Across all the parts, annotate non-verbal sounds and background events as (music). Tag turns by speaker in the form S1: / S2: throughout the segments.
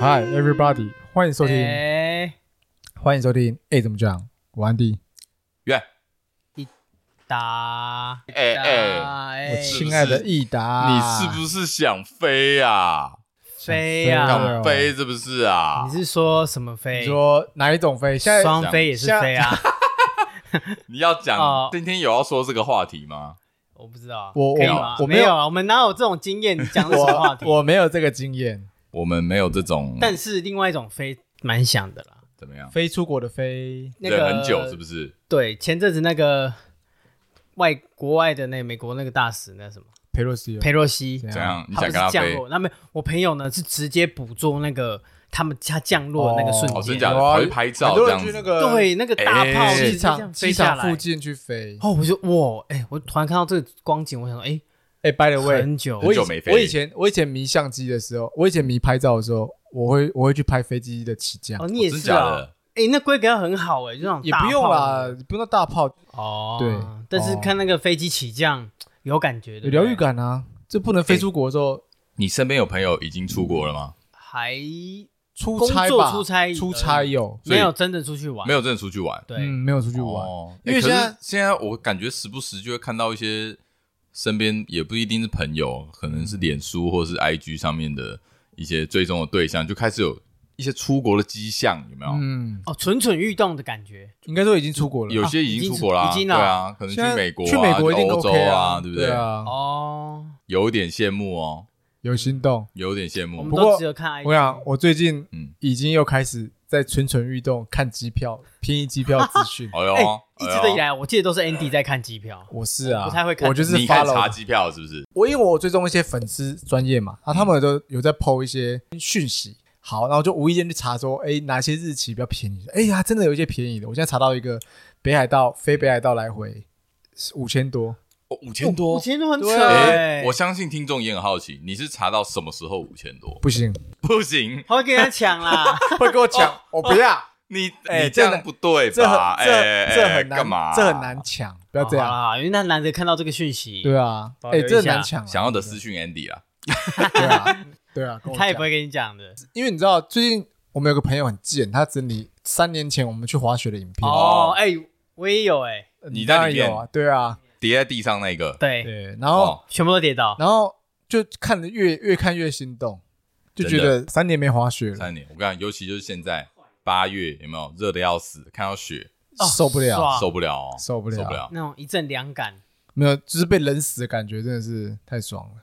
S1: Hi everybody，欢迎收听，
S2: 哎，
S1: 欢迎收听。哎，怎么讲？我安迪，
S3: 远，
S2: 打
S3: 哎哎，
S2: 打
S1: 我
S2: 哎，
S1: 亲爱的益达，
S3: 你
S2: 啊
S3: 是不是想飞啊？
S2: 飞
S1: 想
S2: 啊！
S1: 哎呦
S3: 想飞是不是啊
S2: 你？是说什么飞？
S1: 你说哪一种飞？现在
S2: 双飞也是飞啊？
S1: (laughs)
S3: 你要讲
S2: 哦
S3: 今天有要说这个话题吗？
S2: 我不知道，
S1: 我
S2: 可以
S1: 我
S2: 吗
S1: 我没
S2: 没
S1: 有
S2: 有啊，我们哪有这种经验？你讲的什么话
S1: 我
S2: 题？
S1: 我没有这个经验，
S3: 我们没有这种，
S2: 但是另外一种飞蛮想的啦，
S3: 怎么样？
S1: 飞出国的飞，
S2: 那
S3: 忍
S2: 个
S3: 很久是不是？
S2: 对，前阵子那个外国外的那个美国那个大使那什么
S1: 佩洛西哦
S2: 佩洛西，
S1: 怎
S3: 怎样？你
S2: 啊他
S3: 想
S2: 不
S3: 跟
S2: 是
S3: 他
S2: 降
S3: 飞？
S2: 落，那没我朋友呢是直接捕捉那个他们他降落的那个瞬
S3: 哦真
S2: 间，
S3: 假的
S1: 有啊
S3: 会拍照
S1: 很多人
S3: 这样
S1: 去
S3: 子
S1: 那个
S2: 对，那个大炮
S3: 哎
S2: 直接
S1: 机
S2: 这
S1: 场
S2: 样
S1: 机
S2: 飞下
S1: 场
S2: 来
S1: 附，近去飞。
S2: 哦，我就哇，哎，我突然看到这个光景，我想说，哎，
S1: 哎，by the way，
S2: 很久
S1: 我以
S3: 很久没
S1: 前
S3: 飞
S1: 我以前我以前迷相机的时候，我以前迷拍照的时候，我会我会去拍飞机的起降
S2: 哦，，你
S3: 哦
S2: 也
S3: 真
S2: 是
S3: 假
S2: 啊，
S3: 的？
S2: 哎，那规格要很好哎，就那种
S1: 也
S2: 大
S1: 不用
S2: 炮
S1: 啦
S2: 的，
S1: 不用到大炮，
S2: 哦，
S1: 对
S2: 但是
S1: 哦
S2: 看那个飞机起降有感觉的，
S1: 有疗愈
S2: 对不对，
S1: 感啊。这不能飞
S3: 哎
S1: 出国的时候
S3: 你身边有朋友已经出国了吗？
S2: 还
S1: 出
S2: 工
S1: 差
S2: 作
S1: 吧，
S2: 出差
S1: 出
S2: 而
S1: 差
S2: 已
S1: 有，
S3: 所
S2: 没
S3: 以
S2: 有真的出去玩，
S3: 没有真的出去玩，
S1: 嗯，
S2: 对，
S1: 没有出去玩。
S3: 哦，
S1: 因为
S3: 哎可是
S1: 现在
S3: 现在我感觉时不时就会看到一些身边也不一定是朋友，可能是脸书或是 IG 上面的一些追踪的对象，就开始有一些出国的迹象，有没有？
S1: 嗯，
S2: 哦，蠢蠢欲动的感觉，
S1: 应该说已经出国了。
S3: 有
S1: 啊
S3: 些
S2: 已
S3: 已经
S2: 经
S3: 出
S2: 是
S3: 国啦，
S2: 已经
S3: 对
S2: 啦
S3: 啊，可能
S1: 现在
S3: 美国、啊、
S1: 去美国一定
S3: 欧洲
S1: OK
S3: 对不
S1: 对？啊，
S2: 哦，
S3: 有点羡慕哦，
S1: 有心动。
S3: 有点羡
S2: 我
S3: 慕
S2: 们
S1: 嗯不。
S2: 都
S1: 过
S2: 只有看 IG，
S1: 我想，我最近
S3: 嗯。
S1: 已经又开始在蠢蠢欲动看机票、便宜机票资讯
S3: (laughs) 哎呦，
S2: 哎
S3: 哎
S2: 一
S3: 呦
S2: 直都以来，我记得都是 Andy 在看机票，
S1: 我是啊，
S2: 我不太会看
S1: 我就是
S3: 你看查
S1: follow
S3: 机票是不是？
S1: 我，因为我追踪一些粉丝专业
S2: 嗯
S1: 嘛，啊然后他们都有在 PO 一些讯息。好，然后就无意间去查说，哎，哪些日期比较便宜？哎呀，真的有一些便宜的。我现在查到一个北海道飞北海道来回五千多，
S3: 哦，五千多
S2: 五。千多很扯
S1: 对啊
S3: 哎
S2: 哎，，
S3: 我相信听众也很好奇，你是查到什么时候五千多？ (laughs)
S1: 不行，
S3: 不行，
S2: 他会跟人家抢啦，
S1: 会跟我抢，我不要。
S3: 你
S1: 哎
S3: 你这样不
S1: (laughs)
S3: 对
S1: 这很
S3: 吧？哎
S1: 这这
S3: 哎
S1: 很难，
S3: 干嘛？
S1: 这很难。抢，不 (laughs) 要这
S2: 好啊
S1: 样。
S2: 啦，好啦因为那男的看到这个讯息，
S1: 对啊，
S2: 保
S1: 哎，
S2: 留一
S1: 这
S2: 下
S1: 很难抢啊。
S3: 想要的私讯 Andy 啊，
S1: 对啊，对
S2: (laughs)
S1: 啊，跟我
S2: 他也不
S1: 讲
S2: 会跟你讲的。
S1: 因为你知道，最近我们有个朋友很贱，他整理三年前我们去滑雪的影片。
S2: 哦，哎，我也有哎，
S3: 你
S1: 当
S3: 在
S1: 然
S3: 里面
S1: 有啊，对啊，
S3: 跌在地上那个。
S2: 对，
S1: 对。然后，
S3: 哦，
S2: 全部都跌倒。
S1: 然后就看着越越看越心动，就觉得三年没滑雪了，
S3: 三年，我跟你讲，尤其就是现在八月，有没有热的要死，看到雪
S2: 哦
S1: 受不了，
S2: 爽
S3: 受不了哦，
S1: 受不了
S3: 受不了。
S2: 那种一阵凉感，
S1: 没有，就是被冷死的感觉，真的是太爽了。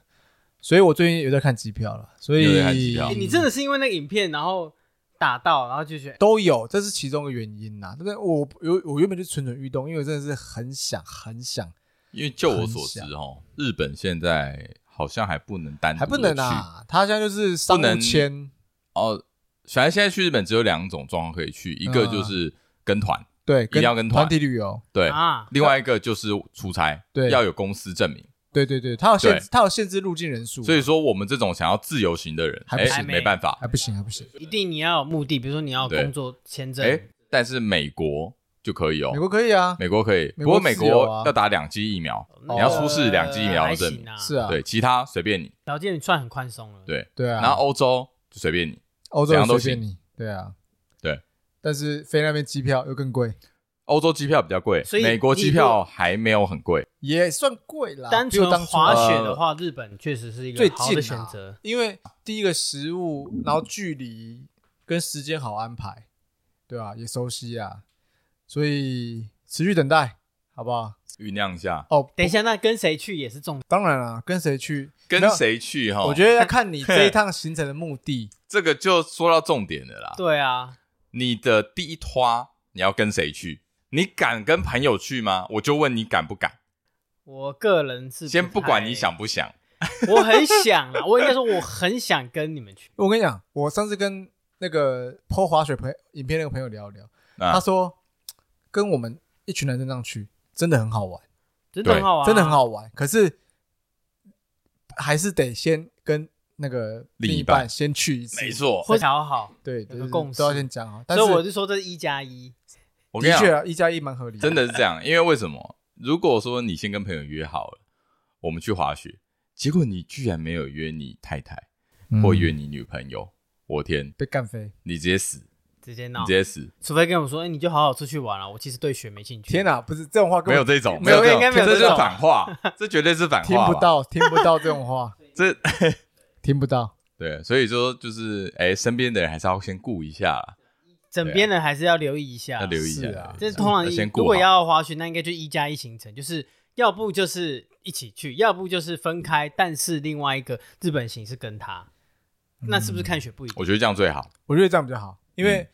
S1: 所以我最近有在看机票了，所以嗯
S3: 有在看机票
S2: 哎，你真的是因为那个影片，然后打到，然后就觉得
S1: 都有，这是其中的原因呐、对不对？我有我原本就蠢蠢欲动，因为我真的是很想很想，
S3: 因为就我所知哦，日本现在好像还不能单独
S1: 还不能
S3: 地去
S1: 啊。他现在就是商
S3: 不
S1: 务
S3: 能
S1: 签，
S3: 哦。反正现在去日本只有两种状况可以去，一个
S1: 嗯
S3: 就是跟团，
S1: 对，跟
S3: 定要跟团
S1: 团体旅游，
S3: 对；
S2: 啊，
S3: 另外一个就是出差，
S1: 对
S3: 要有公司证明。
S1: 对对对，他有限
S3: 对，
S1: 他有限制入境人数，
S3: 所以说，我们这种想要自由行的人，
S1: 还不
S3: 哎
S2: 行
S3: 没办法，
S1: 还不行，还不行。
S2: 一定你要有目的，比如说你要有
S3: 对
S2: 工作签证，
S3: 哎，但是美国就可以哦
S1: 美，国可以啊，
S3: 美国可以，
S1: 美国
S3: 不过美
S1: 自由啊
S3: 国要打两剂疫苗，
S2: 那
S3: 你要出示两剂疫苗
S2: 哦还
S3: 的证明
S2: 行，啊，
S1: 是啊，
S3: 对，其他随便你，
S2: 条件算很宽松了。，
S3: 对。
S1: 对啊。
S3: 然后欧洲就随便你，
S1: 欧洲
S3: 怎样都
S1: 随便你，对啊，
S3: 对。
S1: 但是飞那边机票又更贵，
S3: 欧洲机票比较贵
S2: 所，以
S3: 美国
S2: 你
S3: 机
S2: 如
S3: 票还没有很贵。
S1: 也算贵啦。
S2: 单
S1: 比我
S2: 纯
S1: 当初
S2: 滑雪的话，日本确实是一
S1: 呃最
S2: 个好
S1: 近
S2: 的
S1: 啊
S2: 选择。
S1: 因为第一个食物，然后距离跟时间好安排，对吧、也熟悉啊，所以持续等待，好不好？
S3: 酝酿一下，
S1: 哦，
S2: 等一下，那跟谁去也是重点。
S1: 当然啦、跟谁去，
S3: 跟
S1: 没有？
S3: 谁哦去哈？
S1: 我觉得要看你这一趟行程的目的。
S3: 这个就说到重点了啦。
S2: 对啊，
S3: 你的第一拖你要跟谁去？你敢跟朋友去吗？我就问你敢不敢？
S2: 我个人是
S3: 先不管
S2: 太
S3: 你想不想，
S2: 我很想啊，我应该说我很想跟你们去。
S1: 我跟你讲，我上次跟那个泼滑雪朋友影片那个朋友聊一聊，
S3: 啊
S1: 他说跟我们一群男生这样去，真的很好玩，
S2: 真的很好玩，啊
S1: 真的很。好玩。可是还是得先跟那个另
S3: 另
S1: 一
S3: 一半
S1: 半先去一次，
S3: 没，错。
S2: 会调好，
S1: 对，
S2: 个
S1: 就是
S2: 共识
S1: 都要先讲哦好。但
S2: 所
S1: 是
S2: 以我就说这是一加一，
S3: 我跟
S1: 的
S3: 你
S1: 确
S3: 讲，
S1: 啊，一加一蛮合理，
S3: 真的是这样。因为为什么？如果说你先跟朋友约好了，我们去滑雪，结果你居然没有约你太太
S1: 嗯
S3: 或约你女朋友，我天，
S1: 被干飞！
S3: 你直接死，
S2: 直接
S3: 你
S2: 闹
S3: 直。接死，
S2: 除非跟我说，哎、你就好好出去玩了、我其实对雪没兴趣。
S1: 天哪、啊不是这种话根
S3: 没
S1: 本
S3: 有这种，
S2: 没有
S3: 这种，
S2: 应该没有
S3: 这
S2: 这
S3: 是
S2: 种
S3: 反话，这绝对是反
S1: 听
S3: 话，
S1: 不，到，听不到这种话，
S3: 这
S1: 听不到。
S3: 对，所以说就是，哎，身边的人还是要先顾一下啦，
S2: 枕边人还是要留意一下
S3: 要。留意一下
S1: 是啊，
S2: 这是
S3: 留
S2: 通常
S3: 意一下要
S2: 一
S3: 先
S2: 如
S3: 顾
S2: 果
S3: 好，
S2: 要滑雪，那应该就一加一行程，就是要不就是一起去，要不就是分开，但是另外一个日本行是跟他，
S1: 嗯
S2: 那是不是看雪不一定？
S3: 我觉得这样最好，
S1: 我觉得这样比较好，因
S3: 嗯
S1: 为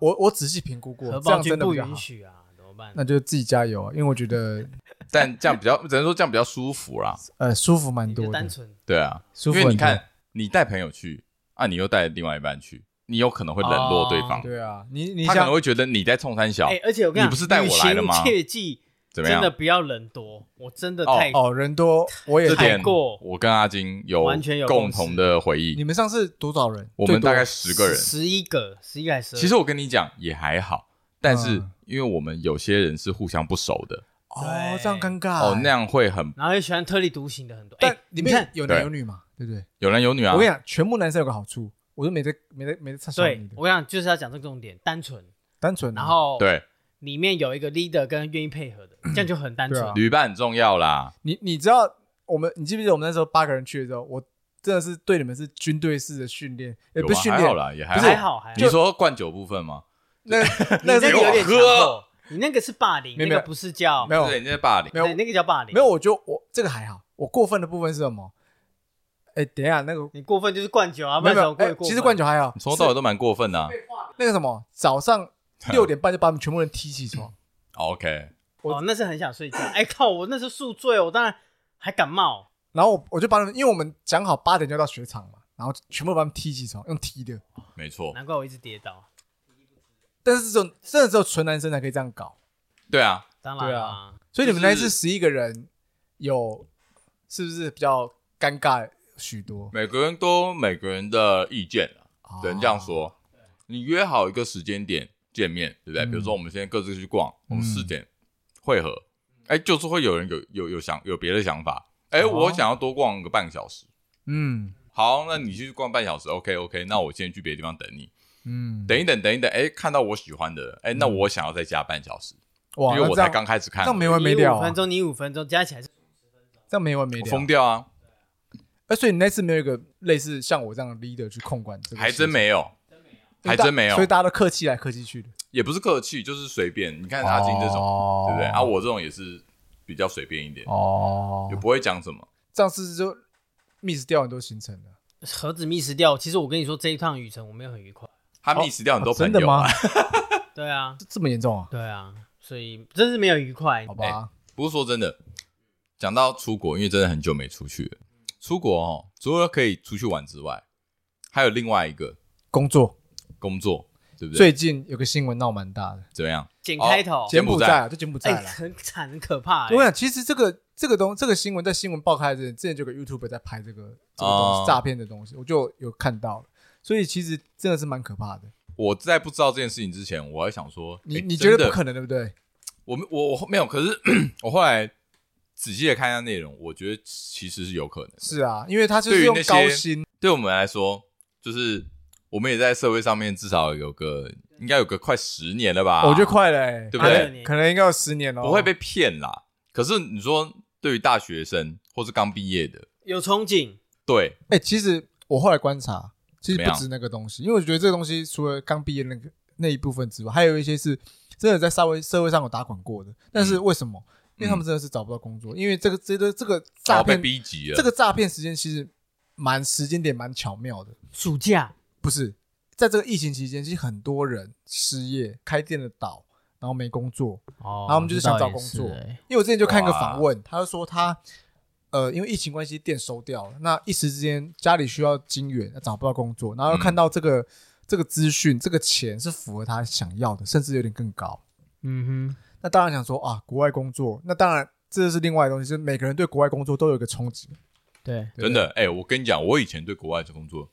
S1: 我、我仔细评估过，
S2: 荷
S1: 这
S2: 包
S1: 样
S2: 君
S1: 真的
S2: 不
S1: 比较好
S2: 允。许啊，怎么办？
S1: 那就自己加油啊，因为我觉得
S3: 但这样比较，只能说这样比较舒服啦，
S1: 呃舒服蛮
S2: 你
S1: 多
S2: 就
S1: 的
S2: 单，纯
S3: 对啊，
S1: 舒服
S3: 因为
S1: 很
S3: 你
S1: 多。
S3: 看，你带朋友去啊，你又带另外一半去，你有可能会冷落对
S2: 哦
S3: 方，
S1: 对啊，你你
S3: 他可能
S1: 想
S3: 会觉得你在冲三小
S2: 哎、，而且我跟你讲，
S3: 你不是带我来的吗
S2: 旅行切记
S3: 怎么
S2: 真
S3: 样
S2: 的？不要人多，我真的太、
S1: 哦人多，我也
S3: 这
S1: 是。
S3: 点
S2: 太过
S3: 我跟阿金有
S2: 完全有
S3: 共
S2: 共识
S3: 同的回忆
S1: 你，们上次多啊少人？
S3: 我们大概
S1: 最
S3: 十个人，
S2: 十一个，十一个还是12个
S3: 其实我跟你讲也还好，但是
S1: 嗯
S3: 因为我们有些人是互相不熟的，
S1: 多哦
S2: 对
S1: 这样尴
S2: 啊
S1: 尬
S3: 哦，那样会很
S2: 然后又喜欢特立独行的很多。哎、
S1: 但里
S2: 你
S1: 面
S2: 看，
S1: 有男
S3: 对
S1: 有女嘛，对不对？
S3: 有男有女啊
S1: 我跟。你讲，全部男生有个好处，我就没在没在没在插手
S2: 对
S1: 你的
S2: 我，跟你讲就是要讲这个重点，单纯，
S1: 单纯啊。
S2: 然后
S3: 对，
S2: 里面有一个 leader 跟愿意配合的，这样就很单纯。
S1: 对啊
S3: 旅伴很重要啦。
S1: 你你知道我们你记不记得我们那时候八个人去的时候，我真的是对你们是军队式的训练，也
S3: 有
S1: 哎不
S3: 啊
S1: 是训
S3: 还好
S1: 练，
S3: 啦，也还
S1: 不是
S2: 还好还好，
S3: 你说灌酒部分吗？
S2: (laughs)
S1: 那
S2: 你
S1: 那是
S2: 那个
S3: (laughs)
S2: 有点啊
S3: 没有
S2: 强
S3: 喝
S2: 迫，你那个是霸凌，
S1: 没
S2: 那
S1: 有
S2: 个不是叫
S1: 没有
S3: 对，你在霸凌
S1: 没有
S2: 对那个叫霸凌，
S1: 没有，我就我这个还好。我过分的部分是什么？哎，等一下那个
S2: 你过分就是灌酒啊，
S1: 没有没有，
S2: 过
S1: 哎
S2: 分过分
S1: 其实灌酒还好
S3: 你，从头到尾都蛮过分的啊。
S1: 那个什么，早
S3: (laughs)
S1: 上六点半就把我们全部人踢起床，
S3: OK，
S2: 哦，那是很想睡觉。哎靠，我那时候宿醉，我当然还感冒
S1: 然后我我就把他们，因为我们讲好八点就要到雪场嘛，然后全部把他们踢起床，用踢的。
S3: 没错，
S2: 难怪我一直跌倒。
S1: 但是这种真的只有纯男生才可以这样搞，
S3: 对啊，
S2: 当然
S1: 对
S2: 啦、
S1: 啊所以你们
S3: 就
S1: 那一
S3: 是
S1: 次十一个人有是不是比较尴尬许多？
S3: 每个人都有每个人的意见啊
S1: 哦
S3: 只能这样说。你约好一个时间点见面，对不对？
S1: 嗯
S3: 比如说我们现在各自去逛，我
S1: 嗯
S3: 们四点会合，哎，就是会有人有有有想有别的想法，哎，
S1: 哦
S3: 我想要多逛个半小时。
S1: 嗯
S3: 好，那你去逛半小时，OK OK，那我先去别的地方等你，
S1: 嗯，
S3: 等一等，等一等，哎，看到我喜欢的，哎，那我想要再加半小时，因
S1: 哇，
S3: 为
S1: 那
S3: 我
S1: 这
S3: 才
S1: 样
S3: 刚开始看
S1: 这，样没
S2: 你
S1: 完没了
S2: 五
S1: 啊
S2: 分，钟，你五分钟，加起来是
S1: 这样没完没
S3: 我
S1: 了
S3: 疯。掉啊，
S1: 哎，所以你那次没有一个类似像我这样的 leader 去控管这个，
S3: 还真，没有，
S1: 因为
S3: 还
S1: 大
S3: 真没有
S1: 所以，大家都客气来客气去的。
S3: 也不是客气，就是随便。你看阿金这种，
S1: 哦
S3: 对不对？啊，我这种也是比较随便一点，
S1: 哦
S3: 也，不会讲什么。
S1: 这样是不是就 miss 掉很多行程了。
S2: 何止 miss 掉。其实我跟你说，这一趟旅程我没有很愉快。
S3: 他 miss 掉很多
S1: 哦真
S3: 朋
S1: 的
S3: 友、
S1: 吗
S3: 啊，？
S2: 对啊，
S1: 这这么严重啊？
S2: 对啊，所以真是没有愉快
S1: 好。吧，
S3: 不是说真的。讲到出国，因为真的很久没出去了。出国哦，除了可以出去玩之外，还有另外一个
S1: 工作
S3: 工作，对不对？
S1: 最近有个新闻闹蛮大的，
S3: 怎么样？
S2: 剪开头，
S3: 哦柬
S1: 埔
S3: 埔寨哎
S1: 寨啊，就柬埔
S2: 哎、
S1: 寨了。
S2: 很惨，很可怕、
S1: 我
S2: 欸。
S1: 想，其实这个这个东这个新闻在新闻爆开之前，之前就有个 YouTube 在拍这个这个东
S3: 哦
S1: 西诈骗的东西，我就有看到了。所以其实真的是蛮可怕的。
S3: 我在不知道这件事情之前，我还想说，
S1: 你
S3: 诶
S1: 你觉得
S3: 哎真
S1: 不
S3: 的
S1: 可能对不对？
S3: 我们我我没有，可是 (clears throat) 我后来仔细的看一下内容，我觉得其实是有可能的。
S1: 是啊，因为他就是
S3: 对于
S1: 用
S3: 那些
S1: 高薪，
S3: 对我们来说，就是我们也在社会上面至少有个应该有个快十年了吧，
S1: 我觉得快了欸，
S3: 啊对
S2: 不对
S1: 可能可能应该有十年了，
S3: 不会被骗啦。可是你说对于大学生或是刚毕业的，
S2: 有憧憬，
S3: 对
S1: 哎、其实我后来观察，其实
S3: 怎
S1: 不
S3: 么样
S1: 止那个东西，因为我觉得这个东西除了刚毕业那个那一部分之外，还有一些是真的在稍微社会上有打滚过的。但
S3: 嗯
S1: 是为什么？因为他们真的是找不到工作，因为这个这个这个
S3: 然
S1: 诈
S3: 后嗯哦被
S1: 骗，
S3: 逼急了，
S1: 这个诈骗时间其实蛮时间点蛮巧妙的，
S2: 暑假
S1: 不是？在这个疫情期间，其实很多人失业，开店的倒，然后没工作，
S2: 哦
S1: 然后我们就是想找工作
S2: 这倒也是欸
S1: 因为我之前就看一个
S3: 哇
S1: 访问，他就说他呃，因为疫情关系店收掉了，那一时之间家里需要金源，他找不到工作，然后
S3: 嗯
S1: 又看到这个、这个资讯，这个钱是符合他想要的，甚至有点更高。
S2: 嗯
S1: 那当然想说啊，国外工作，那当然这是另外的东西，就是每个人对国外工作都有一个憧憬。
S2: 哼，对，
S1: 对不对
S3: 真的，哎、我跟你讲，我以前对国外的工作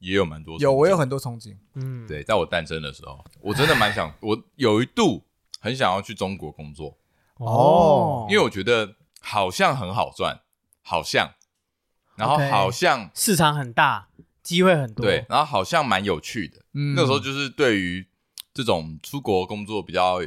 S3: 也有蛮多
S1: 有，
S3: 憧憬
S1: 我有很多憧憬。
S2: 嗯，
S3: 对，在我诞生的时候，我真的蛮想，我有一度很想要去中国工作，
S1: 哦
S3: 因为我觉得好像很好赚，好像，然后
S2: OK
S3: 好像
S2: 市场很大，机会很多。
S3: 对，，然后好像蛮有趣的。
S1: 嗯
S3: 那时候就是对于这种出国工作比较，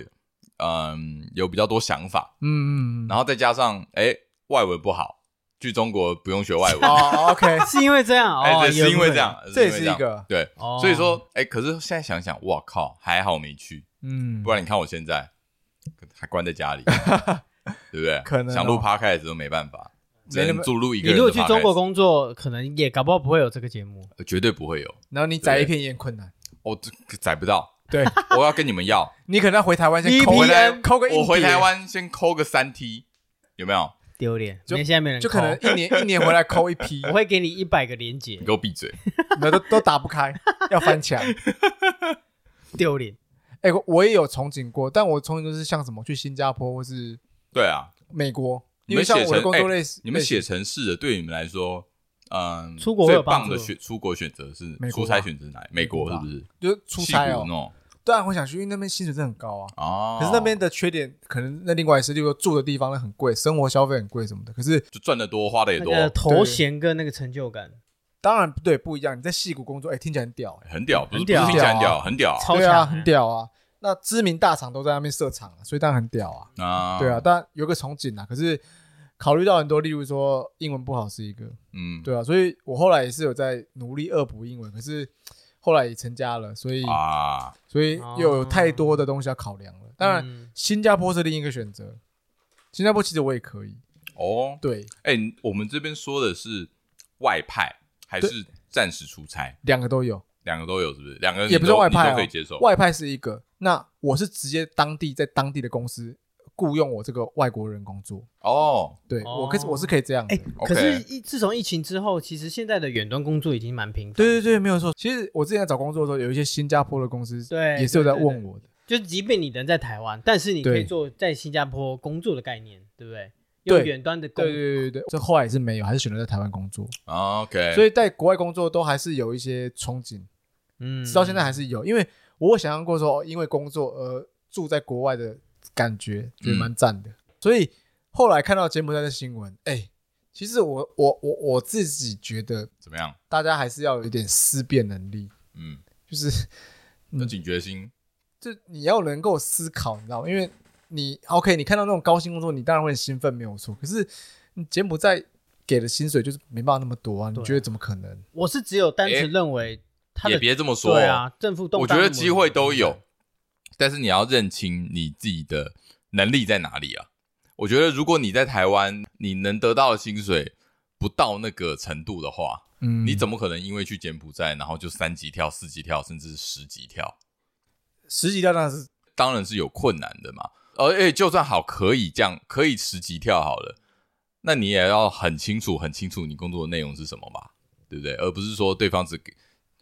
S3: 嗯，有比较多想法，
S1: 嗯嗯，
S3: 然后再加上哎、外文不好，去中国不用学外文， (laughs)
S1: 哦，OK， (laughs)
S2: 是因为这样
S3: 哎、
S2: 哦，
S3: 对，是因为这
S2: 有可
S3: 样，
S1: 这也
S3: 因为
S1: 是一个，哦
S3: 对，
S2: 能，哦
S3: 所以说哎、可是现在想想，哇靠，还好没去，
S1: 嗯，
S3: 不然你看我现在还关在
S1: (laughs)
S3: 家里，对不对？
S1: 可能哦
S3: 想录 podcast 都没办法，只
S1: 没那
S3: 能
S1: 么
S3: 注入一个
S2: 你
S3: 人
S2: 如
S3: 的
S2: 果
S3: podcast。
S2: 去中国工作，可能也搞不好不会有这个节目。
S3: 呃，绝对不会有，
S1: 然后你宰一片也很困难，
S3: 我、这个宰不到，
S1: 对
S3: (laughs) 我要跟你们要。
S1: (laughs) 你可能要回台湾先抠
S3: 回来
S1: 个抠个硬碟
S3: 我回台，湾先抠个三 T，有没有？
S2: 丢脸，
S1: 就
S2: 没现在没人
S1: 就可能
S2: 扣
S1: 一年一年回来抠一批，
S2: 我会给你一百个连接
S3: 你，给我闭嘴！
S1: 那都都打不开，要翻墙。
S2: 丢脸。
S1: 哎，我我也有憧憬过，但我憧憬就是像什么去新加坡或是
S3: 对啊，
S1: 美国，
S3: 你
S1: 因为
S3: 们
S1: 像
S3: 写
S1: 我的
S3: 成
S1: 工作
S3: 哎
S1: 类似，
S3: 你们
S1: 类
S3: 写
S1: 型
S3: 城市的，对你们来说，嗯，
S2: 出国会
S3: 最
S2: 有帮
S3: 棒
S2: 助
S3: 的选出国选择是
S1: 美国啊
S3: 出
S1: 吧
S3: 差选择是哪里？美国是不是？
S1: 就是啊出差
S3: 戏
S1: 哦
S3: 骨那，种
S1: 当然会想去，因为那边薪水真的很高啊。
S3: 哦，
S1: 可是那边的缺点，可能那另外也是，例如说住的地方那很贵，生活消费很贵什么的。可是
S3: 就赚的多，花的也
S2: 那
S3: 多，
S2: 个头衔跟那个成就感
S1: 当然对不一样，你在戏谷工作，哎，听起来很屌，哎
S3: 很屌，不是
S2: 很
S3: 不是
S2: 屌啊
S3: 听起来很屌，很屌
S2: 超
S1: 对啊，
S2: 强，欸
S1: 很。屌啊。那知名大厂都在那边设厂啊，所以当然很屌啊。
S3: 啊！
S1: 对啊，，但有个憧憬啊。可是考虑到很多，例如说英文不好是一个，
S3: 嗯，
S1: 对啊，所以我后来也是有在努力恶补英文，可是后来也成家了，所以
S3: 啊，
S1: 所以又有太多的东西要考量了。当然，
S2: 嗯，
S1: 新加坡是另一个选择，新加坡其实我也可以，
S3: 哦，
S1: 对，
S3: 哎，我们这边说的是外派还是暂时出差？
S1: 两个都有。
S3: 两个都有，是不是？两个
S1: 也不是
S3: 你都
S1: 外派、哦，
S3: 你都可以接受。
S1: 外派是一个，那我是直接当地在当地的公司雇佣我这个外国人工作，
S3: 哦，
S1: 对、
S2: 哦
S1: 我可是我是可以这样的。
S2: 哎，
S3: OK
S2: 可是疫自从疫情之后，其实现在的远端工作已经蛮频繁，
S1: 对对对，没有错。其实我之前在找工作的时候，有一些新加坡的公司，
S2: 对
S1: 也是有在
S2: 对对
S1: 问我的。
S2: 就是即便你人在台湾，但是你可
S1: 对
S2: 以做在新加坡工作的概念，对不对？
S1: 对
S2: 用远端的工
S1: 对对对对对，这后来也是没有，还是选择在台湾工作。
S3: 哦 OK，
S1: 所以在国外工作都还是有一些憧憬，
S2: 嗯，
S1: 直到现在还是有。因为我有想象过说，哦因为工作而住在国外的感觉，
S3: 嗯
S1: 觉得蛮赞的。所以后来看到柬埔寨的新闻，哎，其实我我我我自己觉得
S3: 怎么样？
S1: 大家还是要有一点思辨能力，
S3: 嗯，
S1: 就是嗯
S3: 有警觉心，
S1: 就你要能够思考，你知道吗？因为你 OK，你看到那种高薪工作，你当然会很兴奋，没有错。可是你柬埔寨给的薪水就是没办法那么多啊，你觉得怎么可能？
S2: 我是只有单
S3: 哎
S2: 纯认为他
S3: 也
S2: 的
S3: 别这么说。哦
S2: 对啊，正负动
S3: 我
S2: 荡
S3: 觉得
S2: 那么
S3: 机会都有，但是你要认清你自己的能力在哪里啊。我觉得如果你在台湾，你能得到的薪水不到那个程度的话，
S1: 嗯
S3: 你怎
S1: 么
S3: 么可能因为去柬埔寨，然后就三级跳、四级跳，甚至是十级跳？
S1: 十几跳当然是
S3: 当然是有困难的嘛。而且就算好可以这样，可以十级跳好了，那你也要很清楚、很清楚你工作的内容是什么吧，对不对？而不是说对方只给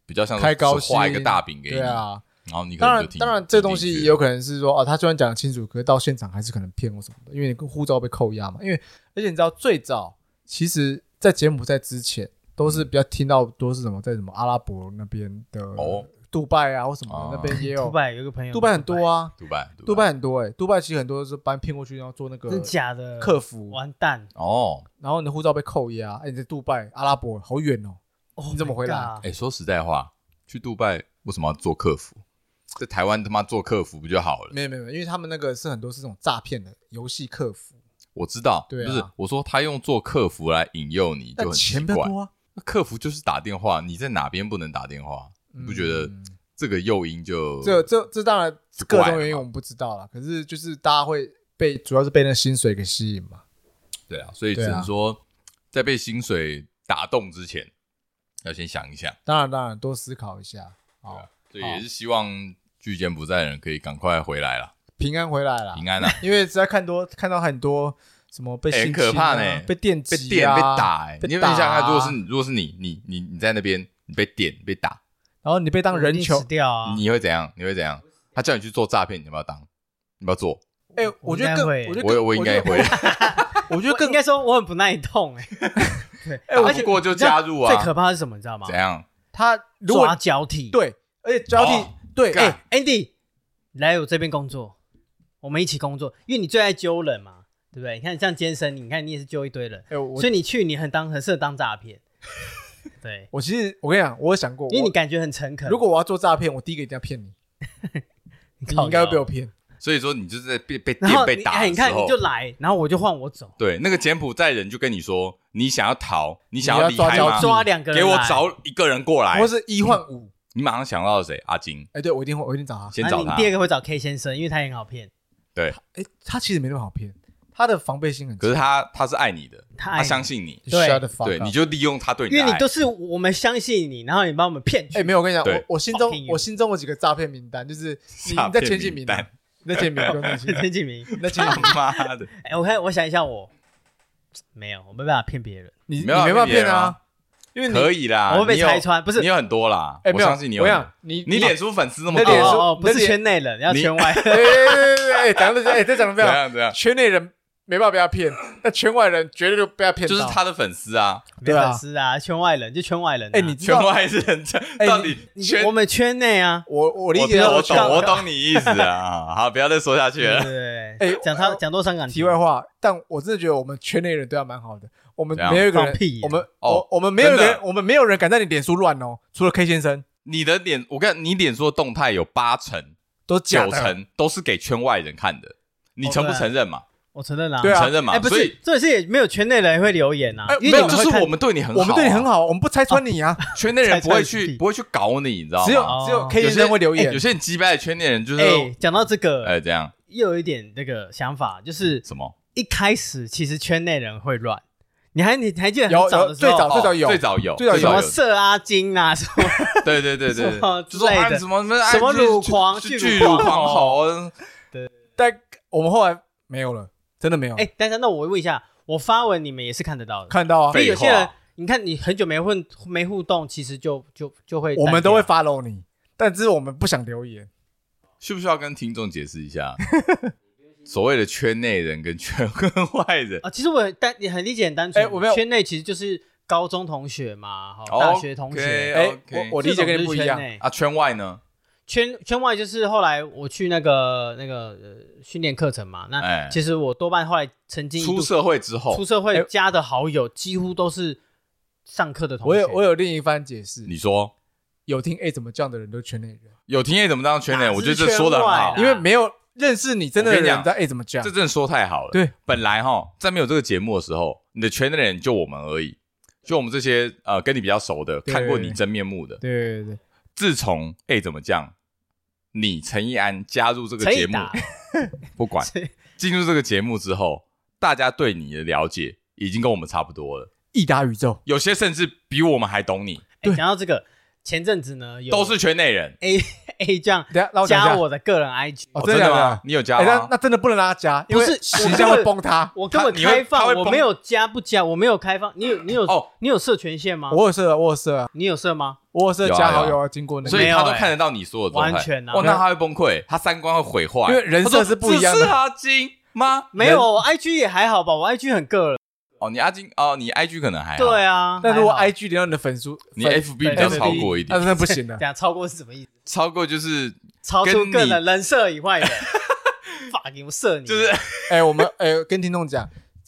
S3: 比较像是
S1: 开高薪，
S3: 画一个大饼给你，
S1: 对啊，
S3: 然后你可
S1: 当
S3: 能
S1: 然
S3: 就听
S1: 当然这东
S3: 听
S1: 西
S3: 进
S1: 也
S3: 去
S1: 有可能是说啊，他虽然讲得清楚，可是到现场还是可能骗我什么的，因为你跟护照被扣押嘛。因为而且你知道最早其实，在柬埔寨之前。都是比较听到多是什么，在什么阿拉伯那边的
S3: 哦，
S1: 杜拜啊或什么
S3: 哦
S1: 的，那边也有
S2: 杜。拜有一个朋
S1: (laughs)
S2: 友，
S1: 杜拜很多
S2: 啊，
S1: 啊，
S3: 杜拜，
S1: 杜拜很多哎、杜拜其实很多都是搬骗过去，然后做那个
S2: 真假的
S1: 客服，
S2: 完蛋，
S3: 哦，
S1: 然后你的护照被扣押，哎、你在杜拜、阿拉伯好远哦，
S2: 哦
S1: 你怎么回来
S2: my
S3: 哎、
S2: god
S3: 说实在话，去杜拜为什么要做客服？在台湾他妈做客服不就好了？
S1: 没有没有，没有因为他们那个是很多是这种诈骗的游戏客服，
S3: 我知道，
S1: 对啊
S3: 不是我说他用做客服来引诱你就
S1: 但
S3: 很奇
S1: 钱比
S3: 怪
S1: 较。多啊，
S3: 那客服就是打电话，你在哪边不能打电话？你不觉得
S1: 嗯
S3: 这个诱因就
S1: 这这这当然各种原
S3: 怪了
S1: 因
S3: 嘛
S1: 我们不知道啦，可是就是大家会被主要是被那薪水给吸引嘛，
S3: 对啊？所以只
S1: 对
S3: 能
S1: 啊
S3: 说，在被薪水打动之前，要先想一想。
S1: 当然当然多思考一下，好、
S3: 对啊，所以也是希望居柬不在的人可以赶快回来啦，
S1: 平安回来啦，
S3: 平
S2: (laughs)
S3: 安啊！
S1: 因为实在看多看到很多什么被
S3: 哎
S1: 性
S3: 很可
S1: 侵啊
S3: 怕呢
S1: 被电
S3: 被
S1: 击、啊、
S3: 电被打、欸，
S1: 被
S3: 你有没有想
S1: 打
S3: 想看，如果
S1: 啊
S3: 是你，如果是你，你你你在那边，你被电被打，
S1: 然后你被当
S2: 我一
S1: 人
S2: 定
S1: 球
S2: 死，掉啊！
S3: 你会怎样？你会怎样？他叫你去做诈骗，你要不要当？你要不要做？
S1: 哎、
S2: 我
S1: 我
S2: 应
S1: 觉得
S2: 该
S1: 更，
S2: 会
S1: 我觉得
S3: 我
S1: 更
S3: 我应该会，，
S1: 我
S2: (laughs)
S1: 觉得
S2: 我
S1: 更
S2: 应该说我很不耐痛
S1: (laughs)
S2: 哎，对，
S3: 打
S2: 而
S3: 不
S2: 且
S3: 过就
S2: 你知道
S3: 加入啊
S2: 最可怕的是什么，你知道吗
S3: 怎？样？
S1: 他如
S2: 抓
S1: 果
S2: 交替，
S1: 对，而且交替、
S3: 哦
S1: 对，哎、
S3: 干
S2: 哎，Andy，来我这边工作，我们一起工作，因为你最爱揪人嘛，对不对？你看像健身，你看你也是揪一堆人，
S1: 哎我
S2: 所以你去你很当很适合当诈骗，对，
S1: 我其实我跟你讲， (laughs) 我有想过，
S2: 因为你
S1: 我
S2: 感觉很诚恳。
S1: 如果我要做诈骗，我第一个一定要骗你，你
S2: 靠
S1: 应该
S2: 腰
S1: 会被我骗。
S3: 所以说你就是在被被
S2: 然
S3: 电
S2: 后
S3: 被
S2: 你
S3: 打
S2: 哎，
S3: 的
S2: 你
S3: 时
S2: 看
S3: 候
S2: 你就，来，然后我就换我走，
S3: 对，那个柬埔寨人就跟你说，你想要逃，你想
S1: 你要
S3: 离
S1: 抓
S3: 开
S1: 交
S3: 吗？
S1: 替
S2: 抓两个人
S3: 给我
S2: 来，
S3: 找一个人过来
S1: 或，是一
S3: 嗯
S1: 换五，
S3: 你马上想到谁？阿金，
S1: 哎，对我一定会，我一定找他。
S3: 先
S2: 然后啊
S3: 找
S2: 你
S3: 他
S2: 第。二个会找 K 先生，因为他也很好骗，
S1: 哎，他其实没那么好骗，他的防备心很
S3: 可
S1: 强。
S3: 是他他是爱你的，
S2: 他爱
S3: 他
S2: 你
S3: 相信你，
S2: 对
S1: Shut the fuck
S3: 对，
S1: up
S3: 你就利用他对你
S2: 因
S3: 的
S2: 为你
S3: 爱
S2: 都。是我们相信你，然后你把我们骗去。
S1: 哎，没有，我跟你讲，
S3: 对
S1: 我我心中
S2: Fucking you
S1: 我心中有几个诈骗名单，就是你
S3: 诈
S1: 你在
S3: 骗
S1: 前几
S3: 名
S1: 名
S3: 单
S1: 啊，你在前几名，不用担心
S2: (laughs)
S3: (laughs)
S2: 陈景明，
S1: 你在前几名，
S3: 他妈的，
S2: 哎，我看我想一下我，没有，我没办法骗别人，
S1: 你你
S3: 没有啊
S1: 没办法
S3: 骗别
S1: 骗
S3: 人
S1: 啊
S3: 啊，
S1: 因为你
S3: 可以啦，
S2: 我会被
S3: 你有
S2: 拆穿不是
S3: 你有很多啦，
S1: 哎，
S3: 我
S1: 没有，
S3: 相信你有
S1: 我
S3: 很。
S1: 想你
S3: 你脸书粉丝那么啊
S1: 那脸
S3: 多
S1: 书，
S2: 哦哦，不
S1: 那
S2: 是
S1: 脸
S2: 圈内人，要
S3: 你
S2: 圈外。
S1: 哎哎哎哎，讲的哎，这讲的非
S3: 怎
S1: 常，
S3: 样怎样？
S1: 圈内人没办法被他骗，那圈外人绝对就被他骗
S3: 就
S1: 到。
S3: 是他的粉丝啊，
S2: 没
S1: 对啊
S2: 粉丝啊，圈外人就圈外人啊。
S1: 哎，你知
S3: 圈
S1: 道
S3: 外是人家
S1: 哎
S3: 到底
S2: 你
S3: 圈
S2: 我们圈内啊，
S1: 我我理
S3: 我
S1: 解
S3: 知
S1: 到
S3: 道我
S1: 的圈
S3: 懂，我懂你意思
S2: (laughs)
S3: 啊。好，不要再说下去
S2: 对
S3: 了。
S2: 对
S1: 哎
S2: 对，讲他
S1: 我
S2: 讲多伤感情
S1: 题外话，但我真的觉得我们圈内人对他蛮好的。我们
S3: 怎样
S1: 没有一个人
S2: 放屁，耶
S1: 我们
S3: 哦
S1: 我我们没有一个
S3: 真
S1: 人，
S3: 的
S1: 我们没有人敢在你脸书乱哦，除了 K 先生
S3: 你的脸，我看你脸说动态有八成、
S1: 都是假
S3: 九
S1: 的。
S3: 成都是给圈外人看的，你
S2: 哦
S3: 承不
S2: 对啊
S3: 承认嘛？
S2: 我承认啦。
S1: 对啊
S3: 你承认嘛？
S2: 哎，不
S3: 所以
S2: 是，这也是也没有圈内人会留言啊
S1: 哎，
S2: 因
S3: 没
S2: 为
S3: 有，
S2: 你
S3: 就
S2: 会
S3: 是
S2: 看
S3: 我们对你很好，啊
S1: 我们对你很，好，我们不拆穿你啊，
S3: 圈内人不会
S2: 才才是
S3: 去
S2: 屁
S3: 不会去搞你，你知道
S1: 只有
S3: 吗？
S2: 哦
S1: 只有 K 先生会留
S3: 有
S1: 言。
S3: 些人击败的圈内人就是
S2: 哎，讲到这个，
S3: 哎这样
S2: 又有一点那个想法，就是
S3: 什么？
S2: 一开始其实圈内人会乱，你还你还记得
S1: 有
S2: 很啊早
S1: 有
S2: 的时
S1: 最
S2: 候
S1: 早
S3: 哦
S1: 有
S3: 最早有
S1: 最早有嗯
S2: 什么色阿金啊什
S1: (laughs)
S2: 么，
S3: 对对对
S2: 什
S3: 对
S2: 么，
S3: 就说
S2: 之类的
S3: 啊你什么什么哎
S2: 什么
S3: 就是
S2: 乳狂
S3: 巨
S2: 巨
S3: 巨
S2: 乳
S3: 乳
S2: 狂
S3: 狂猴，
S1: 但我们后来没有了，真的没有。
S2: 哎，但是那我问一下，我发文你们也是看得到的，
S1: 看到啊
S2: 因，为有些
S3: 废话
S2: 人。你看，你很久没混没互动，其实就就就会
S1: 我们
S2: 淡
S1: 都
S2: 掉
S1: 会 follow 你，但只是我们不想留言。
S3: (laughs) 需不需要跟听众解释
S2: (laughs)
S3: 一下？所谓的圈内人跟圈跟外人，
S2: 啊，其实我很单也很理解很单纯，
S1: 哎我没有
S2: 圈内其实就是高中同学嘛，好
S3: 哦
S2: (laughs) 大学同学，
S1: 哎
S3: OK，
S1: 我我理解跟你不一样。
S2: 这种就是圈内
S3: 啊，圈外呢？
S2: 圈圈外就是后来我去那个那个呃训练课程嘛，那
S3: 哎
S2: 其实我多半后来曾经一度
S3: 出社会之后
S2: 出，社会
S1: 哎
S2: 加的好友几乎都是上课的同学，
S1: 我有我有另一番解释，
S3: 你啊说
S1: 有听 A 怎么叫的人都是圈内人，
S3: 有听 A 怎么当圈内人？
S2: 哪
S3: 我
S2: 是
S3: 觉得这说的很
S2: 圈
S3: 好啊
S2: 外啦，
S1: 因为没有认识你真的
S3: 我跟你
S1: 人
S3: 讲
S1: 知道 A 怎么叫
S3: 这。真的说太好了。
S1: 对，
S3: 本来哈，在没有这个节目的时候，你的圈内人就我们而已，就我们这些呃跟你比较熟的，
S1: 对
S3: 看过你真面目的。
S1: 对对对，
S3: 自从 A 怎么讲，你陈意安加入这个
S2: 陈
S3: 节
S2: 以
S1: (laughs)
S3: 目，
S2: 达，(laughs)
S3: 不管
S2: 陈
S3: 进入这个节目之后，大家对你的了解已经跟我们差不多了。
S1: 益达宇宙。
S3: 有些甚至比我们还懂你，
S2: 哎，讲到这个，前阵子呢有
S3: 都是圈内人。
S2: A A 酱
S1: 等一下，让我讲一下
S2: 加我的个人 IG，
S1: 哦
S3: 哦
S1: 真的
S3: 真的
S1: 假的
S3: 吗？你有加
S1: 哎、那
S3: 吗？
S1: 那真的不能让他加，因
S2: 不
S1: 为
S2: 是
S1: 形象会崩塌。
S2: 我根本
S3: 他你会
S2: 开
S3: 他
S2: 放，
S3: 会
S2: 我
S3: 崩
S2: 没有加不加，我没有开放，你有你有
S3: 哦
S2: 你有设权限吗？
S1: 我有设，我有设啊，
S2: 你有设吗？
S1: 我有设
S3: 有啊
S1: 加好
S3: 有
S1: 友啊，经过那
S3: 所
S1: 个，
S3: 以他
S2: 没
S3: 都
S2: 有欸
S3: 看得到你所有的状态，
S2: 完全啊
S3: 哇，那他会崩溃，他三观会毁坏，
S1: 因为人设
S3: 他说
S1: 是不一样的
S3: 只是阿金吗？
S2: 没有，我 IG 也还好吧，我 IG 很个人。
S3: 哦，你阿金哦，你 IG 可能还好
S2: 对，啊，
S1: 但如果
S2: 还好
S1: IG 连到你的粉丝，
S3: 你
S1: 粉
S3: FB 比
S1: 粉
S3: 较
S1: 丝
S3: 超过一
S1: 那
S3: 点，
S1: 真的不行了
S2: (laughs) 等。下超过是什么意思？
S3: 超过就是
S2: 超出个
S3: 跟
S2: 人
S3: 你
S2: 人设以 (laughs) 外的，法给我射你，
S3: 就是
S1: 哎、我们哎、跟听众讲，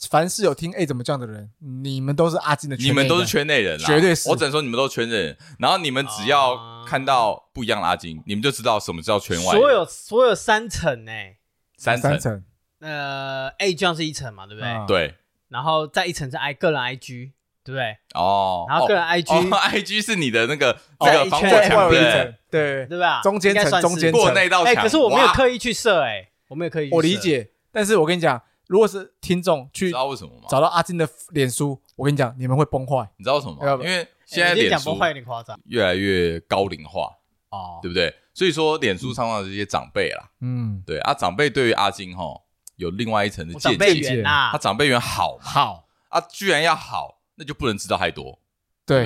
S1: 凡是有听 A 怎么叫的人，你们都是阿金的圈
S3: 你
S1: 内人，
S3: 们都是圈内人啦，
S1: 绝对是
S3: 我只能说你们都是圈内人，然后你们只要看到不一样的阿金，你们就知道什么叫圈
S2: 啊
S3: 外人。
S2: 所有所有三层哎，
S3: 三层
S1: 三，层，
S2: 呃，A 酱是一层嘛，对不对？
S1: 嗯
S3: 对
S2: 然后再一层是 I 个人 IG，对不对？
S3: 哦，
S2: 然后个人
S3: 哦
S2: IG
S3: 哦 IG (laughs) 是你的那个
S2: 哦
S3: 这个防火
S1: 再外
S2: 在
S3: 墙，
S1: 围一
S3: 对
S1: 层，对，
S2: 对吧？
S1: 中间层
S2: 应该算是
S1: 中间层
S3: 过那道
S2: 哎，
S3: 墙。
S2: 可是我没有
S3: 哇
S2: 刻意去射哎，我没有刻意去射。哎
S1: 我理解。但是我跟你讲，如果是听众
S3: 你
S1: 去
S3: 知道为什么吗？
S1: 找到阿金的脸书，我跟你讲，你们会崩坏。
S3: 你知道为什么
S1: 要不
S3: 吗？因为
S2: 哎，
S3: 现在
S2: 你今天
S3: 脸
S2: 讲
S3: 书
S2: 崩坏有点夸张
S3: 越来越高龄化，
S2: 哦。
S3: 对不对？所以说脸书上的这些长辈啦，
S1: 嗯，
S3: 对啊，长辈对于阿金哈有另外一层的
S2: 我
S3: 见
S2: 长辈
S3: 解，
S2: 缘
S1: 啊
S2: 呐
S3: 他，长辈缘好嘛
S1: 好，
S3: 啊，居然要好，那就不能知道太多，对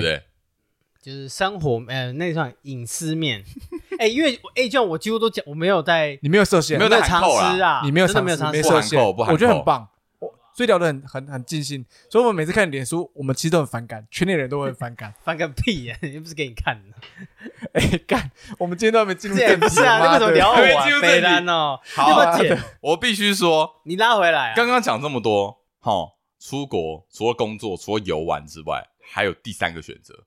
S1: 对
S3: 不对？
S2: 就是生活呃那算隐私
S3: (laughs)
S2: 面，哎，因为 A 酱我几乎都讲，我没有在
S1: 你没有设限，
S3: 没有
S2: 我没有
S3: 在
S2: 尝
S3: 喊扣啦
S2: 试啊，
S1: 你没有
S2: 真的
S1: 尝
S2: 没有
S1: 试
S2: 尝
S1: 没
S2: 试
S1: 设限
S3: 不含扣不含扣
S1: 我觉得很棒，我所以聊得很很很尽兴。所以我们每次看脸书，我们其实都很反感，圈内人都会很反感。 (laughs)
S2: 翻个屁呀、又不是给你看的。
S1: 哎，干，我们今天都还没进入
S2: (laughs) 这也
S1: 正
S2: 不
S1: 题，
S2: 是
S1: (laughs)
S2: 啊，那为什么聊
S1: 妈
S2: 我
S1: 的
S3: 对
S2: 啊
S3: 进？入正
S2: 北
S3: 题
S2: 兰哦，
S3: 好
S2: 要不
S3: 啊
S2: 要剪？
S3: 我必须说，
S2: 你拉回来、啊。
S3: 刚刚讲这么多，哈，出国除了工作、除了游玩之外，还有第三个选择，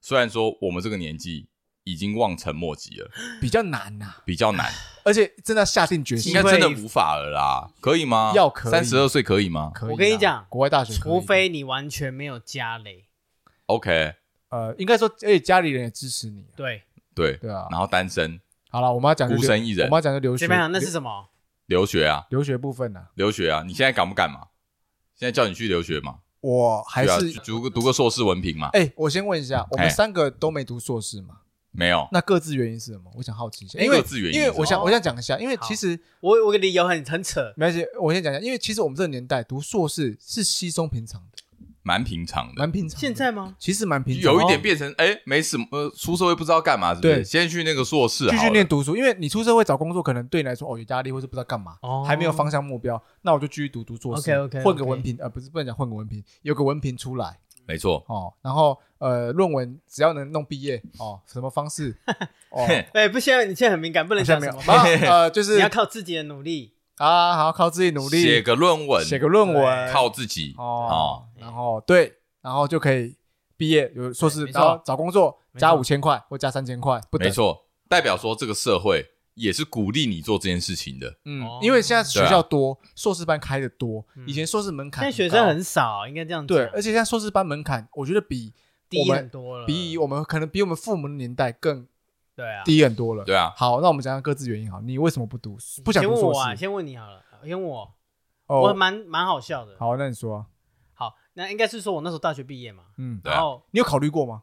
S3: 虽然说我们这个年纪已经望尘莫及了，
S1: 比较难呐、
S3: 比
S1: (laughs)
S3: 较难，
S1: 而且真的要下定决
S3: 应
S1: 心
S3: 该真的无法了啦，可以吗？
S1: 要可以
S3: 三十二岁可以吗
S1: 可以啦。啊
S2: 我跟你讲
S1: 国外大学可以，
S2: (laughs) 除非你完全没有家累，
S3: ？OK，
S1: 呃，应该说，而且家里人也支持你，啊
S2: 对，
S3: 对，
S1: 对啊。
S3: 然后单身
S1: 好了，我们要讲就
S3: 孤
S1: 留
S3: 身一人
S1: 我们要讲就留学
S2: 怎么啊样？那是什么？
S3: 留学啊，
S1: 留学部分呢、
S3: 留学啊，你现在敢不敢嘛？现在叫你去留学嘛？
S1: 我还
S3: 对啊，
S1: 是
S3: 读个读个硕士文凭嘛？
S1: 哎、我先问一下，我们
S3: 哎
S1: 三个都没读硕士嘛？
S3: 没有，
S1: 那各自原因是什么？我想好奇一下，
S3: 哎
S1: 因为
S3: 各自原因
S1: 因为我想
S2: 哦
S1: 我想讲一下，因为其实
S2: 我我的理由很很扯，
S1: 没关系，我先讲一下，因为其实我们这个年代读硕士是稀松平常的，
S3: 蛮平常的。
S1: 蛮平常的。
S2: 现在吗？
S1: 其实蛮平常的，哦
S3: 有一点变成哎、没什么，呃出社会不知道干嘛，是不是？
S1: 对
S3: 先去那个硕士
S1: 继
S3: 好
S1: 续
S3: 了。
S1: 念读书，因为你出社会找工作，可能对你来说哦有压力，或是不知道干嘛，
S2: 哦
S1: 还没有方向目标，那我就继续读读硕士
S2: OK，OK，OK
S1: 混个文凭，呃，不是不能讲混个文凭，有个文凭出来
S3: 没错，
S1: 哦，然后呃论文只要能弄毕业哦，什么方
S2: (laughs)
S1: 式哦，
S3: 嘿
S2: 哎，不，现在 (laughs) 你现在很敏感，不能
S1: 好像
S2: 讲
S1: 没
S2: 什
S1: 有，
S2: 么，
S1: 没有呃就
S2: 你
S1: 是
S2: 要靠自己的努力。
S1: 啊，好靠自己努力
S3: 写个论文，哎
S1: 写个论文，
S3: 靠自己
S1: 哦
S3: 哦，
S1: 然后对，然后就可以毕业，有硕士，
S2: 对没
S1: 然
S2: 错
S1: 后找工作
S2: 没
S1: 加
S2: 错
S1: 五千块或加三千块，不等
S3: 没，错，代表说这个社会也是鼓励你做这件事情的。
S1: 嗯
S2: 哦，
S1: 因为现在学
S3: 对啊
S1: 校多，硕士班开的多，
S2: 嗯
S1: 以前硕士门槛
S2: 现
S1: 高，
S2: 在学生很少，嗯应该这样
S1: 对，
S2: 讲
S1: 而且现在硕士班门槛，我觉得比我
S2: 低很
S1: 们
S2: 多了，
S1: 比我们可能比我们父母的年代更
S2: 对啊。
S1: 低很多了。
S3: 对啊，
S1: 好，那我们讲讲各自原因好，你为什么不读？不想
S2: 先
S1: 读
S2: 问
S1: 硕
S2: 我啊，
S1: 士？
S2: 先问你好了，先问我，我
S1: 哦，
S2: 蛮蛮好笑的。
S1: 好，那你说啊，
S2: 好，那应该是说我那时候大学毕业嘛，
S1: 嗯，
S3: 对啊
S2: 然后
S1: 你有考虑过吗？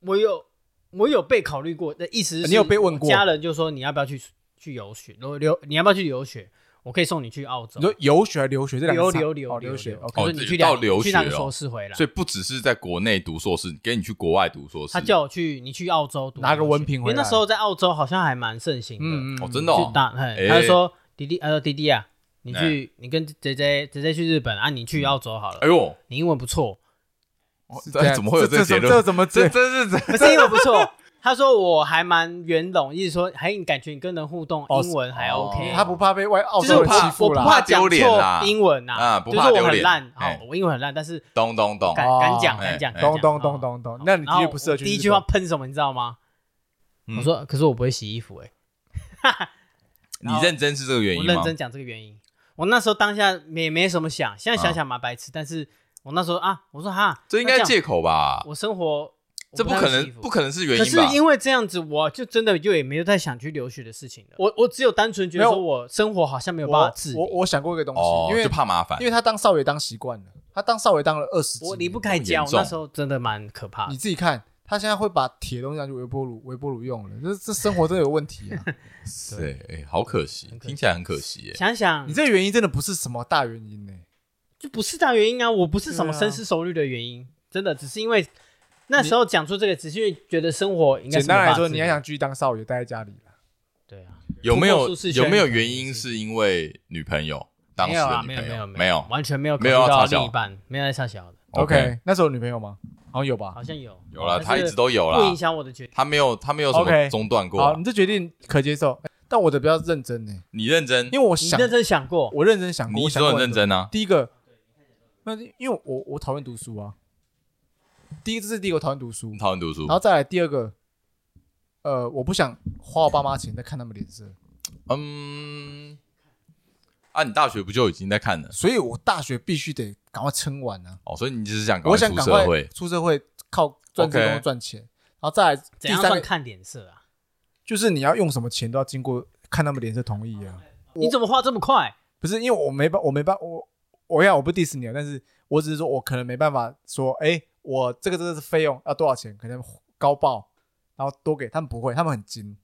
S2: 我有我有被考虑过的意思是，
S1: 呃你有被问过
S2: 家人就说你要不要去去游学，留留你要不要去游学？我可以送你去澳洲
S1: 你，说游学还是留学这两个
S2: 留
S1: 差
S2: 留
S1: 哦
S2: 留
S1: 留学
S2: 我
S1: ，OK，
S3: 哦
S2: 说你去
S3: 到
S2: 两
S3: 留
S2: 去那
S3: 学
S2: 个
S3: 哦
S2: 硕士回来
S3: 所，以不只是在国内读硕士，给你去国外读硕士，
S2: 他叫我去你去澳洲读
S1: 拿个
S2: 留学
S1: 文凭
S2: 因
S1: 回
S2: 为
S1: 来。
S2: 那时候在澳洲好像还蛮盛行的，
S1: 嗯，嗯
S3: 哦
S1: 嗯，
S3: 真的哦
S2: 去，打，嘿
S3: 哎
S2: 他就说弟弟，呃，弟弟啊，你
S3: 哎
S2: 去，你跟 J J J J 去日本啊，你去澳洲好了
S3: 哎，呦，
S2: 你英文不错，
S1: 哦是
S3: 哎怎么会有
S1: 这
S3: 个结
S1: 这这
S3: 论？
S1: 怎么
S3: 这
S1: 这？
S3: 这是
S2: 不是英文不错， (laughs) 他说我还蛮圆融，意思说，还你感觉你跟人互动，
S1: 哦
S2: 英文还
S3: 哦
S2: OK，
S1: 他不怕被外澳
S2: 就是
S1: 洲
S2: 我
S1: 哦人
S2: 怕
S1: 欺
S2: 我
S1: 负
S2: 不
S1: 啦？
S2: 怕讲
S3: 怕丢脸啦
S2: 错英文呐，
S3: 啊
S2: 就
S3: 不
S2: 是
S3: 怕
S2: 我
S3: 丢
S2: 很
S3: 脸
S2: 烂，
S3: 哎
S2: 哦，我英文很烂，但是
S3: 懂懂懂，
S2: 敢
S1: 哦
S2: 敢讲
S3: 哎
S2: 敢讲，敢
S3: 哎
S1: 懂
S2: 讲
S1: 懂
S2: 哦
S1: 懂懂懂
S2: 好。
S1: 那你
S2: 然
S1: 的确
S2: 后
S1: 不适合去日
S2: 第
S1: 本。
S2: 一句话喷什么，你知道吗？
S3: 嗯
S2: 我说，可是我不会洗衣服，哎，
S3: 你认真是这个原
S2: 我
S3: 因
S2: 认
S3: 吗？
S2: 真讲这个原因。我那时候当下也没什么想，现在想想蛮白痴，但是我那时候啊，我说哈，
S3: 啊这应该
S2: 那样
S3: 借口吧？
S2: 我生活，
S3: 这不
S2: 我太
S3: 可
S2: 会洗衣
S3: 能，
S2: 服
S3: 不可能是原
S2: 可
S3: 因
S2: 是
S3: 吧？
S2: 因为这样子，我就真的就也没有再想去留学的事情了。我我只有单纯觉得
S1: 没有
S2: 说我生活好像没有办法
S1: 我
S2: 自理，
S1: 我我想过一个东
S3: 哦，
S1: 西，因为
S3: 就怕麻烦
S1: 因，为他当少爷当习惯了，他当少爷当了二十几年，
S2: 我离不开家，
S3: 严
S2: 我
S3: 重
S2: 那时候真的蛮可怕
S1: 你
S2: 的。
S1: 自己看，他现在会把铁东西拿去微波炉微波炉用了，这这生活真的有问题
S2: (laughs)
S1: 啊！
S3: 对，哎，好可惜，
S2: 可惜
S3: 听起来很可惜耶。
S2: 想想
S1: 你这个原因真的不是什么大原因呢、
S2: 就不是大原因啊，我不是什么
S1: 对啊
S2: 深思熟虑的原因，真的只是因为那时候讲出这个，只是因为觉得生活应该
S1: 简
S2: 是没
S1: 单
S2: 办
S1: 来
S2: 法
S1: 说，
S2: 自
S1: 你
S2: 理
S1: 还想继续当少爷，待在家里啦
S2: 对啊，
S3: 有没
S2: 突破
S3: 有
S2: 舒适圈
S3: 有没有
S2: 可能
S3: 原因是因为女朋友？当
S2: 没
S3: 时
S2: 有
S3: 的
S2: 啊，
S3: 女
S2: 没有
S3: 朋
S2: 没
S3: 友
S2: 有
S3: 没有
S2: 完全没有考
S3: 没
S2: 虑
S3: 有要
S2: 到
S3: 插小
S2: 另一半，没有在差小的，
S1: 那时候有女朋友吗？好像有吧
S2: 好。像有
S3: 有啦，
S2: 但是
S3: 他一直都有
S2: 不
S3: 啦
S2: 影，响我的决定。
S3: 他没有他没有什
S1: OK
S3: 么中断过
S1: 好，
S3: 啊。
S1: 你这决定可接受，但我的比较认真呢、
S3: 你认真，
S1: 因为我
S2: 你
S1: 想，
S2: 认真想过？
S1: 我认真想过，
S3: 你一
S1: 我
S3: 直
S1: 想过
S3: 都很认
S1: 多
S3: 真啊。
S1: 第一个，那因为我我讨厌读书啊。第一，这是第一个我讨厌读书
S3: 你，讨厌读书
S1: 然，后再来第二个，呃，我不想花我爸妈钱再看他们脸色，
S3: 嗯，啊，你大学不就已经在看了？
S1: 所以我大学必须得赶快撑完啊！
S3: 哦，所以你只是想赶
S1: 我
S3: 快
S1: 想
S3: 出
S1: 赶
S3: 社
S1: 快
S3: 会，
S1: 出社会，靠赚这
S3: OK
S1: 工作赚钱。然后再来
S2: 怎
S1: 第
S2: 样
S1: 三
S2: 算
S1: 个，
S2: 看脸色啊？
S1: 就是你要用什么钱都要经过看他们脸色同意
S2: 哦
S1: 啊。我
S2: 你怎么画这么快？
S1: 不是因为我没办，我没办，我我要我不 diss 你啊，但是我只是说我可能没办法说，哎，我这个真的是费用要多少钱，可能高报，然后多给他们不会，他们很精，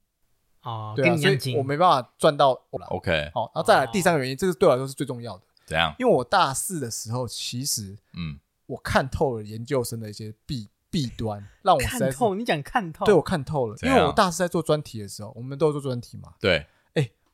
S2: 哦，
S1: 对
S2: 跟
S1: 啊，
S2: 你一
S1: 所
S2: 样
S1: 以
S2: 精
S1: 我没办法赚到我啦。
S3: OK，
S1: 好，然后再来
S2: 哦
S1: 第三个原因，这个对我来说是最重要的，
S3: 怎样？
S1: 因为我大四的时候，其实
S3: 嗯，
S1: 我看透了研究生的一些弊弊端，让我实
S2: 看
S1: 在是
S2: 透，哦啊你讲看透，
S1: 对我看透了，
S3: 怎
S1: 因
S3: 样
S1: 为我大四在做专题的时候，我们都有做专题嘛，
S3: 对，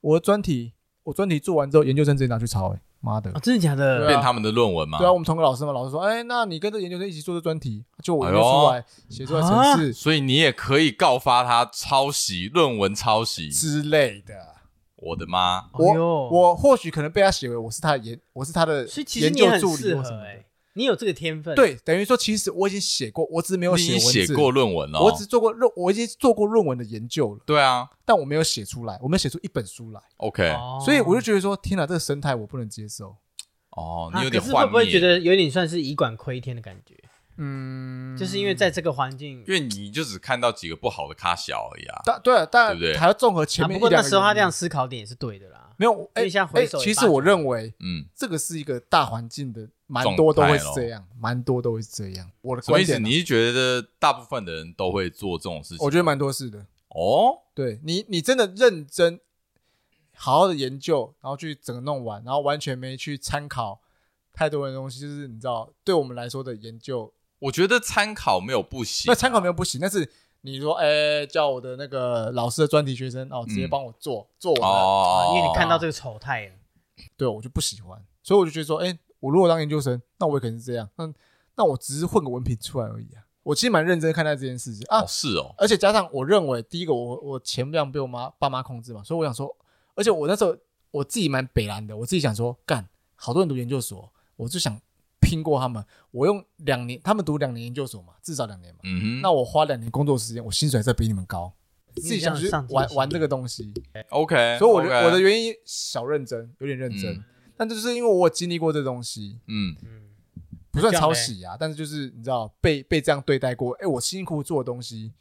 S1: 我的专题，我专题做完之后，研究生直接拿去抄、哎妈的
S2: 哦，！真的假
S1: 对啊
S2: 的？
S3: 变他们的论文嘛
S1: 对。啊，我们同个老师嘛，老师说，哎、那你跟着研究生一起做这专题，就我
S3: 哎
S1: 研
S3: 呦
S1: 究出来，写出来
S2: 啊
S1: 程式
S3: 所以你也可以告发他抄袭论文抄袭。
S1: 之类的。
S3: 我的妈！
S2: 哎呦
S1: 我我或许可能被他写为我是他的研，我是他的
S2: 所以其实
S1: 研
S2: 你
S1: 究
S2: 也很
S1: 助理
S2: 适
S1: 或什
S2: 合
S1: 么
S2: 哎
S1: 的，，
S2: 你有这个天分，，
S1: 对，等于说其实我已经写过，我只是没有
S3: 你
S1: 文字，
S3: 写过论文哦，
S1: 我只做过论，我已经做过论文的研究了，
S3: 对啊
S1: 但我没有写出来，我没有写出一本书来，
S3: ，OK，
S2: 哦
S1: 所以我就觉得说，天哪，这个生态我不能接受。
S3: 哦，
S2: 啊
S3: 你有点
S2: 可是会
S3: 幻
S2: 不会
S3: 灭，
S2: 觉得有点算是以管窥天的感觉？
S1: 嗯，
S2: 就是因为在这个环境啊
S3: 因，为你就只看到几个不好的咖小而已啊。
S1: 但对啊，但
S3: 对不对
S1: 还要综合
S2: 啊，
S1: 前面一
S2: 不过
S1: 两个原因、
S2: 那时候他这样思考点也是对的啦。
S1: 没有，哎、
S2: 因为现在
S1: 哎、
S2: 回首也
S1: 其实
S2: 八九
S1: 我
S2: 年
S1: 认为
S3: 嗯，
S1: 这个是一个大环境的，蛮
S3: 状
S1: 多都会
S3: 态
S1: 是
S3: 咯
S1: 这样，蛮多都会是这样。我的
S3: 什么
S1: 观
S3: 意思？
S1: 点啊、
S3: 你是觉得大部分的人都会做这种事情？
S1: 我觉得蛮多是的。
S3: 哦，
S1: 对你，你真的认真好好的研究，然后去整个弄完，然后完全没去参考太多的东西，就是你知道，对我们来说的研究，
S3: 我觉得参考没有不行啊、
S1: 那参考没有不行，但是你说，哎、叫我的那个老师的专题学生哦，直接
S3: 嗯
S1: 帮我做，做完了，
S2: 啊，
S3: 哦
S2: 因为你看到这个丑态了，
S1: 对我就不喜欢，所以我就觉得说，哎、我如果当研究生，那我也可能是这样，那那我只是混个文凭出来而已啊。我其实蛮认真看待这件事情啊，
S3: 哦是哦，
S1: 而且加上我认为，第一个我我钱不想被我妈爸妈控制嘛，所以我想说，而且我那时候我自己蛮北蓝的，我自己想说，干，好多人读研究所，我就想拼过他们，我用两年，他们读两年研究所嘛，至少两年嘛，
S3: 嗯哼，
S1: 那我花两年工作时间，我薪水还是比你们高，自
S2: 你
S1: 己
S2: 这样
S1: 想去
S2: 上进
S1: 玩
S2: 心
S1: 玩这个东西，
S3: OK，
S1: 所以我的
S3: OK
S1: 我的原因小认真，有点认真，
S3: 嗯
S1: 但这就是因为我有经历过这东西，
S3: 嗯
S2: 嗯，
S1: 不算
S2: 这样
S1: 抄
S2: 呗
S3: 欸
S1: 袭啊，但是就是你知道被被这样对待过，哎、我辛辛苦苦做的东西，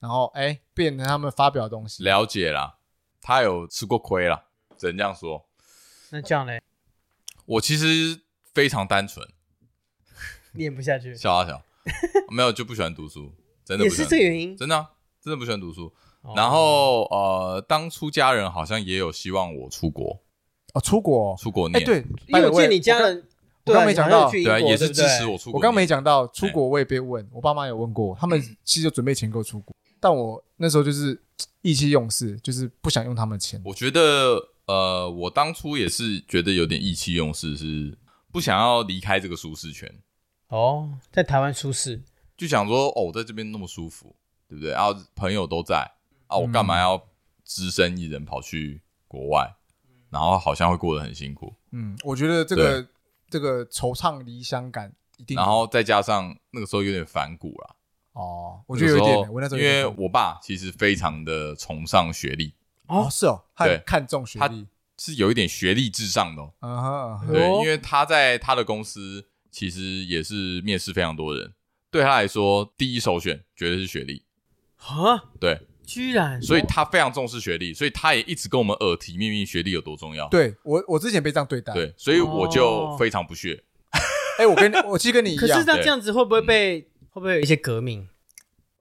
S1: 然后哎、变成他们发表的东西，
S3: 了解啦，他有吃过亏啦，只能这样说。
S2: 那这样嘞，
S3: 我其实非常单纯，
S2: 练不下去，
S3: 笑啊笑，没有就不喜欢读书，真的
S2: 也
S3: 不
S2: 是
S3: 喜欢
S2: 这个原因
S3: 读。真的啊、真的不喜欢读书。
S2: 哦
S3: 然后呃，当初家人好像也有希望我出国，
S1: 哦，出国、哦，
S3: 出国
S1: 哎、
S3: 念，
S1: 对，
S2: 因为
S1: by
S2: 我
S1: the
S2: 见
S1: way，
S2: 你家
S1: 我刚，
S2: 人，对啊
S1: 刚没
S2: 你好
S1: 讲
S2: 像
S1: 到
S2: 有去英
S3: 对
S2: 国
S3: 啊，也是
S2: 不
S3: 支
S2: 对
S3: 持我出国念。
S1: 我刚没讲到出
S3: 哎嗯
S1: 国，我也被问，我爸妈也问过我，他们其实就准备钱给我出国，但我那时候就是嘖意气用事，就是不想用他们的钱，
S3: 我觉得，呃，我当初也是觉得有点意气用事，是不想要离开这个舒适圈，
S2: 哦，在台湾舒适，
S3: 就想说，哦，我在这边那么舒服，对不对？然、后朋友都在，啊，
S1: 嗯
S3: 我干嘛要只身一人跑去国外？然后好像会过得很辛苦，
S1: 嗯，我觉得这个这个惆怅离乡感一定，
S3: 然后再加上那个时候有点反骨啦。
S1: 哦，我
S3: 我
S1: 觉得有一点，我那时候
S3: 因
S1: 有点
S3: 为我爸其实非常的崇尚学历，
S1: 哦是哦，他很
S3: 对
S1: 看重学
S3: 他
S1: 历，
S3: 是有一点学历至上的、哦。
S1: 嗯哼嗯哼，
S3: 对，
S2: 哦
S3: 因为他在他的公司其实也是面试非常多人，对他来说第一首选绝对是学历，
S2: 啊，
S3: 对，
S2: 居然，哦
S3: 所以他非常重视学历，所以他也一直跟我们耳提面命学历有多重要。
S1: 对啊我我之前被这样对待，
S3: 对，所以我就非常不屑。
S1: 哎、我
S3: (laughs)
S1: 跟你我其实跟你一
S2: 可是
S1: 样，
S2: 那
S3: 对嗯
S2: 这样子会不会被会不会有一些革命？
S1: 哦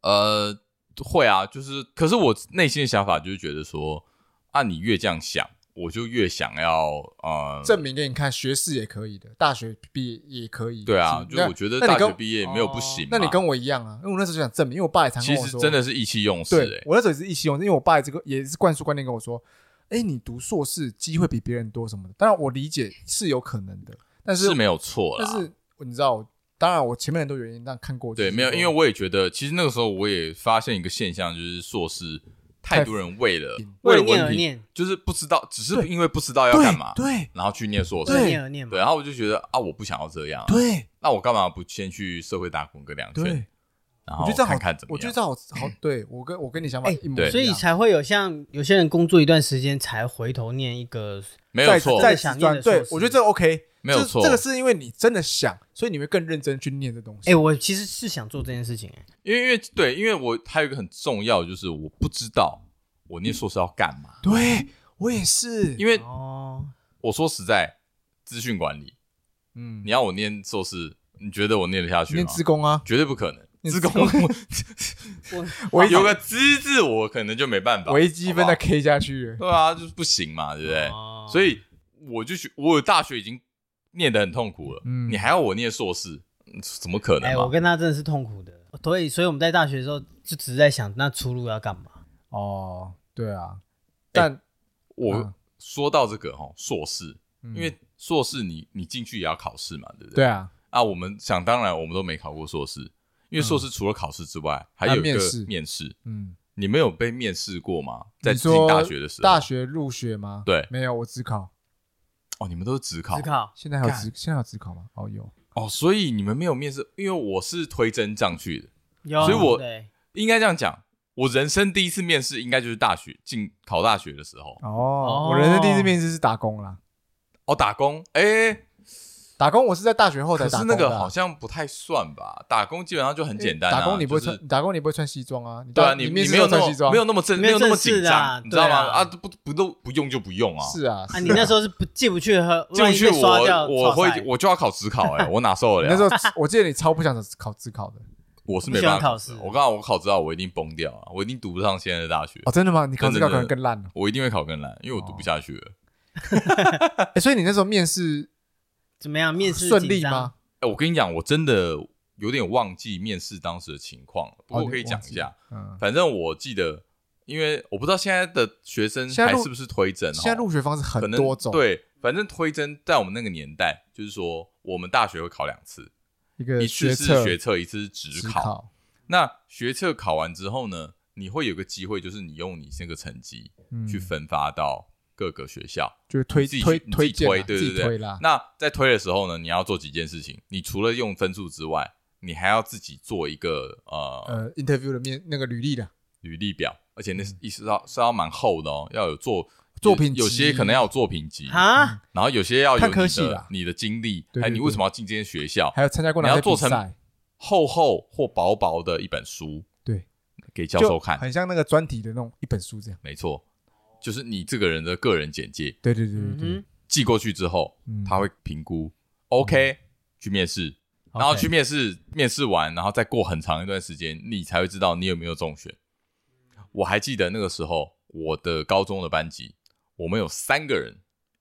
S3: 呃，会啊，就是，可是我内心的想法就是觉得说，啊，你越这样想，我就越想要呃，
S1: 证明给你看，学士也可以的，大学毕业也可以。
S3: 对啊，
S1: 是
S3: 就我觉得
S1: 那
S3: 大
S1: 那你
S3: 学
S1: 跟哦
S3: 毕业没有不行嘛
S1: 那你跟我一样啊，因为我那时候就想证明，因为我爸也常跟
S3: 其
S1: 我
S3: 实
S1: 说，
S3: 真的是意气用事、
S1: 对
S3: 欸，
S1: 我那时候也是意气用事，因为我爸也这个也是灌输观念跟我说，哎，你读硕士机会比别人多什么的。当然我理解是有可能的，但
S3: 是
S1: 是
S3: 没有错啦。
S1: 但是你知道，当然我前面很多原因，但看过去
S3: 对，没有，因为我也觉得，其实那个时候我也发现一个现象，就是硕士太多人为了
S2: 为了
S3: 了
S2: 念而
S3: 文凭，
S2: 念，
S3: 就是不知道，只是
S1: 嗯对
S3: 因为不知道要
S1: 对
S3: 干嘛，
S1: 对
S3: 然后去念硕士
S2: 为。了
S1: 对
S2: 念而念嘛
S3: 对，。然后我就觉得啊，我不想要这样啊、
S1: 对
S3: 那我干嘛不先去社会打滚个两圈
S1: 对，，
S3: 然
S1: 我
S3: 后
S1: 觉得这样好
S3: 看看怎么样？
S1: 我觉得这样好好，对我跟我跟你想法
S2: 哎
S1: 一模一
S3: 对
S1: 样，
S2: 所以才会有像有些人工作一段时间才回头念一个，
S3: 没
S1: 在
S3: 有错，
S1: 在
S2: 在想念
S1: 转
S2: 的
S1: 对
S2: 硕士
S1: 我觉得这 OK，
S3: 没有
S1: 这
S3: 错
S1: 这个是因为你真的想，所以你会更认真去念这东西。
S2: 哎，我其实是想做这件事情，哎，
S3: 因为因为对，因为我还有一个很重要，就是我不知道我念硕士要干嘛，
S1: 对我也是，
S3: 因
S1: 为
S3: 为
S2: 哦，
S3: 我说实在，资讯管理，
S1: 嗯
S3: 你，要我念硕士，你觉得我念得下去吗
S1: 念？职工啊，
S3: 绝对不可能。
S1: 念
S3: 自
S1: 自
S3: 工，
S1: 贡
S3: (laughs)
S2: 我
S1: 我
S3: 有个资字，我可能就没办法。
S1: 微积分
S3: 好
S1: 再
S3: 不
S1: K 下去了，
S3: 好对啊，就是不行嘛，对不对？
S2: 哦
S3: 哎所以我就觉，我大学已经念得很痛苦了，
S1: 嗯
S3: 你还要我念硕士，嗯怎么可能
S2: 哎，
S3: 嘛？
S2: 我跟他真的是痛苦的，所以所以我们在大学的时候就只是在想，那出路要干嘛？
S1: 哦，对啊，
S3: 哎
S1: 但
S3: 我
S1: 嗯
S3: 说到这个哈，硕士，
S1: 嗯
S3: 因为硕士你你进去也要考试嘛，对不
S1: 对
S3: 对？
S1: 啊，
S3: 啊，我们想当然，我们都没考过硕士，因为硕士除了考试之外，还
S1: 嗯啊
S3: 有一
S1: 面
S3: 个
S1: 试
S3: 面试。
S1: 嗯，
S3: 你没有被面试过吗？在
S1: 你
S3: 进
S1: 说
S3: 大学的时候，
S1: 大学入学吗？
S3: 对
S1: 没有，我只考，
S3: 哦，你们都是只考
S2: 思，考
S1: 现在还有
S3: 干
S1: 只现在还有只考吗？哦，有，
S3: 哦，所以你们没有面试，因为我是推甄上去的，
S2: 有，啊
S3: 所以我
S2: 对
S3: 应该这样讲。我人生第一次面试应该就是大学进考大学的时候，
S1: 哦，我人生第一次面试是打工啦，
S3: 哦，打工，哎、
S1: 打工我是在大学后才
S3: 可
S1: 打
S3: 是
S1: 工
S3: 那
S1: 的啊。
S3: 个好像不太算吧？打工基本上就很简单、啊，
S1: 打工你不会
S3: 就是
S1: 穿，打工你不会穿西装啊？你
S3: 对啊，
S1: 到
S3: 你
S1: 你面试
S3: 没有
S1: 都
S3: 那
S1: 穿
S3: 么
S1: 西装，
S3: 没有那么正，
S2: 没
S3: 没
S2: 有
S3: 有那么
S2: 正
S3: 紧
S2: 式的啊
S3: 张，你知道吗？
S2: 对啊
S3: 啊，不不都不用就不用啊。
S1: 是啊，
S2: 啊，
S1: 是
S2: 你那时候是不进不去和
S3: 进不去
S2: 万一被刷
S3: 我
S2: 掉
S3: 我
S2: 哇
S3: 会
S2: 塞
S3: 我就要考职考哎，我哪受得
S1: 你
S3: 了
S1: (laughs) 那？时候我记得你超不想考自考的
S3: 我是没办
S2: 不喜欢
S3: 法
S2: 考试
S3: 的我刚刚我考职考，我一定崩掉啊！我一定读不上现在的大学，
S1: 哦，真的吗？你考自考可能
S3: 真的
S1: 更烂了。
S3: 我一定会考更烂，因为我读
S1: 哦
S3: 不下去了。
S1: 哎，所以你那时候面试
S2: 怎么样？面试
S1: 顺
S2: 紧
S1: 利
S2: 张
S1: 吗？？
S3: 哎，我跟你讲，我真的有点忘记面试当时的情况了，不过
S1: 哦
S3: 我可以
S1: 你
S3: 讲
S1: 忘
S3: 一
S1: 记
S3: 下。
S1: 嗯，
S3: 反正我记得，因为我不知道现在的学生
S1: 现在
S3: 还
S1: 入
S3: 是不是推甄，
S1: 现在入学方式
S3: 可
S1: 很
S3: 能
S1: 多种，，
S3: 对，反正推甄在我们那个年代，就是说我们大学会考两次，
S1: 一个
S3: 一次是
S1: 测
S3: 学测，一次是职
S1: 职
S3: 考。，那学测考完之后呢，你会有个机会，就是你用你那个成绩
S1: 嗯
S3: 去分发到各个学校。
S1: 就是推
S3: 你自己
S1: 推
S3: 去你自
S1: 推
S3: 己
S1: 荐
S3: 推
S1: 啦，
S3: 对
S1: 自
S3: 对
S1: 己
S3: 对
S1: 推啦。
S3: 那在推的时候呢，你要做几件事情，你除了用分数之外，你还要自己做一个呃
S1: 呃，interview 的面那个履历的，
S3: 履历表，而且那是一是要是要蛮厚的哦，要有作
S1: 作品集
S3: 有，有些可能要有作品集，
S2: 啊？
S3: 然后有些要有
S1: 看
S3: 你
S1: 科系
S3: 的
S1: 啦
S3: 你的经历，
S1: 对对
S3: 还有你
S1: 对
S3: 为什么要进这些学校，
S1: 还有参加过
S3: 你
S1: 哪些
S3: 要做
S1: 比
S3: 成
S1: 赛？
S3: 厚厚或薄薄的一本书
S1: 对，
S3: 给教
S1: 就
S3: 授看，
S1: 很像那个专题的那种一本书这样。
S3: 没错，就是你这个人的个人简介
S1: 对对对对
S2: 嗯
S1: 对，
S2: 哼，
S3: 寄过去之后，
S1: 嗯
S3: 他会评估，OK，去面试，然后去面试，面试完，然后再过很长一段时间，你才会知道你有没有中选。我还记得那个时候，我的高中的班级，我们有三个人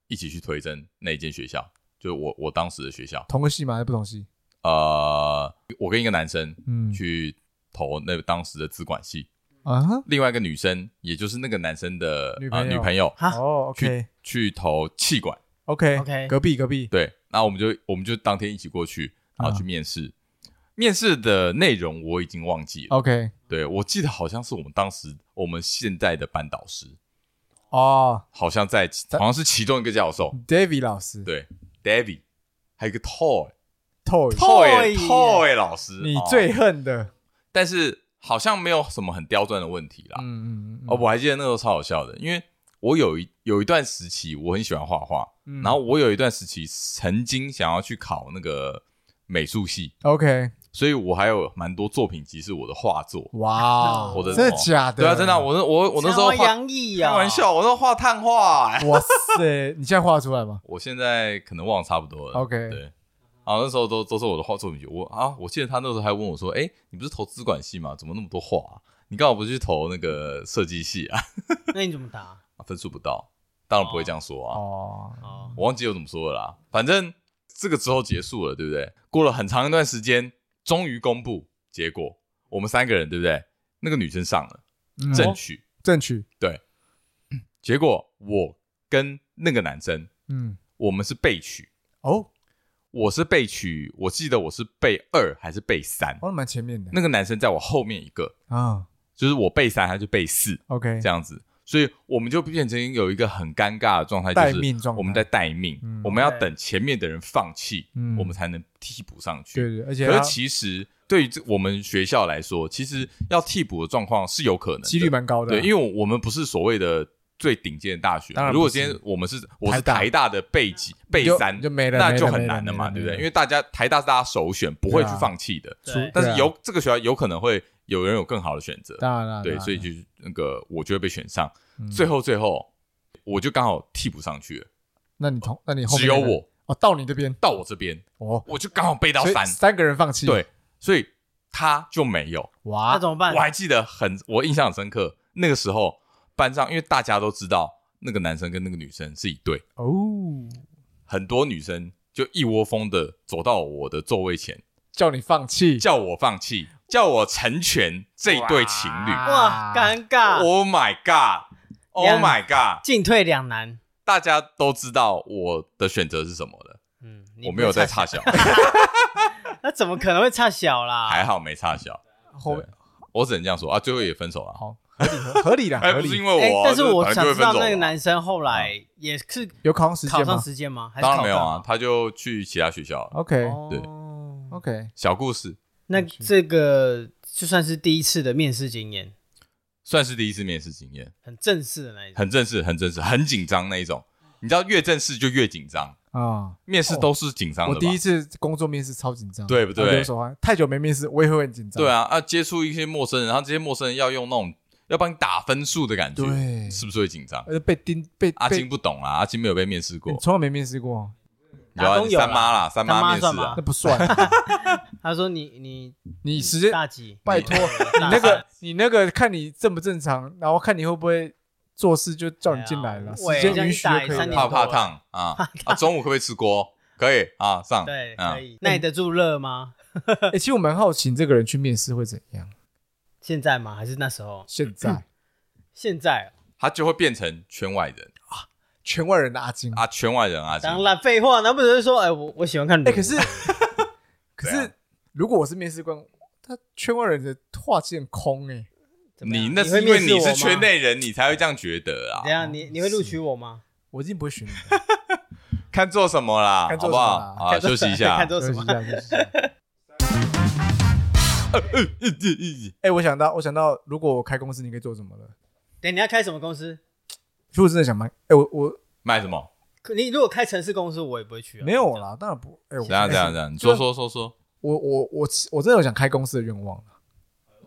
S3: 一起去推甄那一间学校，就是我我当时的学校。
S1: 同个系吗？还是不同系？
S3: 呃，我跟一个男生
S1: 嗯
S3: 去投那个当时的资管系，
S1: 啊哈，
S3: 另外一个女生，也就是那个男生的
S1: 女
S3: 呃
S1: 朋友
S3: 女朋友，
S2: 啊
S1: 哦，OK
S3: 去投气管。
S1: OK
S2: OK
S1: 隔壁隔壁，
S3: 对，那我们就我们就当天一起过去，然后去
S1: 啊
S3: 面试。面试的内容我已经忘记了，
S1: OK，
S3: 对我记得好像是我们当时我们现在的班导师，
S1: 哦
S3: 好像在好像是其中一个教授，
S1: ，David 老师，
S3: 对，David，还有一个 Toy
S1: ，Toy，
S2: Toy
S3: Toy 老师，
S1: 你
S3: 哦
S1: 最恨的，
S3: 但是好像没有什么很刁钻的问题啦。
S1: 嗯嗯嗯
S3: 哦，，我还记得那时候超好笑的，因为我有一有一段时期我很喜欢画画，
S1: 嗯
S3: 然后我有一段时期曾经想要去考那个美术系，
S1: OK，
S3: 所以我还有蛮多作品集是我的画作。
S1: 哇，
S3: (laughs) 我的
S1: 真的假的？
S3: 对啊，真的啊、我那我我那时候画
S2: 杨毅
S3: 开
S2: 啊，
S3: 玩笑，我那时候画碳画、哎
S1: 哇塞， (laughs) 你现在画得出来吗？
S3: 我现在可能忘得差不多了。
S1: OK
S3: (laughs) 对，啊，那时候都都是我的画作品集。我啊，我记得他那时候还问我说：“哎、你不是投资管系吗？怎么那么多画、啊？你刚好不是去投那个设计系啊？ (laughs)
S2: 那你怎么答？
S3: 分数不到，当然不会这样说啊。
S1: 哦，
S2: 哦，
S3: 我忘记我怎么说了啦，反正这个之后结束了，对不对？过了很长一段时间，终于公布结果，我们三个人，对不对？那个女生上了
S1: 嗯
S3: 正取，
S1: 正取，
S3: 结果我跟那个男生，
S1: 嗯，
S3: 我们是被取。
S1: 哦，
S3: 我是被取，我记得我是被二还是被三？
S1: 我蛮前面的，
S3: 那个男生在我后面一个，
S1: 啊
S3: 就是我被三，他就被四，
S1: ，OK，
S3: 这样子，所以我们就变成有一个很尴尬的状态，
S1: 待
S3: 就是
S1: 命状态
S3: 我们在待命，
S1: 嗯
S3: 我们要
S2: OK
S3: 等前面的人放弃，
S1: 嗯
S3: 我们才能替补上去。
S1: 对对，而且
S3: 可
S1: 它
S3: 是其实对于这我们学校来说，其实要替补的状况是有可能的，
S1: 几率蛮高的啊，
S3: 对，因为我们不是所谓的最顶尖的大学嘛。
S1: 当然不
S3: 如果
S1: 是
S3: 今天我们是我
S1: 台
S3: 是
S1: 大
S3: 台大的背几背
S1: 就
S3: 三，
S1: 就没了
S3: 那
S1: 没
S3: 就
S1: 了
S3: 很
S1: 没了
S3: 难的
S1: 没
S3: 嘛，
S1: 了
S3: 对不对？
S1: 没了
S3: 因为大家台大是大家首选，不会去
S1: 对啊
S3: 放弃的。
S1: 除
S2: 对
S3: 但
S1: 对
S3: 是
S1: 啊
S3: 有这个学校有可能会有人有更好的选择，
S1: 当然了，
S3: 对，
S1: 当然
S3: 所以
S1: 了
S3: 就是那个我就会被选上。
S1: 嗯
S3: 最后最后，我就刚好替补上去了，
S1: 那你同那你后面
S3: 只有
S1: 那个
S3: 我
S1: 哦，到你这边
S3: 到我这边，
S1: 哦，
S3: 我就刚好背到
S1: 所以
S3: 三，
S1: 三个人放弃，
S3: 对，所以他就没有。
S1: 哇，
S2: 那怎么办
S3: 我？还记得很，我印象很深刻。那个时候班上，因为大家都知道那个男生跟那个女生是一对，
S1: 哦，
S3: 很多女生就一窝蜂的走到我的座位前，
S1: 叫你放弃，
S3: 叫我放弃，叫我成全这一对情侣。
S1: 哇
S2: 哇，尴尬，
S3: Oh my god！Oh
S2: 两
S3: my god！
S2: 进退两难。
S3: 大家都知道我的选择是什么了，
S2: 嗯，
S3: 我没有在
S2: 在
S3: 差，小，
S2: 那怎么可能会差小啦？
S3: (laughs) 还 (laughs) 好没差小，
S1: 后面
S3: 我只能这样说啊。最后也分手了，
S1: 好合理合 (laughs) 合理的，
S3: 哎，
S1: 合
S3: 不是
S1: 理
S3: 因为 (laughs) 我啊，
S2: 但是
S3: 就是
S2: 我
S3: 本来
S2: 想
S3: 就
S2: 知
S3: 会分
S2: 道
S3: 手啊
S2: 那个
S3: 了
S2: 男生后来也是
S1: 有考上时
S2: 考
S1: 间
S2: 上
S1: 吗
S2: 时间吗？还是
S3: 当然
S2: 考
S3: 没有
S2: 上
S3: 啊，他就去其他学校了。
S1: ？OK，
S2: 哦
S3: 对
S1: OK，
S3: 小故事，
S2: 那这个就算是第一次的面试经验，
S3: 算是第一次面试经验，
S2: 很正式的那一种。
S3: 很正式，很正式，很紧张那一种。你知道，越正式就越紧张，
S1: 啊，
S3: 面试都是紧张
S1: 我
S3: 的吧？
S1: 第一次工作面试超紧张，啊
S3: 对不对
S1: 我流手汗，太久没面试，我也会很紧张。
S3: 对
S1: 啊，
S3: 啊，啊，接触一些陌生人，然后这些陌生人要用那种要帮你打分数的感觉，
S1: 对
S3: 是不是会紧张？
S1: 而且被盯被
S3: 阿
S1: 被
S3: 金，不懂啊，阿金没有被面试过
S1: 你，从来没面试过，
S3: 有啊，
S2: 打工
S3: 你
S2: 有啦
S3: 三妈啦，
S2: 三
S3: 三
S2: 妈
S3: 妈面
S2: 算
S3: 试
S2: 吗
S3: 啊
S1: 那，不
S2: (laughs)
S1: 算。
S2: 他说你你
S1: 你时间
S2: 大几？
S1: (laughs) 拜托，
S2: 你
S1: 你那个你那个看你正不正常，然后看你会不会做事就叫你进来了，
S2: 对啊
S1: 时间允许就
S2: 喂这
S1: 可
S2: 样
S1: 以
S2: 一
S1: 了
S2: 打
S3: 怕
S2: 也
S3: 不怕烫啊？啊，中午可不可以吃锅？可以啊，上
S2: 对
S3: 啊
S2: 可，以耐得住热吗？
S1: 哎、其实我蛮好奇，你这个人去面试会怎样？
S2: 现在吗？还是那时候？
S1: 现
S3: (laughs)
S1: 在
S2: 现在啊
S3: 他就会变成圈外人
S1: 全外人的阿金，哎、
S3: 啊，圈外人啊，
S2: 当然废话，那不是说哎我我喜欢看。哎
S3: (laughs)
S1: 可是可
S3: 嗯对
S1: 是
S3: 啊
S1: 如果我是面试官，他圈外人的话线空哎、
S3: 你那
S2: 是
S3: 是因为你是圈。内人，你才会这样觉得
S2: 怎
S3: 啊。
S2: 样？你你会录取我吗？
S1: 我一定不会选你的。
S3: (laughs) 看做什么啦，
S1: 看
S3: 好
S1: 做
S3: 不
S1: 什么
S3: 好？
S1: 啦
S3: 啊，休息一
S1: (laughs)
S2: (laughs)
S3: 下
S2: 看。做什么？
S1: 休息一下休息一下
S3: 嗯嗯嗯
S1: 哎、我想到，我想到，如果我开公司，你可以做什么了？
S2: 等你要开什么公司？
S1: 其实我真的想蛮，哎、我我
S3: 卖什么？
S2: 可你如果开城市公司，我也不会去啊。
S1: 没有啦，当然不。哎、我
S3: 怎样
S1: 哎
S3: 怎样怎样？你
S1: 就
S3: 说说说说，
S1: 我我我我真的有想开公司的愿望，啊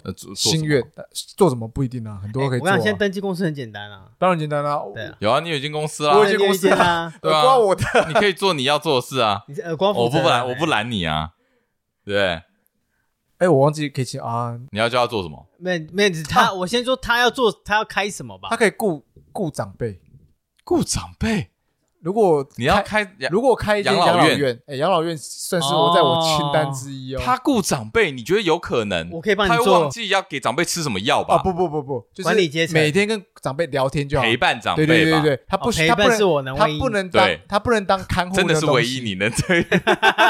S3: 呃，做做什
S1: 心
S3: 么
S1: 愿，但做什么不一定啊，很
S2: 哎，
S1: 多可以
S2: 我
S1: 做、啊
S2: 想。现在登记公司很简单啊。
S1: 当然简单啦、我
S2: 对啊，
S3: 有啊，你有一间公司啦，
S1: 我
S2: 我
S1: 已经公司
S2: 啊，，
S3: 对啊
S1: 关我的。 (laughs)
S3: 你可以做你要做的事啊
S2: 你是耳光
S3: 我
S2: 负责
S3: 不
S2: 人
S3: 拦
S2: 欸
S3: 我不拦你啊，对不对，
S1: 哎、我忘记可以请啊，
S3: 你要叫他做什么？
S2: 妹妹子，他我先说他要做，他要开什么吧
S1: 他？可以雇雇长辈。
S3: 雇长辈，
S1: 如果
S3: 你要
S1: 开
S3: 开
S1: 如果开一间
S3: 养
S1: 养
S3: 老
S1: 老
S3: 院
S1: 院，哎、养老院算是我在我清单之一哦。
S3: 他雇长辈，你觉得有可能？
S2: 我可以帮你
S3: 他会
S2: 做
S3: 忘记要给长辈吃什么药
S1: 啊
S3: 吧？
S1: 不不不不，就是
S2: 管理阶层
S1: 每天跟长辈聊天就好。
S3: 陪伴长
S1: 对
S3: 辈
S1: 对
S3: 吧，
S1: 对对对，他不、
S2: 哦陪
S1: 他不
S2: 伴
S1: 能
S2: 是我能
S1: 他
S2: 唯一
S1: 不能当
S3: 对
S1: 他不能当看护，
S3: 真的是唯一，你能对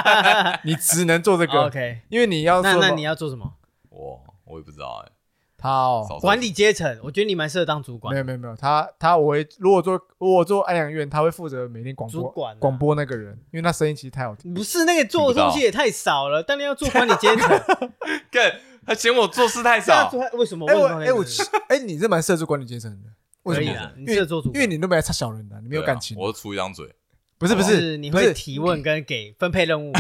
S3: (laughs)
S1: 你只能做这个，
S2: 哦 OK，
S1: 因为你要
S2: 那
S1: 说
S2: 那
S1: 嘛
S2: 你要做什么？
S3: 我我也不知道哎，
S1: 他哦，
S3: 少
S2: 管理阶层，我觉得你蛮适合当主
S1: 没
S2: 管。
S1: 有没有没有，他他我会如果做如果做安养院，他会负责每天广
S2: 主
S1: 播
S2: 管啊
S1: 广播那个人，因为他声音其实太好听。
S2: 不是那个做的东西也太少了，当然要做管理
S1: (laughs)
S2: 阶层。
S3: 干，他嫌我做事太
S2: 这样
S3: 少，
S2: 做为什么？
S1: 哎我
S2: 为
S1: 哎
S2: 什么
S1: 我其哎你这蛮适合做管理阶层的，为
S2: 可
S1: 什
S2: 以
S1: 么？
S2: 啦，你
S1: 因为
S2: 适合做主
S1: 因为
S2: 管。
S1: 你都没来插小人的，你没有
S3: 对啊
S1: 感情。
S3: 我出一张嘴，
S1: 不是不
S2: 哦就是
S1: 是，
S2: 你
S1: 不
S2: 会
S1: 是
S2: 提问跟给分配任务，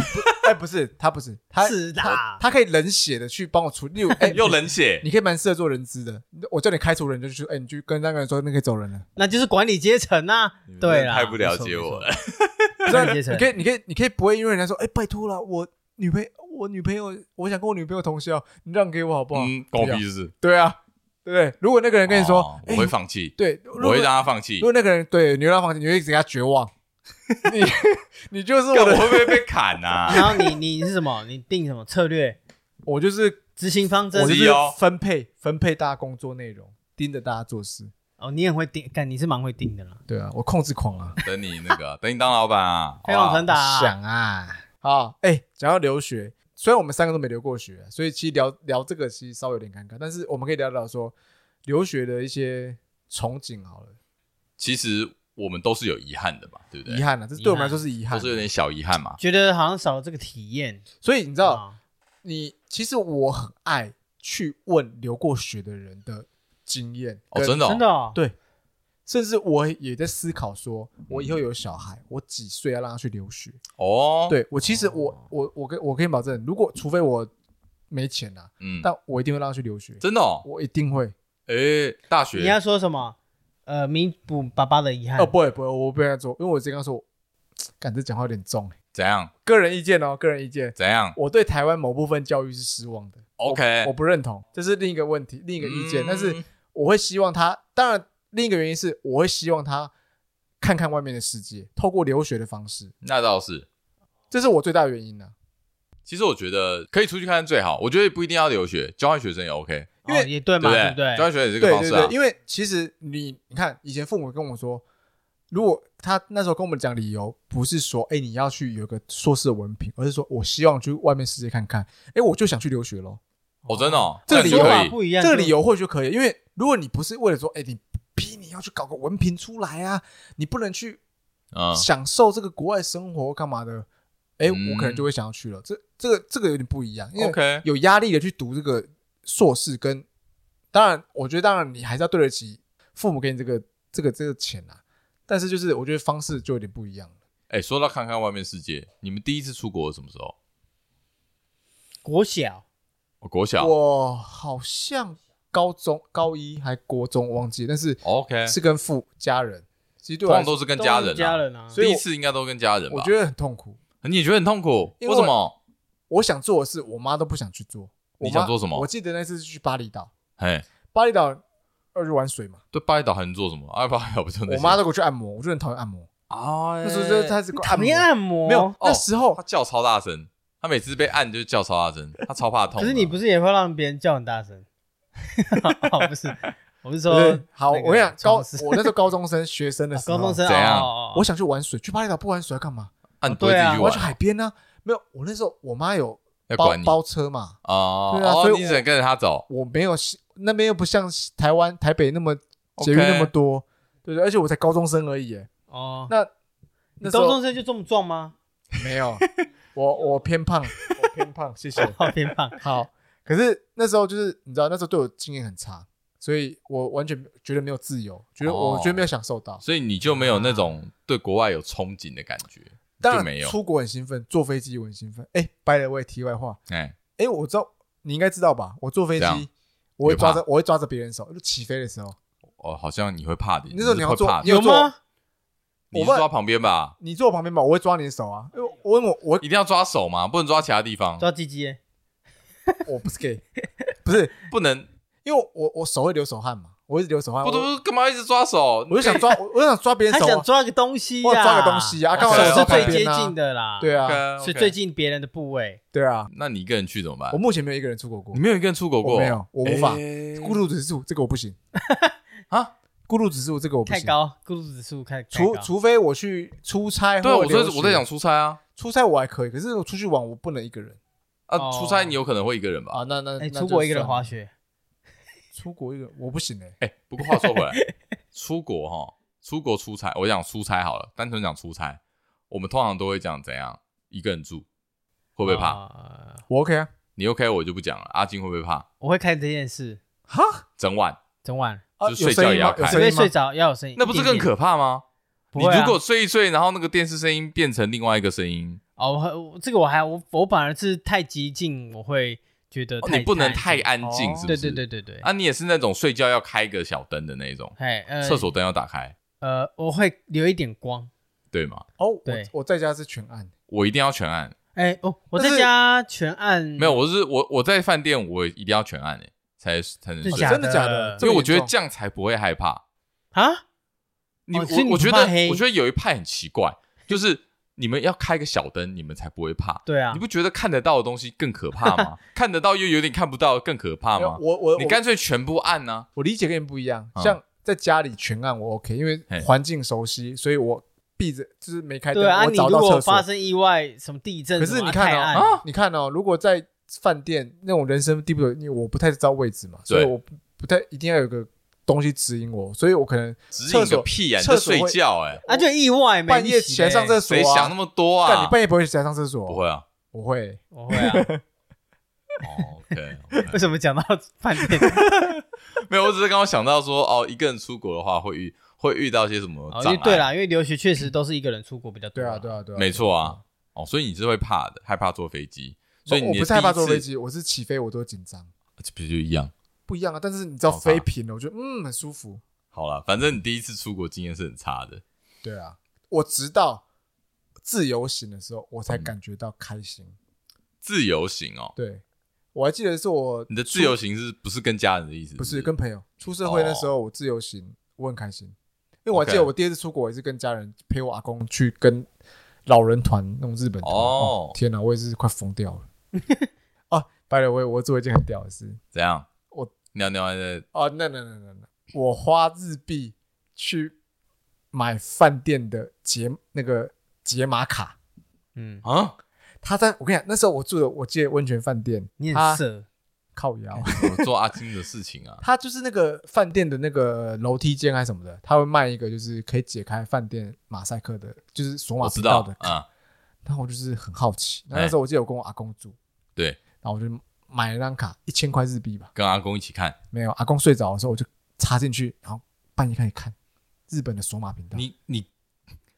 S1: 哎不是他不是他
S2: 是啦。
S1: 他可以冷血的去帮我处理，例如
S3: (laughs)
S1: 哎
S3: 又冷血，
S1: 你可以蛮适合做人资的，我叫你开除人，你就去哎你去跟那个人说那可以走人了。
S2: 那就是管理阶层呐。对啦，
S3: 太不了解我了。
S2: 管理阶层
S1: (laughs) 你可以，你可以，你可以不会因为人家说，哎、拜托了，我女朋我女朋友，我想跟我女朋友同校，你让给我好不好？
S3: 嗯，
S1: 不
S3: 狗
S1: 要
S3: 屁事。
S1: 对啊，对不对？如果那个人跟你说，
S3: 哦
S1: 哎
S3: 我会放弃，
S1: 对，
S3: 我
S1: 如果
S3: 会让他放弃
S1: 如。果那个人对你会让他放弃，你会给他绝望，你
S3: (laughs)
S1: 你就是我
S3: 干我
S1: 的，
S3: 会不会被砍
S1: (laughs)
S3: 啊？
S2: 然后你你是什么？你定什么策略？
S1: 我
S2: (laughs)
S1: 就是
S2: 执行方针
S1: 我就
S3: 之一
S1: 是
S3: 哦
S1: 分配分配大家工作内容，盯着大家做事。
S2: 哦，你很会定，干你是蛮会定的啦。
S1: 对啊，我控制狂啊，
S3: 等你那个，等你当老
S1: (laughs)
S3: 板啊，
S2: 飞黄腾达啊，
S1: 想啊，好，哎、讲到留学，虽然我们三个都没留过学，所以其实聊聊这个其实稍微有点尴尬，但是我们可以聊聊说留学的一些憧憬好了，
S3: 其实我们都是有遗憾的嘛，对不对
S1: 遗？憾啊，这对我们来说是遗憾
S3: 都，是有点小遗憾嘛。
S2: 觉得好像少了这个体验。
S1: 所以你知
S3: 嗯
S1: 道，
S2: 啊
S1: 你其实我很爱去问留过学的人的经验，
S3: 哦，
S1: 跟
S3: 真的、哦，
S2: 真的哦，
S1: 对。甚至我也在思考说，我以后有小孩，我几岁要让他去留学？
S3: 哦，，
S1: 对我其实我我我跟我可以保证，如果除非我没钱啊，
S3: 嗯，
S1: 但我一定会让他去留学。
S3: 真的哦，
S1: 我一定会。
S3: 诶，大
S2: 你要
S3: 学
S2: 说什么？呃，弥补爸爸的遗憾
S1: 哦，。不会不会，我不会这样做，因为我之前刚说，感这讲话有点重、欸。
S3: 怎样
S1: 个人意见哦，个人意见，
S3: 怎样
S1: 我对台湾某部分教育是失望的。
S3: ？OK，
S1: 我我不认同，这是另一个问题，另一个意见。
S3: 哎嗯
S1: 但是我会希望他，当然另一个原因是，我会希望他看看外面的世界，透过留学的方式，
S3: 那倒是，
S1: 这是我最大的原因啊呢、
S3: 其实我觉得可以出去看看最好。我觉得不一定要留学，交换学生也 OK，
S1: 因为
S2: 哦也对
S3: 对不
S2: 嘛，
S3: 对
S2: 对不对
S3: 交？换学生也是
S1: 对
S3: 个方
S1: 对
S3: 式啊
S1: 对，。因为其实你你看，以前父母跟我说，如果他那时候跟我们讲理由，不是说哎、你要去有一个硕士的文凭，而是说我希望去外面世界看看，哎、我就想去留学咯。
S3: 哦，真的、哦，
S1: 这个理由
S3: 那
S2: 说
S3: 你
S2: 法
S3: 可以
S2: 不一样，
S1: 这个理
S2: 就
S1: 由或许可以，因为如果你不是为了说哎、你逼你要去搞个文凭出来啊，你不能去
S3: 嗯，
S1: 享受这个国外生活干嘛的，哎、
S3: 嗯
S1: 我可能就会想要去了。这这个这个有点不一样，因为
S3: OK，
S1: 有压力的去读这个硕士跟，当然，我觉得当然你还是要对得起父母给你这个这个这个钱啊，但是就是我觉得方式就有点不一样了。
S3: 哎、说到看看外面世界，你们第一次出国什么时候？
S2: 国小
S3: 我国小
S1: 我好像高中高一还国中我忘记了，但是
S3: ，OK，
S1: 是跟父家人，其实对
S3: 通
S1: 我来
S3: 常
S1: 说
S3: 都是跟家人、
S2: 都是
S3: 啊，
S2: 家人啊，
S1: 所以
S3: 第
S1: 我
S3: 一次应该都跟家人吧？
S1: 我觉得很痛苦。
S3: 得你也觉得很痛苦，
S1: 因
S3: 为
S1: 为
S3: 什么？
S1: 我想做的事，我妈都不想去做。我
S3: 你
S1: 妈
S3: 想做什么
S1: 我记得那次是去巴厘岛，
S3: 哎，
S1: 巴厘岛要去玩水嘛，
S3: 对巴厘岛还能做什么？啊，巴厘岛不就那些
S1: 我妈都给我去按摩，我就很讨厌按摩。
S3: 啊、
S1: 那时候就是她是给我按
S2: 呃你
S1: 摩，
S2: 按摩
S1: 没有，那
S3: 哦
S1: 时候
S3: 他叫超大声，他每次被按就叫超大声，他超怕痛的。啊
S2: 可是你不是也会让别人叫很大
S1: (laughs)
S2: 声？哦，不是，我是说
S1: 对，好，
S2: 那个
S1: 我跟你讲，高
S2: 床是
S1: 我那时候高中生学生的时候，
S2: 高中生
S3: 怎样
S2: 哦，
S1: 我想去玩水，去巴厘岛不玩水要干嘛？
S3: 啊，你不会自己
S2: 对啊
S3: 去
S1: 我要
S3: 玩
S1: 去海边呢。没有，我那时候我妈有
S3: 要
S1: 包
S3: 管你
S1: 包车嘛，
S3: 哦，
S1: 对啊
S3: 哦
S1: 所以
S3: 你
S1: 我
S3: 只能跟着他走。
S1: 我没有那边又不像台湾台北那么捷
S3: OK
S1: 运那么多，对对，而且我才高中生而已耶。
S2: 哦，
S1: 那
S2: 你
S1: 那时
S2: 高中
S1: 候
S2: 生就这么
S1: (laughs)
S2: 壮吗？
S1: 没
S3: (laughs)
S1: 有，我我偏胖，我偏胖，谢谢。
S3: 哦
S2: 好偏胖，
S1: 好，可是那时候就是你知道，那时候对我经验很差，所以我完全觉得没有自由，觉得我
S3: 哦
S1: 觉得没有享受到。
S3: 所以你就没有
S1: 啊
S3: 那种对国外有憧憬的感觉，
S1: 当
S3: 就没
S1: 然，
S3: 有
S1: 出国很兴奋，坐飞机我很兴奋。哎，by the way，题外话，
S3: 哎，
S1: 哎，我知道你应该知道吧？我坐飞
S3: 怎样
S1: 机，我会
S3: 你会怕
S1: 抓着我会抓着别人手，就起飞的时候，
S3: 哦，好像你会怕的，
S1: 那时候你
S3: 你
S1: 要
S3: 会
S1: 坐
S3: 怕，的，
S1: 你有坐
S2: 吗？
S3: 你
S1: 我
S3: 是
S1: 不
S3: 抓旁边吧，
S1: 你坐我旁边吧，我会抓你的手啊，因为我因为我
S3: (laughs) 一定要抓手嘛，不能抓其他地方，
S2: 抓鸡鸡耶，
S1: 我我不是 gay，不是
S3: 不能，
S1: 因为我我手会流手汗嘛，我一直流手汗，
S3: 不
S1: 啊我
S3: 不干嘛一直抓手？
S1: 我就想抓我我就想抓别人
S2: 他
S1: 手
S2: 想
S1: 啊，
S2: 抓个东西
S1: 我
S2: 呀，
S1: 抓个东西啊
S2: 哦
S1: 刚
S3: 好
S2: 手
S3: 在
S2: 是最
S3: 我旁
S2: 接
S1: 边啊
S2: 近的啦，
S1: 对啊
S3: OK，OK
S2: 是最近别人的部位，
S1: 对啊，
S3: 那你一个人去怎么办
S1: 我？目前没有一个人出国过
S3: 你，没有一个人出国过？
S1: 我没有我无法
S3: 哎
S1: 孤独指数这个我不
S3: (laughs)
S1: 行
S3: 啊，
S1: 孤独指数这个我不
S2: 太
S1: 行，
S2: 高，孤独指数太太
S1: 除
S2: 高
S1: 除非我去出差或
S3: 对啊，我在
S1: 留学，
S3: 我在想出差啊
S1: 出差我还可以，可是我出去玩我不能一个人
S3: 啊，
S2: 哦
S3: 出差你有可能会一个人吧？
S1: 啊，那那
S2: 哎，
S1: 那
S2: 出
S1: 就
S2: 国一个人
S1: 算了
S2: 滑雪，
S1: 出国一个我不行哎、
S3: 哎，不过话说回来， (laughs) 出国哈，出国出差，我讲出差好了，单纯讲出差，我们通常都会讲怎样一个人住，会
S2: 会
S3: 不会怕？
S2: 怕？
S1: 我 OK 啊，
S3: 你 OK 我就不讲了，阿金会不会怕？
S2: 我会看这件事，
S1: 哈，
S3: 整晚
S2: 整晚
S1: 啊
S3: 就
S1: 有
S3: 睡觉
S1: 声音
S3: 也要
S1: 吗有
S3: 看
S2: 除
S1: 声
S2: 非
S1: 音吗
S2: 睡着要有声音，
S3: 哎那不是
S2: 一点
S3: 更
S2: 点
S3: 可怕吗？
S2: 不
S3: 你
S2: 会啊
S3: 如果睡一睡，然后那个电视声音变成另外一个声音，
S2: 哦，我还我这个我还我我反而是太激进，我会觉得
S3: 哦
S2: 太
S3: 你不能太
S2: 静
S3: 安静，
S1: 哦
S3: 是不
S2: 对
S3: 是？
S2: 对对对对，
S3: 啊，你也是那种睡觉要开个小灯的那种，
S2: 哎、呃，
S3: 厕所灯要打开，
S2: 呃，我会留一点光。
S3: 对吗？
S1: 哦，我
S2: 对
S1: 我在家是全暗，
S3: 我一定要全暗，
S2: 哎、哦，我
S1: 但
S2: 在
S1: 是
S2: 家全按
S3: 没有，我是我我在饭店我一定要全暗诶、才才能
S2: 是
S3: 睡，
S2: 假
S1: 啊真的假的？
S2: 的
S3: 因为我觉得
S1: 这
S3: 这样才不会害怕。
S2: 啊，
S3: 你
S2: 所以
S3: 我
S2: 你
S3: 我
S2: 不
S3: 觉
S2: 怕
S3: 得
S2: 黑
S3: 我觉得有一派很奇怪，就是你们要开个小灯，你们才不会怕。
S2: 对啊
S3: 你，不觉得看得到的东西更可怕
S2: (laughs)
S3: 吗？看得到又有点看不到，更可怕
S1: 么严重
S3: 吗？
S1: 我我
S3: 啊你
S1: 我
S3: 干脆全部按啊呢、
S1: 我理解跟你不一样，
S3: 嗯
S1: 像在家里全暗我 OK，因为
S3: 嘿
S1: 环境熟悉，所以我闭着就是没开灯，
S2: 对啊，
S1: 我
S2: 你
S1: 找
S2: 如
S1: 到
S2: 果
S1: 厕
S2: 发
S1: 所。
S2: 生意外，什么地震
S1: 可
S2: 什么，
S1: 是你
S2: 啊
S1: 看
S2: 太
S1: 哦
S2: 暗
S3: 啊
S1: 你看哦，如果在饭店那种人生地不熟，因为我不太知道位置嘛，所以我不不太一定要有个东西指引我，所以我可能
S3: 指引
S1: 厕
S3: 个
S1: 所
S3: 屁啊呀、你
S1: 厕
S3: 在
S1: 所
S3: 睡
S1: 会
S3: 觉哎、
S2: 啊，就意外，
S1: 半夜起
S2: 起
S1: 来上厕所
S3: 谁想
S1: 啊，
S3: 那么多
S1: 但
S3: 啊
S1: 你？半夜不会起来上厕所？
S3: 不，会啊。
S1: 我会。
S2: 我会
S1: (laughs)
S2: 啊，
S3: 哦，OK，,
S2: 为
S3: o
S2: 什么讲到饭店？
S3: (laughs) 没有，我只是刚刚想到说，哦，一个人出国的话会遇会遇到些什么
S2: 哦，因
S3: 障
S2: 为
S3: 碍？
S2: 对啦，因为留学确实都是一个人出国比较多。
S1: 对啊，对啊，对啊，
S3: 没错啊。哦，所以你是会怕的，害怕坐飞机，所以
S1: 我哦我
S3: 你的
S1: 不是害怕
S3: 第一
S1: 坐飞
S3: 次，
S1: 机，我是起飞我都紧张，
S3: 这不就一样？
S1: 不一样啊。但是你知道
S3: 好吧
S1: 飞平了，我觉得嗯很舒服。
S3: 好了，反正你第一次出国经验是很差的。
S1: 对啊，我直到自由行的时候，我
S3: 嗯
S1: 才感觉到开心。
S3: 自由行哦，
S1: 对，我还记得是我
S3: 你的自由行是不是跟家人的意思？
S1: 不是
S3: 是
S1: 跟朋友出社会那时候，我自由行，我很开心，因为我还记得
S3: 哦 OK
S1: 我第一次出国也是跟家人陪我阿公去跟老人团那种日本团。
S3: 哦
S1: 天哪，我也是快疯掉了。 (laughs) 哦，by the way，我做一件很屌的事
S3: 怎样？
S1: 我
S3: 尿尿还在
S1: 哦，那那那那那，我花日币去买饭店的解那个解码卡。
S2: 嗯，
S3: 啊？
S1: 他在我跟你讲，那时候我住的，我记得温泉饭店，
S2: 你
S1: 他
S2: 很色，
S1: 靠腰，。
S3: 我做阿金的事情啊
S1: 他就是那个饭店的那个楼梯间还是什么的，他会卖一个就是可以解开饭店马赛克的，就是索马
S3: (laughs) 我
S1: 频
S3: 知
S1: 道
S3: 道
S1: 的卡。
S3: 啊，
S1: 然后我就是很好奇，那
S3: 哎
S1: 那时候我记得我跟我阿公住，
S3: 对
S1: 然后我就买了张卡，一千块日币吧，
S3: 跟阿公一起看，
S1: 没有，阿公睡着的时候我就插进去，然后半夜开始看日本的索马频道，
S3: 你你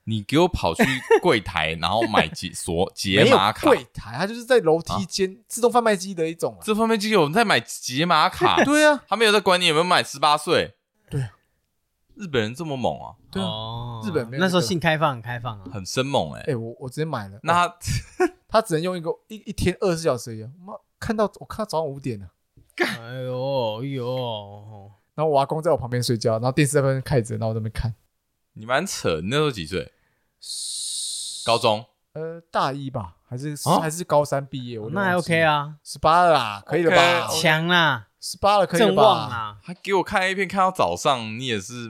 S3: 你给我跑去柜台，然后买解锁解
S1: 没有
S3: 码卡，
S1: 柜台，它就是在楼梯间、自动贩卖机的一种、啊，，
S3: 这方面就有人在买解码卡
S1: (laughs) 对啊，
S3: 他没有在管你有没有满十八岁。
S1: 对啊，
S3: 日本人这么猛啊，
S1: 对啊
S2: 哦
S1: 日本没有
S2: 那时候
S1: 这个
S2: 性开放很开放
S1: (laughs)
S2: 啊，
S3: 很生猛哎、
S1: 哎、我我直接买了，
S3: 那他
S1: 他只能用一个一一天二十四小时而已啊，妈看到我看到早上五点了、
S2: 哎呦哎呦，
S1: 然后我阿公在我旁边睡觉，然后电视在那边开着，然后我在那边看，
S3: 你蛮扯，你那时候几岁？高中
S1: 呃，大一吧，还是、
S3: 啊
S1: 还是高三毕业，我
S2: 那还 OK
S1: 啊，
S2: 啊，
S1: 十八了啦，可以了吧？
S3: OK
S2: 强啊，
S1: 十八了可以了
S2: 正旺
S1: 吧？
S2: 啊，
S3: 还给我看 A 片，看到早上，你
S1: (laughs)
S3: 也是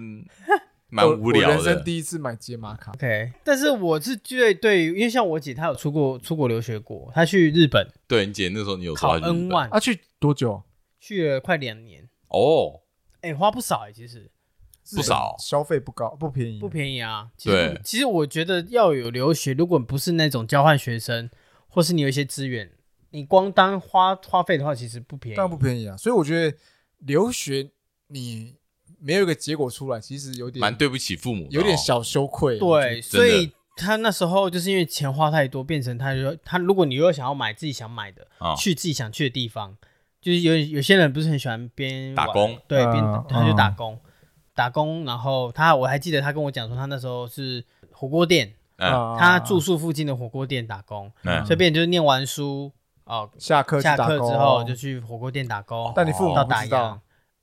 S3: 蛮
S1: 我
S3: 无聊
S1: 我人生
S3: 的。
S1: 第一次买解码卡，
S2: OK，但是我是对对于，因为像我姐她有出过出国留学过，她去日本
S3: 对你姐那时候你有
S2: 考
S3: 说她去日
S2: N
S3: 本
S2: one，
S1: 啊，去多久？
S2: 去了快两年，
S3: 哦，
S2: 哎、花不少哎、其实
S1: 日本
S3: 少
S1: 消费不高，不便宜，
S2: 不便宜啊。其
S3: 对
S2: 实其实我觉得要有留学，如果不是那种交换学生，或是你有一些资源，你光当花花费的话，其实不便宜。
S1: 当然不便宜啊。所以我觉得留学你没有一个结果出来，其实有点
S3: 蛮对不起父母的哦，
S1: 有点小羞愧。啊
S2: 对，
S3: 真的
S2: 所以他那时候就是因为钱花太多，变成他就他如果你又想要买自己想买的，
S3: 啊。
S2: 去自己想去的地方，就是有有些人不是很喜欢边
S3: 打
S2: 玩
S3: 工，
S2: 对，边
S1: 嗯
S2: 他就打
S1: 嗯
S2: 工，打工，然后他我还记得他跟我讲说，他那时候是火锅店，
S3: 嗯，
S1: 啊
S2: 他住宿附近的火锅店打工，
S3: 嗯
S2: 随便就是念完书哦，
S1: 下课去
S2: 下
S1: 打
S2: 课
S1: 工哦
S2: 之后就去火锅店打工，
S1: 但你父母
S2: 到
S1: 不
S2: 打
S1: 知道
S2: 烊，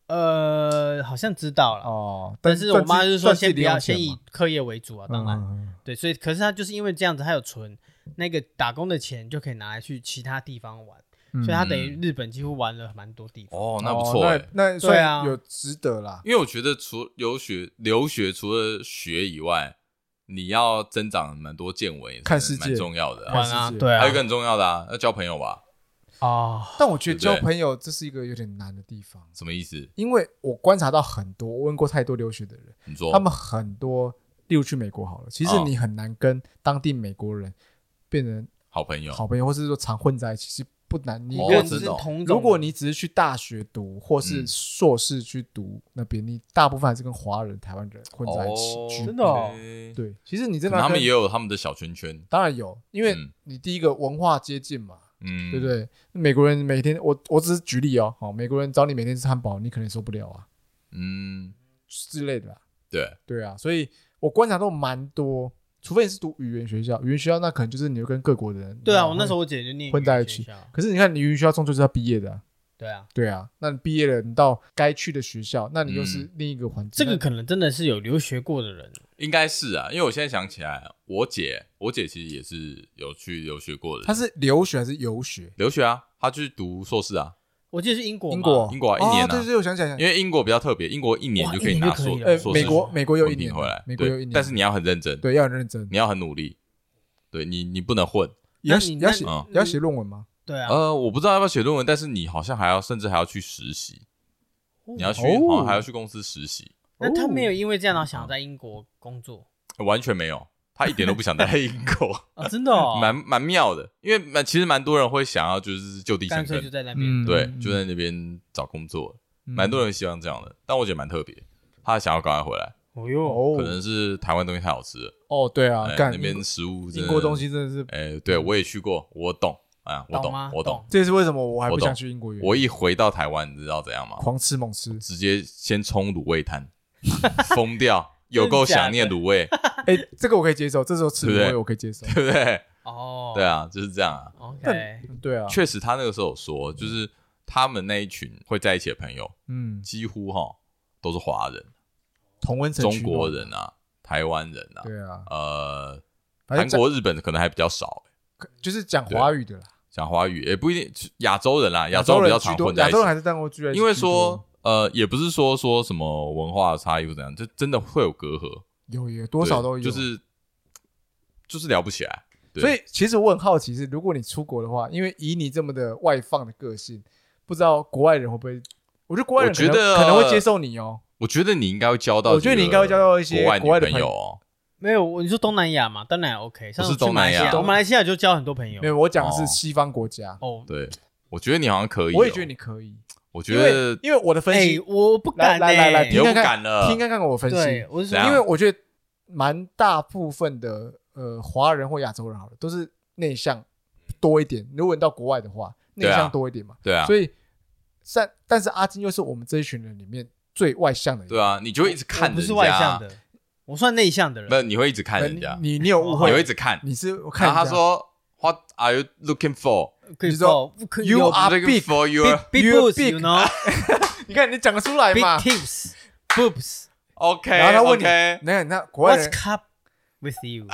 S2: 呃，好像知道了。
S1: 哦，
S2: 但是我妈就是说，先不要，先以
S1: 以
S2: 课业为主啊，当
S1: 嗯
S2: 然，对，所以可是他就是因为这样子，他有存那个打工的钱，就可以拿来去其他地方玩，
S1: 嗯
S2: 所以他等于日本几乎玩了蛮多地方。
S3: 嗯哦，那不错哎、
S1: 哦那那
S2: 对啊
S1: 算有值得啦。
S3: 因为我觉得除留学留学除了学以外，你要增长蛮多见闻，也是
S1: 看世界
S3: 蛮重要的、啊。
S2: 玩啊，
S1: 世界
S2: 对啊，
S3: 还有一个很重要的啊，要交朋友吧？
S2: 哦，
S1: 但我觉得
S3: 对不
S1: 交
S3: 对
S1: 朋友这是一个有点难的地方，
S3: 什么意思？
S1: 因为我观察到很多，我问过太多留学的人，
S3: 你说
S1: 他们很多，例如去美国好了，其实
S3: 哦
S1: 你很难跟当地美国人变成
S3: 好朋友
S1: 好朋友，或是说常混在一起，其实不难。你
S3: 哦
S1: 认
S2: 跟
S1: 识
S3: 真的哦
S2: 同种
S1: 如果你只是去大学读，或是
S3: 嗯
S1: 硕士去读那边，你大部分还是跟华人、台湾人混在一起
S3: 哦
S1: 居多。
S2: 真的哦
S1: 对，其实你真
S3: 可
S1: 的要
S3: 能他们
S1: 跟
S3: 也有他们的小圈圈，
S1: 当然有，因为
S3: 嗯
S1: 你第一个文化接近嘛，
S3: 嗯，
S1: 对不？对？美国人每天，我我只是举例哦，哦，美国人找你每天吃汉堡，你可能受不了啊
S3: 嗯，
S1: 之类的啦。
S3: 对，
S1: 对啊，所以我观察到蛮多，除非你是读语言学校，语言学校那可能就是你就跟各国的人。
S2: 对
S1: 然
S2: 啊，
S1: 后
S2: 我那时候我姐就念
S1: 嗯混在
S2: 语言
S1: 一
S2: 学
S1: 起
S2: 校
S1: 可是你看，你语言学校终究是要毕业的啊、
S2: 对啊，
S1: 对啊，那你毕业了，你到该去的学校，那你又是
S3: 嗯
S1: 另一个环
S2: 这
S1: 境。
S2: 个
S1: 那
S2: 可能真的是有留学过的人，
S3: 应该是啊，因为我现在想起来，我姐，我姐其实也是有去留学过的，
S1: 他是留学还是游学？
S3: 留学啊，她去读硕士啊，
S2: 我记得是英国嘛，
S1: 英国，
S3: 英国啊一年啊
S1: 哦对对对，我想起来，想起
S3: 因为英国比较特别，英国一年
S2: 哇
S3: 就可以
S2: 一年
S3: 拿
S2: 就可
S3: 硕
S2: 以了
S1: 来
S3: 硕
S1: 呃，
S3: 士
S1: 美国美国有一
S3: 文凭
S1: 年
S3: 回来，
S1: 美国有
S3: 对
S1: 一年，
S3: 但是你要很认真，
S1: 对要很认真，
S3: 你要很努力，对你你不能混。
S1: 也要
S2: 那你
S1: 写也要
S2: 那
S1: 写
S3: 嗯
S1: 也要写论文吗？
S2: 对啊，
S3: 呃，我不知道要不要写论文，但是你好像还要，甚至还要去实习，你要去，
S1: 哦
S3: 好像还要去公司实习，
S2: 那他没有因为这样然后想要在英国工作
S1: 哦
S3: 完全没有，他一点都不想待在英
S1: (laughs)
S3: 国，
S2: 啊，真的哦，
S3: 蛮蛮妙的，因为蛮其实蛮多人会想要就是就地
S2: 干
S3: 生
S2: 脆就
S3: 根，
S2: 在那
S1: 嗯
S2: 边，
S3: 对，
S1: 嗯
S3: 就在那边找工作，
S1: 嗯
S3: 蛮多人希望这样的，但我觉得蛮特别，他想要赶快回来，
S2: 哦哟，
S1: 哦
S3: 可能是台湾东西太好吃了，
S1: 哦，对啊
S3: 哎，
S1: 干
S3: 那边食物真
S1: 英
S3: 的
S1: 国东，西真的是，
S3: 哎，对我也去过，我懂啊，我
S2: 懂吗？
S3: 我懂，
S1: 这也是为什么我还
S3: 我
S1: 不
S3: 懂
S1: 想去英国原因。
S3: 我一回到台湾，你知道怎样吗？，
S1: 狂吃猛吃
S3: 直接先冲卤味
S1: (laughs)
S3: 摊，疯掉，有够想念卤味，
S1: 哎，这个我可以接受，这时候吃
S3: 对不
S1: 卤
S3: 对
S1: 味我可以
S3: (laughs)
S1: 接受。
S3: 对不对？
S2: 哦，
S3: 对啊，就是这样啊。
S2: ，OK，
S1: 但对啊，
S3: 确实，他那个时候有说，就是他们那一群会在一起的朋友，
S1: 嗯，
S3: 几乎哈都是华人、
S1: 同温层
S3: 中
S1: 取
S3: 国
S1: 暖，
S3: 人啊、台湾人啊，
S1: 对啊，
S3: 呃，
S1: 反
S3: 韩
S1: 正
S3: 国、日本可能还比较少，欸
S1: 讲就是讲华语的啦，
S3: 讲华语也不一定，亚洲人啦，啊亚
S1: 洲
S3: 洲人比
S1: 人
S3: 较
S1: 居
S3: 常
S1: 多，
S3: 混在
S1: 亚
S3: 一
S1: 洲人
S3: 起，
S1: 还是当过居然，
S3: 因为说。呃，也不是说说什么文化差异或怎样，就真的会有隔阂，
S1: 有有多少
S3: 对
S1: 都有，
S3: 就是就是聊不起来。对
S1: 所以其实我很好奇是，如果你出国的话，因为以你这么的外放的个性，不知道国外人会不会？我觉得国外人可能
S3: 我觉得
S1: 可能会接受你哦。
S3: 我觉得你应该会交到，
S1: 我觉得你应该会交到一些
S3: 国外女
S1: 国外的
S3: 朋
S1: 朋
S3: 友
S1: 友
S3: 哦，
S2: 没有，我你说东南亚嘛，东南亚 OK，像
S3: 不是
S2: 去马来西
S3: 东南亚
S2: 我马来西亚就交很多朋友
S1: 没。有，我讲的
S3: 哦
S1: 是西方国家，
S2: 哦，
S3: 对，我觉得你好像可以、哦
S1: 我也觉得，你可以，
S3: 我觉
S1: 因为
S3: 得
S1: 因为我的分
S2: 哎
S1: 析，，
S2: 我不敢
S1: 来来来
S2: 欸
S1: 来
S3: 你又
S1: 听看
S3: 不
S1: 看
S3: 敢了，
S1: 哎听看看我分析，
S2: 对，啊我是
S3: 怎样
S2: 说，
S1: 因为我觉得蛮大部分的呃华人或亚洲人好了，都是内向多一点。如果你到国外的话，内
S3: 对啊
S1: 向多一点嘛，
S3: 对啊，
S1: 所以但但是阿金又是我们这一群人里面最外向的人。
S3: 对啊，你就会一直看
S2: 我
S3: 人
S2: 不
S3: 家，
S2: 是外向的，我算内向的
S3: 没有，
S2: 人。
S3: 你会一直看
S1: 呃，
S3: 人家，
S1: 你你有误
S3: 你会一
S1: 会，
S3: 直看，
S1: 你是我看
S3: 然
S1: 人
S3: 后他
S1: 家
S3: 说 What are you looking for？
S2: 可以
S1: 你说
S2: 报不可以
S1: You
S2: 有
S1: are
S3: I'm looking
S1: big,
S3: for your
S2: big
S1: you are
S2: boobs, you
S1: big
S2: know,
S1: 你看你讲得出来
S2: big
S1: 嘛？
S2: tips, (laughs)
S1: (laughs)
S2: boobs.
S3: OK，
S1: 然后他问你
S3: 哎 OK，，
S1: 那那国外
S2: What's
S1: 人
S2: up with you？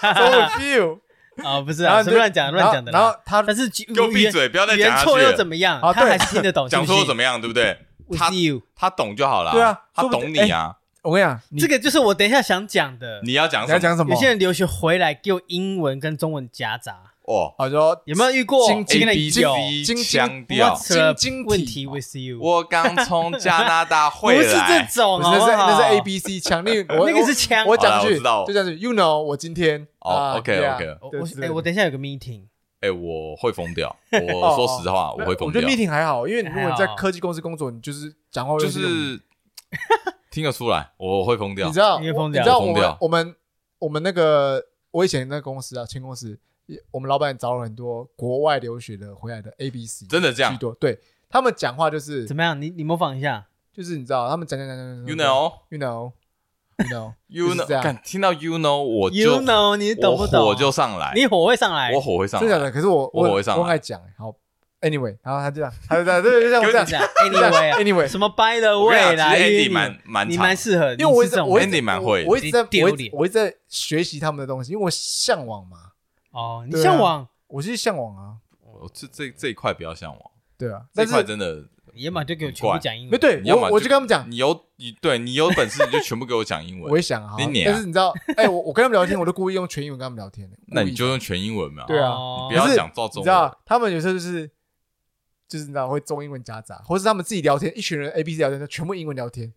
S1: so with you，
S2: 啊，不是
S1: 然后
S2: 啊，
S1: 你
S2: 什
S1: 就
S2: 么乱讲乱讲的啦。
S1: 然后然后
S2: 但是语
S3: 给我闭
S2: 言
S3: 嘴，不要再
S2: 语
S3: 讲
S2: 言
S3: 下
S2: 错又怎
S3: 去，
S2: 么样？
S1: 啊
S2: 他
S1: 对
S2: 还是听得懂，
S3: 讲
S2: 是不
S3: 错
S2: 是
S3: 又怎么样，对不对？他
S2: With you，
S3: 他懂就好了，
S1: 对啊
S3: 他
S1: 说不定
S3: 懂你啊，
S1: 他我跟你讲，你
S2: 这个就是我等一下想讲的。
S3: 你要讲
S1: 你要
S3: 什
S1: 讲
S3: 么？
S1: 什么？
S2: 有些人留学回来给我英文跟中文夹杂，
S3: 哦，
S1: 我说
S2: 有没有遇过？
S1: 经济
S2: 真的
S3: 比
S2: 有。
S3: 经济
S1: 金
S3: 腔调
S1: 金金
S2: 问题 with you，
S3: 我刚从加拿大
S2: 不
S3: 回
S2: 是这
S3: 来，
S2: 种
S1: 不
S2: 哦，
S1: 是，那是
S2: 好不
S1: 那
S2: 好
S1: 是 A B C 强
S3: (laughs)
S1: 力，我
S2: 那个是枪
S1: 我我讲
S3: 好啦我
S1: 句
S3: 知道
S1: 就这样子，You know，我今天
S3: 哦
S1: 啊
S3: OK，OK
S1: yeah，
S2: 我
S1: 对
S2: 我
S1: 之类
S2: 哎，
S1: 的
S2: 我等一下有个 meeting，
S3: 哎，我会疯掉，我说实话，我会疯
S1: 哦我觉得
S3: 掉，
S1: meeting 还好，因为如果你在
S2: 还好
S1: 科技公司工作，你就是讲话
S3: 就
S1: 这种
S3: 是听得出来，我会疯掉
S1: 你知，道，
S2: 你会疯
S1: 你
S2: 掉
S1: 知道
S3: 我
S1: 我
S3: 疯
S1: 们
S3: 掉
S1: 我们我们那个我以前那个公司啊，前公司，也我们老板找了很多国外留学的回来的 A B C，
S3: 真的这样
S1: 居多，对他们讲话就是
S2: 怎么样？你你模仿一下，
S1: 就是你知道，他们讲讲讲讲
S3: ，You know。
S1: you know you know
S3: You
S1: 就是这
S3: know，
S1: 样
S3: 看听到 You know，我
S2: You
S3: 就
S2: know，你懂不懂？啊
S3: 我火就上来，
S2: 你火会上来，
S3: 我火会上
S1: 真的假
S3: 来，
S1: 的？可是我
S3: 我
S1: 我
S3: 啊我会上啊来
S1: 我很爱讲，好，anyway，然后他就这样，他就这样，对对，就像我这
S2: 就
S1: 样
S2: 这样。Anyway，
S1: (laughs)
S3: (laughs)
S1: ，anyway，
S2: 什么 By the
S3: 我跟你
S2: way
S3: 讲
S2: 啦，
S3: 其实
S2: 因为
S3: Andy
S2: 你
S3: 蛮蛮
S2: 你
S3: 长
S2: 蛮适合，
S1: 因为我一
S2: 你是
S1: 直
S2: 这种
S1: 我一
S2: 人
S1: 直
S3: Andy 蛮会的
S1: 我一直在
S2: 丢
S1: 我一直
S2: 脸
S1: 我一直在学习他们的东西，因为我向往嘛，
S2: 哦，你
S1: 对啊
S2: 向往
S1: 我就是向往啊，
S3: 我这这这一块不要向往，
S1: 对啊，
S3: 这
S1: 但
S3: 一块
S1: 是
S3: 真的，
S2: 野马就给我全部讲英
S1: 没
S2: 文，
S1: 对
S3: 你要么
S1: 我我
S3: 就
S1: 就跟他们讲，
S3: 你有你对你有本事你就全部给我讲英
S1: 我
S3: 文，
S1: 也想啊
S3: 你，你啊
S1: 但是你知道，哎，我我跟他们聊天，我都故意用全英文跟他们聊天，
S3: (laughs) 那
S1: 故
S3: 你
S1: 意
S3: 就用全英文嘛，
S1: 对啊
S2: 哦
S3: 你不要
S1: 可是
S3: 讲照中
S1: 你知
S3: 文，
S1: 道，他们有时候就是。就是你知道会中英文夹杂，或是他们自己聊天，一群人 A B C 聊天，就全部英文聊天，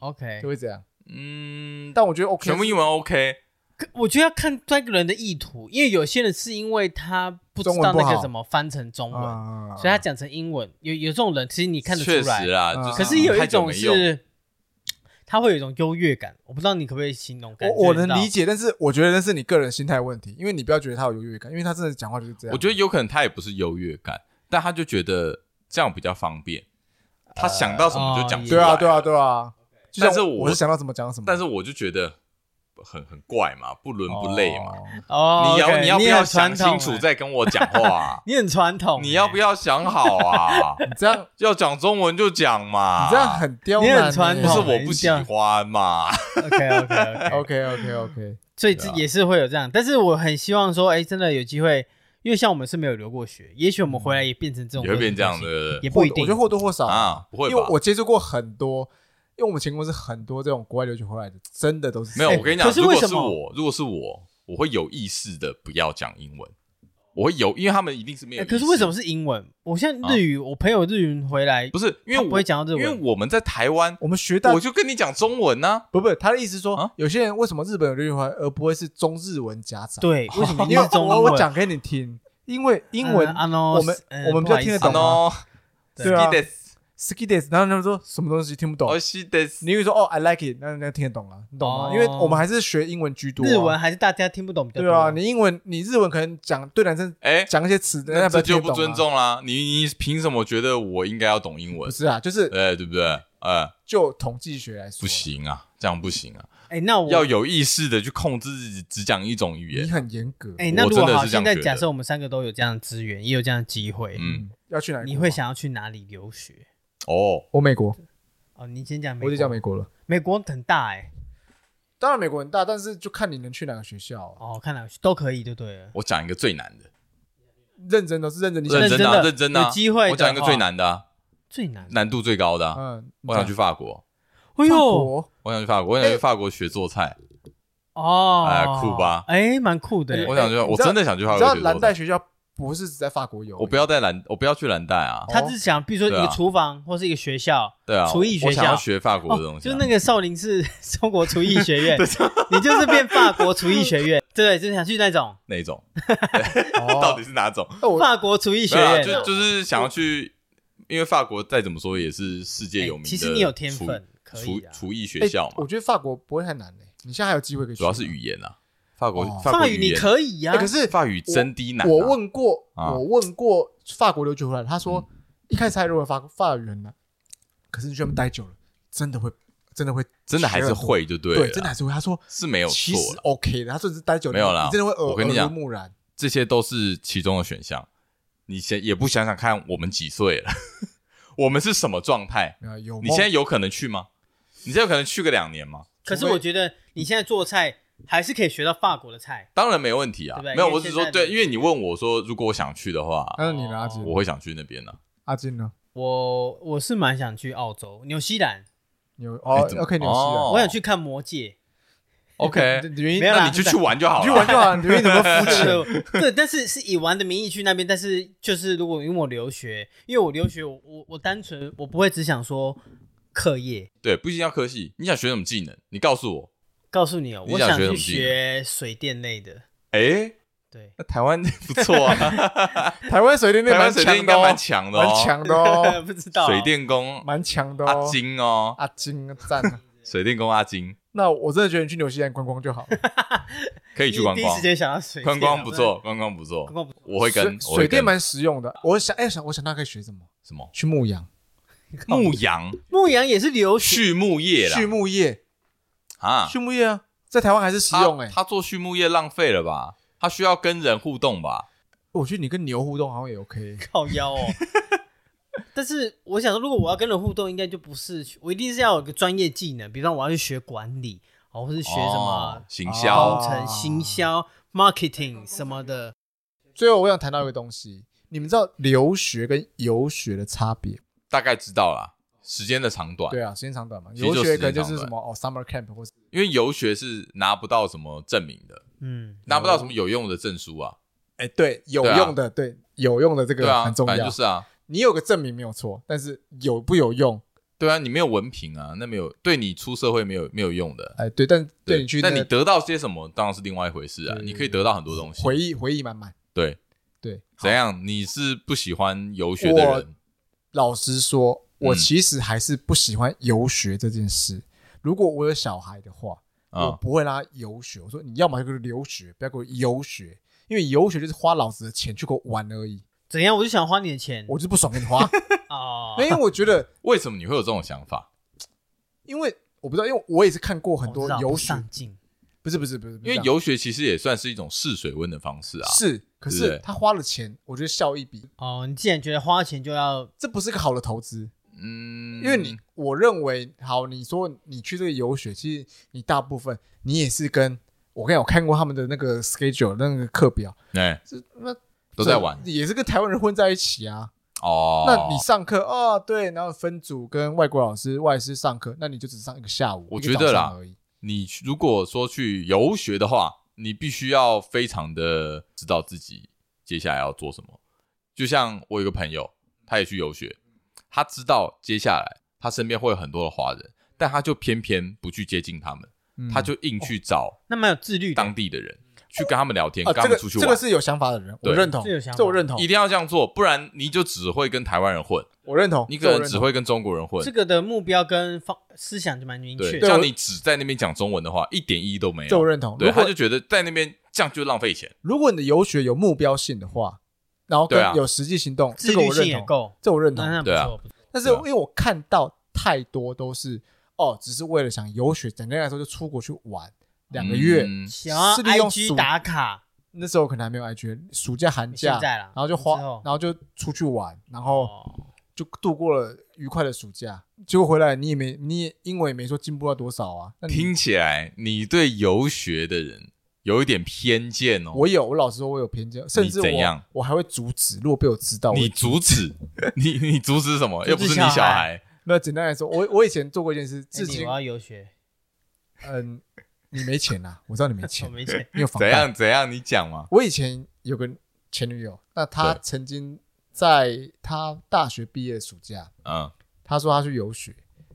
S2: OK
S1: 就。会这样。
S3: 嗯，
S1: 但我觉得 OK，
S3: 全部英文 OK，
S2: 可我觉得要看那个人的意图，因为有些人是因为他不知
S1: 中文
S2: 道
S1: 不
S2: 那
S1: 好
S2: 个怎么翻成中文，
S1: 啊，
S2: 所以他讲成英文。有有这种人，其实你看得出
S3: 确
S2: 来
S3: 实。啦，
S1: 嗯
S3: 就
S2: 可是有一
S3: 太久
S2: 种
S3: 没用
S2: 是，他会有一种优越感，我不知道你可不可以形容感觉
S1: 我我能
S2: 到
S1: 理解，但是我觉得那是你个人心态问题，因为你不要觉得他有优越感，因为他真的讲话就是这样。
S3: 我觉得有可能他也不是优越感，但他就觉得这样比较方便，他想到什么就讲
S2: 哦
S3: 出
S1: 对
S3: 来
S1: 啊，对啊，，对啊。就像
S3: 但是
S1: 我
S3: 我
S1: 是想到什么讲什么，
S3: 但是我就觉得很很怪嘛，不伦不类嘛。
S1: 哦
S2: 哦。
S3: 你要
S2: OK，
S3: 你要不要
S2: 很传
S3: 想
S2: 统
S3: 清楚
S2: 欸？？
S3: 再跟我讲话
S2: (laughs)
S3: 啊
S2: 你很传统欸，
S3: 你要不要想好
S2: (laughs)
S3: 啊？
S1: 你这样你
S3: 要讲中文就讲嘛，
S1: 这样很刁
S2: 你
S1: 难欸，
S2: 很传
S3: 不是
S2: 统
S3: 我不喜欢嘛？
S2: ？OK OK OK，
S1: OK OK OK，
S2: 欸所以这
S3: 对啊
S2: 也是会有这样。但是我很希望说，哎，真的有机会，因为像我们是没有留过学，也许我们回来也变成这种，
S3: 也会变这样，对不
S2: 也
S3: 对？
S2: 不一定
S1: 我觉得。或多或少，
S3: 啊，不会
S1: 因为
S3: 吧？
S1: 我接触过很多，因为我们前公司很多这种国外留学回来的，真的都是
S3: 没有，
S1: 这
S3: 我
S1: 样
S3: 跟你讲，
S2: 哎可是
S3: 如果
S2: 为
S3: 是
S2: 什么
S3: 我，如果是我，我会有意识的不要讲英文，我会有，因为他们一定是没有
S2: 哎
S3: 意识。
S2: 可是为什么是英文？我现在日语，我朋友日语回来
S3: 不是因为
S2: 他
S3: 我
S2: 不会讲到日
S3: 因
S2: 文
S3: 为我们在台湾，
S1: 我们学到
S3: 我就跟你讲中文呢。
S1: 不不，他的意思是说
S3: 啊，
S1: 有些人为什么日本有留学回来，而不会是中日文夹杂？，
S2: 对，为什么一
S1: (laughs) 因
S2: 定
S1: 为
S2: 是中
S1: 我
S2: 文？
S1: 我讲给你听，因为英文
S2: 啊，no，
S1: 我们
S2: 呃
S1: 我们比较听得懂
S3: あ
S1: 吗
S3: の、
S1: 对啊
S3: 好きです、
S1: ski days，然后他们说什么东西听不懂
S3: 美，味しいです。
S1: 你会说哦，I like it，那人家听得懂了，你懂吗？
S2: 哦
S1: 因为我们还是学英文居多、啊
S2: 日文，还是大家听不懂比较多。
S1: 对啊，你英文你日文可能讲对男生
S3: 哎，
S1: 讲一些词，人
S3: 那
S1: 家
S3: 这
S1: 不
S3: 就
S1: 听
S3: 不
S1: 得懂啊
S3: 尊。重啦！你你凭什么觉得我应该要懂英
S1: 不
S3: 文？
S1: 是啊，就是
S3: 哎，对不对？哎，
S1: 就统计学来说，
S3: 不，行啊，这样不行啊，
S2: 哎，那我
S3: 要有意识的去控制自己只讲一种语
S1: 你
S3: 言。
S1: 很严格。
S2: 哎，那
S3: 我
S2: 如
S3: 真
S2: 果
S3: 的
S2: 好，
S3: 是这
S2: 现
S3: 样
S2: 在
S3: 觉
S2: 假
S3: 得
S2: 设我们三个都有这样的资源，也有这样的机会，
S3: 嗯，
S1: 嗯，要去哪里？
S2: 你会？想要去哪里留学？
S3: 哦，
S1: 我美国，
S2: 哦，你先讲美国，
S1: 我就讲美国了。
S2: 美国很大哎，
S1: 当然美国很大，但是就看你能去哪个学校啊、
S2: 哦，看来都可以，就对了。
S3: 我讲一个最难的，
S1: 认真都是认真，你想
S3: 认真的啊，认
S2: 认
S3: 真
S2: 真
S3: 的
S2: 的
S3: 啊，
S2: 有机会的
S3: 我讲一个
S2: 话嗯
S3: 最难的啊，
S2: 最难，
S3: 难度最高的啊，
S1: 嗯，
S3: 我想去法国，
S2: 哎
S1: 法
S2: 呦，
S1: 国，
S3: 我想去法国，我想去
S1: 哎
S3: 法国学做菜，
S2: 哦，
S3: 哎酷吧
S2: 哎，蛮酷的
S1: 哎
S2: 欸。
S3: 我想去，
S1: 哎你
S3: 我
S1: 知道
S3: 真的想去
S1: 你
S3: 法
S1: 知
S3: 国
S1: 道
S3: 学
S1: 蓝
S3: 做
S1: 带
S3: 菜。
S1: 学校不是只在法国有，
S3: 我不要在蓝，我不要去蓝带啊，
S2: 他只是想，比如说
S3: 对啊
S2: 一个厨房或是一个学校，
S3: 对啊，
S2: 厨艺学
S3: 我想要
S2: 校
S3: 学法国的
S2: 哦，
S3: 东西
S2: 就
S3: 啊、
S2: 是那个少林寺 (laughs) 中国厨艺学
S3: (laughs)
S2: 院，你就是变法国厨艺学院，对，就是想去那种
S3: 那一种，
S1: 哦
S3: (laughs) 到底是哪种？
S1: 那我
S2: 法国厨艺 (laughs) 学
S3: 没有啊
S2: 院。哦
S3: 就就是想要去，因为法国再怎么说也是世界有名的厨、
S2: 哎其实你有天分，可
S3: 厨
S2: 以啊。
S3: 厨艺学
S1: 哎
S3: 校嘛，
S1: 我觉得法国不会太难嘞、欸你现在还有机会可以去，
S3: 主要是语言啊，法国、
S1: 哦
S3: 国
S2: 法
S3: 语
S2: 语你
S3: 言
S2: 可以啊呀
S1: 哎、，可是
S3: 法语真低难、啊，
S1: 我问过，
S3: 啊嗯
S1: 我问过法国留学回来，他说、一开始还认为法法语很难，可是你去那边待久了，真的会，真的会，
S3: 真的还是会就
S1: 学
S3: 对
S1: 很多，
S3: 了，
S1: 对，真的还是会。他说
S3: 是没有
S1: 其
S3: 错
S1: 实
S3: 啦，
S1: OK 的，他说只是待久了，
S3: 没有啦
S1: 你真的会耳
S3: 我跟你讲
S1: 耳濡目染。
S3: 这些都是其中的选项。你先也不想想看，我们几岁了， (laughs) 我们是什么状态？
S1: 没有有梦
S3: 你现在有可能去吗？你现在有可能去个两年吗？
S2: 可是我觉得你现在做菜还是可以学到法国的菜，
S3: 当然没问题啊，
S2: 对不对
S3: 没有，
S2: 因为
S3: 我只是说
S2: 现在的嗯
S3: 对，因为你问我说，如果我想去的话，
S1: 那是你的阿金，
S3: 我会想去那边啊的、
S1: 阿金呢？
S2: 我我是蛮想去澳洲、纽西兰，
S1: 有哦
S3: 哎怎么
S1: ，OK，你有戏了
S3: 哦
S2: 我想去看《魔
S3: (laughs)
S2: 戒
S3: OK，
S1: 你原因
S2: 没有啦
S3: 那 (laughs) 你就去玩就好
S1: 你
S3: 了。
S1: 去玩就好，你原因
S3: (laughs)
S1: 怎么》肤
S2: 对。
S1: 浅？
S2: 对对，对但是是以玩的名义去那边，但是就是如果因为我留学，因为我留学，我我我单纯我不会只想说课业，
S3: 对，不一定要科系。你想学什么技能？你告诉我。
S2: 告诉你哦，
S3: 你
S2: 我
S3: 想
S2: 想
S3: 学
S2: 去
S3: 什么技能
S2: 学水电类的，
S3: 哎，
S2: 对，
S3: 那台湾 (laughs) 不错啊，
S1: 台湾水电
S3: 台
S1: 电
S3: 湾
S1: 蛮
S3: 水电
S1: 强
S3: 应
S1: 的
S3: 该
S1: 哦，
S3: 蛮强的哦，
S1: 蛮强的哦，
S2: (laughs) 不知道啊
S3: 水电工
S1: 蛮强的
S3: 阿
S1: 哦。
S3: 金哦，
S1: 阿金赞啊！
S3: 水电工阿金
S1: 那我真的觉得你去纽西兰观光就好了。
S3: 可以
S2: 你
S3: 去观
S2: 第一
S3: 光
S2: 时，间想到水电
S3: 观光不
S2: 我
S3: 错，观光不错
S2: 观光不，
S3: 我会跟
S1: 水
S3: 我会
S1: 水
S3: 跟
S1: 电蛮实用的。我想，哎、想我想到可以学什么？
S3: 什么
S1: 去牧羊，
S3: 牧羊
S2: 真的牧羊也是留学，
S3: 畜牧业啦
S1: 畜牧业，
S3: 啊，
S1: 畜牧业啊，在台湾还是实
S3: 他
S1: 用哎、
S3: 他做畜牧业浪费了吧？他需要跟人互动吧？
S1: 我觉得你跟牛互动好像也 OK，
S2: 靠腰哦。 (laughs) 但是我想说，如果我要跟人互动，应该就不是我一定是要有一个专业技能，比方我要去学管理，哦，或是学什么
S3: 哦行
S1: 哦
S3: 销
S2: 工程、行销、marketing 什么的。
S1: 最后我想谈到一个东西，你们知道留学跟游学的差别？
S3: 大概知道啦，时间的长短。
S1: 对啊，时间长短嘛。
S3: 其实就
S1: 游
S3: 是
S1: 学可能就
S3: 时
S1: 是
S3: 间
S1: 什
S3: 长短
S1: 么哦，summer camp 或是
S3: 因为游学是拿不到什么证明的，
S2: 嗯，
S3: 拿不到
S1: 哦
S3: 什么有用的证书啊。
S1: 哎、对，有
S3: 对啊
S1: 用的，对，有用的这
S3: 对
S1: 个
S3: 啊，
S1: 很重
S3: 反
S1: 要。
S3: 正就是啊，
S1: 你有个证明没有错，但是有不有用？
S3: 对啊，你没有文凭啊，那没有对你出社会没有没有用的。
S1: 哎、对，但 (laughs) 对你去
S3: 那
S1: 那
S3: 你
S1: 个
S3: 得到些什么当然是另外一回事啊
S1: 对，
S3: 你可以得到很多东西。
S1: 回忆回忆满满。
S3: 对，
S1: 对，
S3: 怎样？你是不喜欢游学的人？
S1: 老实说，我
S3: 嗯
S1: 其实还是不喜欢游学这件事。如果我有小孩的话，我
S3: 啊、
S1: 不会让他游学。我说你要么就给我留学，不要给我游学，因为游学就是花老子的钱去给我玩而已，
S2: 怎样？我就想花你的钱
S1: 我就是不爽给你
S3: (laughs)
S1: 花。
S2: 哦
S1: 因为我觉得，
S3: 为什么你会有这种想法？
S1: 因为我不知道，因为我也是看过很
S2: 我
S1: 多
S2: 知道
S1: 游
S2: 不
S1: 学
S2: 上，进，
S1: 不是不是不是，不
S3: 因
S1: 是
S3: 为
S1: 这样
S3: 游学其实也算是一种试水温的方式啊。
S1: 是，可
S3: 对不
S1: 是
S3: 对
S1: 他花了钱，我觉得效益比
S2: 哦，你既然觉得花钱就要
S1: 这不是个好的投资。
S3: 嗯，
S1: 因为你，我认为，好，你说你去这个游学，其实你大部分你也是跟我跟你讲，我看过他们的那个 schedule 那个课表，
S3: 哎，
S1: 这那
S3: 都在玩
S1: 也是跟台湾人混在一起啊。
S3: 哦。
S1: 那你上课哦，对，然后分组跟外国老师、外师上课，那你就只上一个下午，
S3: 我
S1: 一个
S3: 觉得啦
S1: 早上而已。
S3: 你去如果说去游学的话，你必须要非常的知道自己接下来要做什么。就像我有个朋友，他也去游学，他知道接下来他身边会有很多的华人，但他就偏偏不去接近他们，
S1: 嗯
S3: 他就硬去找
S2: 那蛮有自律的
S3: 当地的人、去跟他们聊天，
S1: 啊，
S3: 跟他
S1: 这个
S3: 们出去
S1: 这
S3: 玩。
S1: 个是有想法的人，我
S3: 对
S1: 认同，
S2: 这有想法
S1: 这我认同
S3: 一，定要这样做，不然你就只会跟台湾人混，
S1: 我认同，
S3: 你
S1: 这
S3: 可
S1: 我
S3: 能
S1: 认
S3: 只
S1: 同
S3: 会跟中国人混
S2: 这。个的目标跟方思想就蛮明确
S3: 对，
S2: 的。
S3: 像
S1: 我
S3: 你只在那边讲中文的话，一点意义都没
S1: 这我
S3: 有。
S1: 认同。
S3: 对，
S1: 如
S3: 他
S1: 果
S3: 就觉得在那边这样就浪费钱。
S1: 如果你的游学有目标性的话，然后
S3: 对啊
S1: 跟有实际行动，
S2: 自
S1: 这个
S2: 律
S1: 我
S2: 性
S1: 认
S2: 也
S1: 同，
S2: 够，嗯
S1: 这我认同嗯
S2: 那。那不
S3: 对啊
S2: 错，不错
S1: 但是
S3: 对啊
S1: 因为我看到太多都是哦，只是为了想游学，简单来说就出国去玩两个月。
S3: 嗯
S2: 想要
S1: 是利用
S2: IG
S1: 暑
S2: 打卡，
S1: 那时候可能还没有 IG，暑假寒假，
S2: 现在啦
S1: 然后就花
S2: 之后，
S1: 然后就出去玩，然后
S2: 哦，
S1: 就度过了愉快的暑假。结果回来你也没，你也英文也没说进步到多少啊。那你
S3: 听起来你对游学的人有一点偏见哦。
S1: 我有，我老实说，我有偏见，甚至
S3: 你怎
S1: 我
S3: 样
S1: 我还会阻止，如果被我知道，我
S3: 你阻止你你阻止什
S2: 阻
S3: 么？
S2: 止
S3: 又不是你
S2: 小
S3: 小
S2: 孩
S3: 孩，
S1: 那简单来说，我我以前做过一件事，至
S2: 自己
S1: 今
S2: 哎我要游
S3: (laughs)
S2: 学，
S1: 嗯，你没钱啊，我知道你没
S2: (laughs) 我
S1: 钱，
S2: 没钱，
S1: 你有房
S3: 怎
S1: 贷。
S3: 样怎样？你讲嘛。
S1: 我以前有个前女友，那他
S3: 对
S1: 曾经在他大学毕业暑假，
S3: 嗯，
S1: 他说他去游学，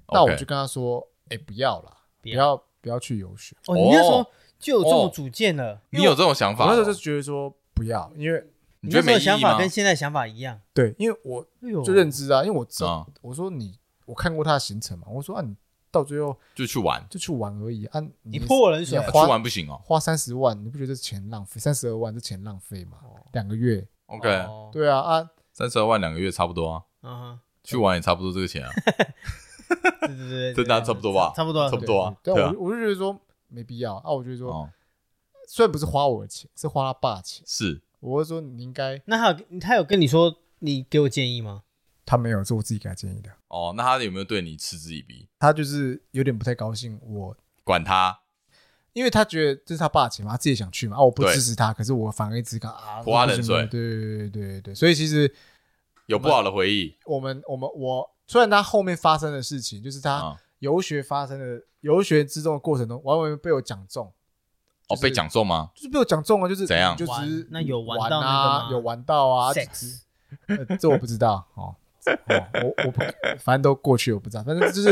S1: 那我
S3: OK
S1: 就跟他说，哎，不要啦，不
S2: 不
S1: 要不要去游学。
S2: 哦，你那时
S3: 哦
S2: 候就有这
S3: 哦
S2: 种主见了，
S3: 你有这种想
S1: 我
S3: 法哦？
S1: 那时候就觉得说不要，因为
S3: 你
S2: 你
S3: 觉
S2: 那
S3: 得
S2: 时
S3: 没
S2: 候
S3: 意义
S2: 想
S3: 吗
S2: 法？跟现在想法一样，
S1: 对，因为我
S2: 哎呦，
S1: 就认知啊，因为我知道
S3: 嗯，
S1: 我说你，我看过他的行程嘛，我说啊，你到最后
S3: 就去玩，
S1: 就去玩而已啊，你
S2: 你泼我冷水
S1: 你
S2: 啊
S1: 要
S3: 去
S1: 花
S3: 玩不行哦。
S1: 花三十万，你不觉得这钱浪费？三十二万这钱浪费吗？
S2: 哦
S1: 两个月，
S3: OK，
S2: 哦
S1: 对啊啊，
S3: 三十二万两个月差不多啊，
S2: 嗯
S3: 去玩也差不多这个钱啊，
S2: 哼，对对对，
S3: (laughs) 这
S2: 对
S3: 大家差不多吧
S2: 差不多，
S3: 差不多啊
S1: 对，
S3: 对
S1: 对
S3: 啊
S1: 我就我就觉得说没必要啊，我就觉得说
S3: 哦，
S1: 虽然不是花我的钱，是花他爸的钱，
S3: 是
S1: 我会说你应该
S2: 那他有他有跟你说你给我建议吗？
S1: 他没有，是我自己给他建议的，
S3: 哦。那他有没有对你嗤之以鼻？
S1: 他就是有点不太高兴我。
S3: 管他，
S1: 因为他觉得这是他爸的钱嘛，他自己想去嘛，啊，我不
S3: 对
S1: 支持他，可是我反而一直讲啊，
S3: 泼他
S1: 不行
S3: 冷水
S1: 对对对对对对，所以其实
S3: 有不好的回忆
S1: 我们我们我虽然他后面发生的事情，就是他
S3: 啊？
S1: 游学发生的游学之中的过程中，完完全被我讲中，
S3: 哦，被讲中吗？
S1: 就是被我讲中啊，就是
S3: 怎样
S1: 就只是
S2: 玩那有玩
S1: 玩
S2: 到那个
S1: 啊，
S2: 吗
S1: 有玩到啊，只是
S2: sex
S1: 呃这我不知道哦，哦我我不反正都过去我不知道，反正就是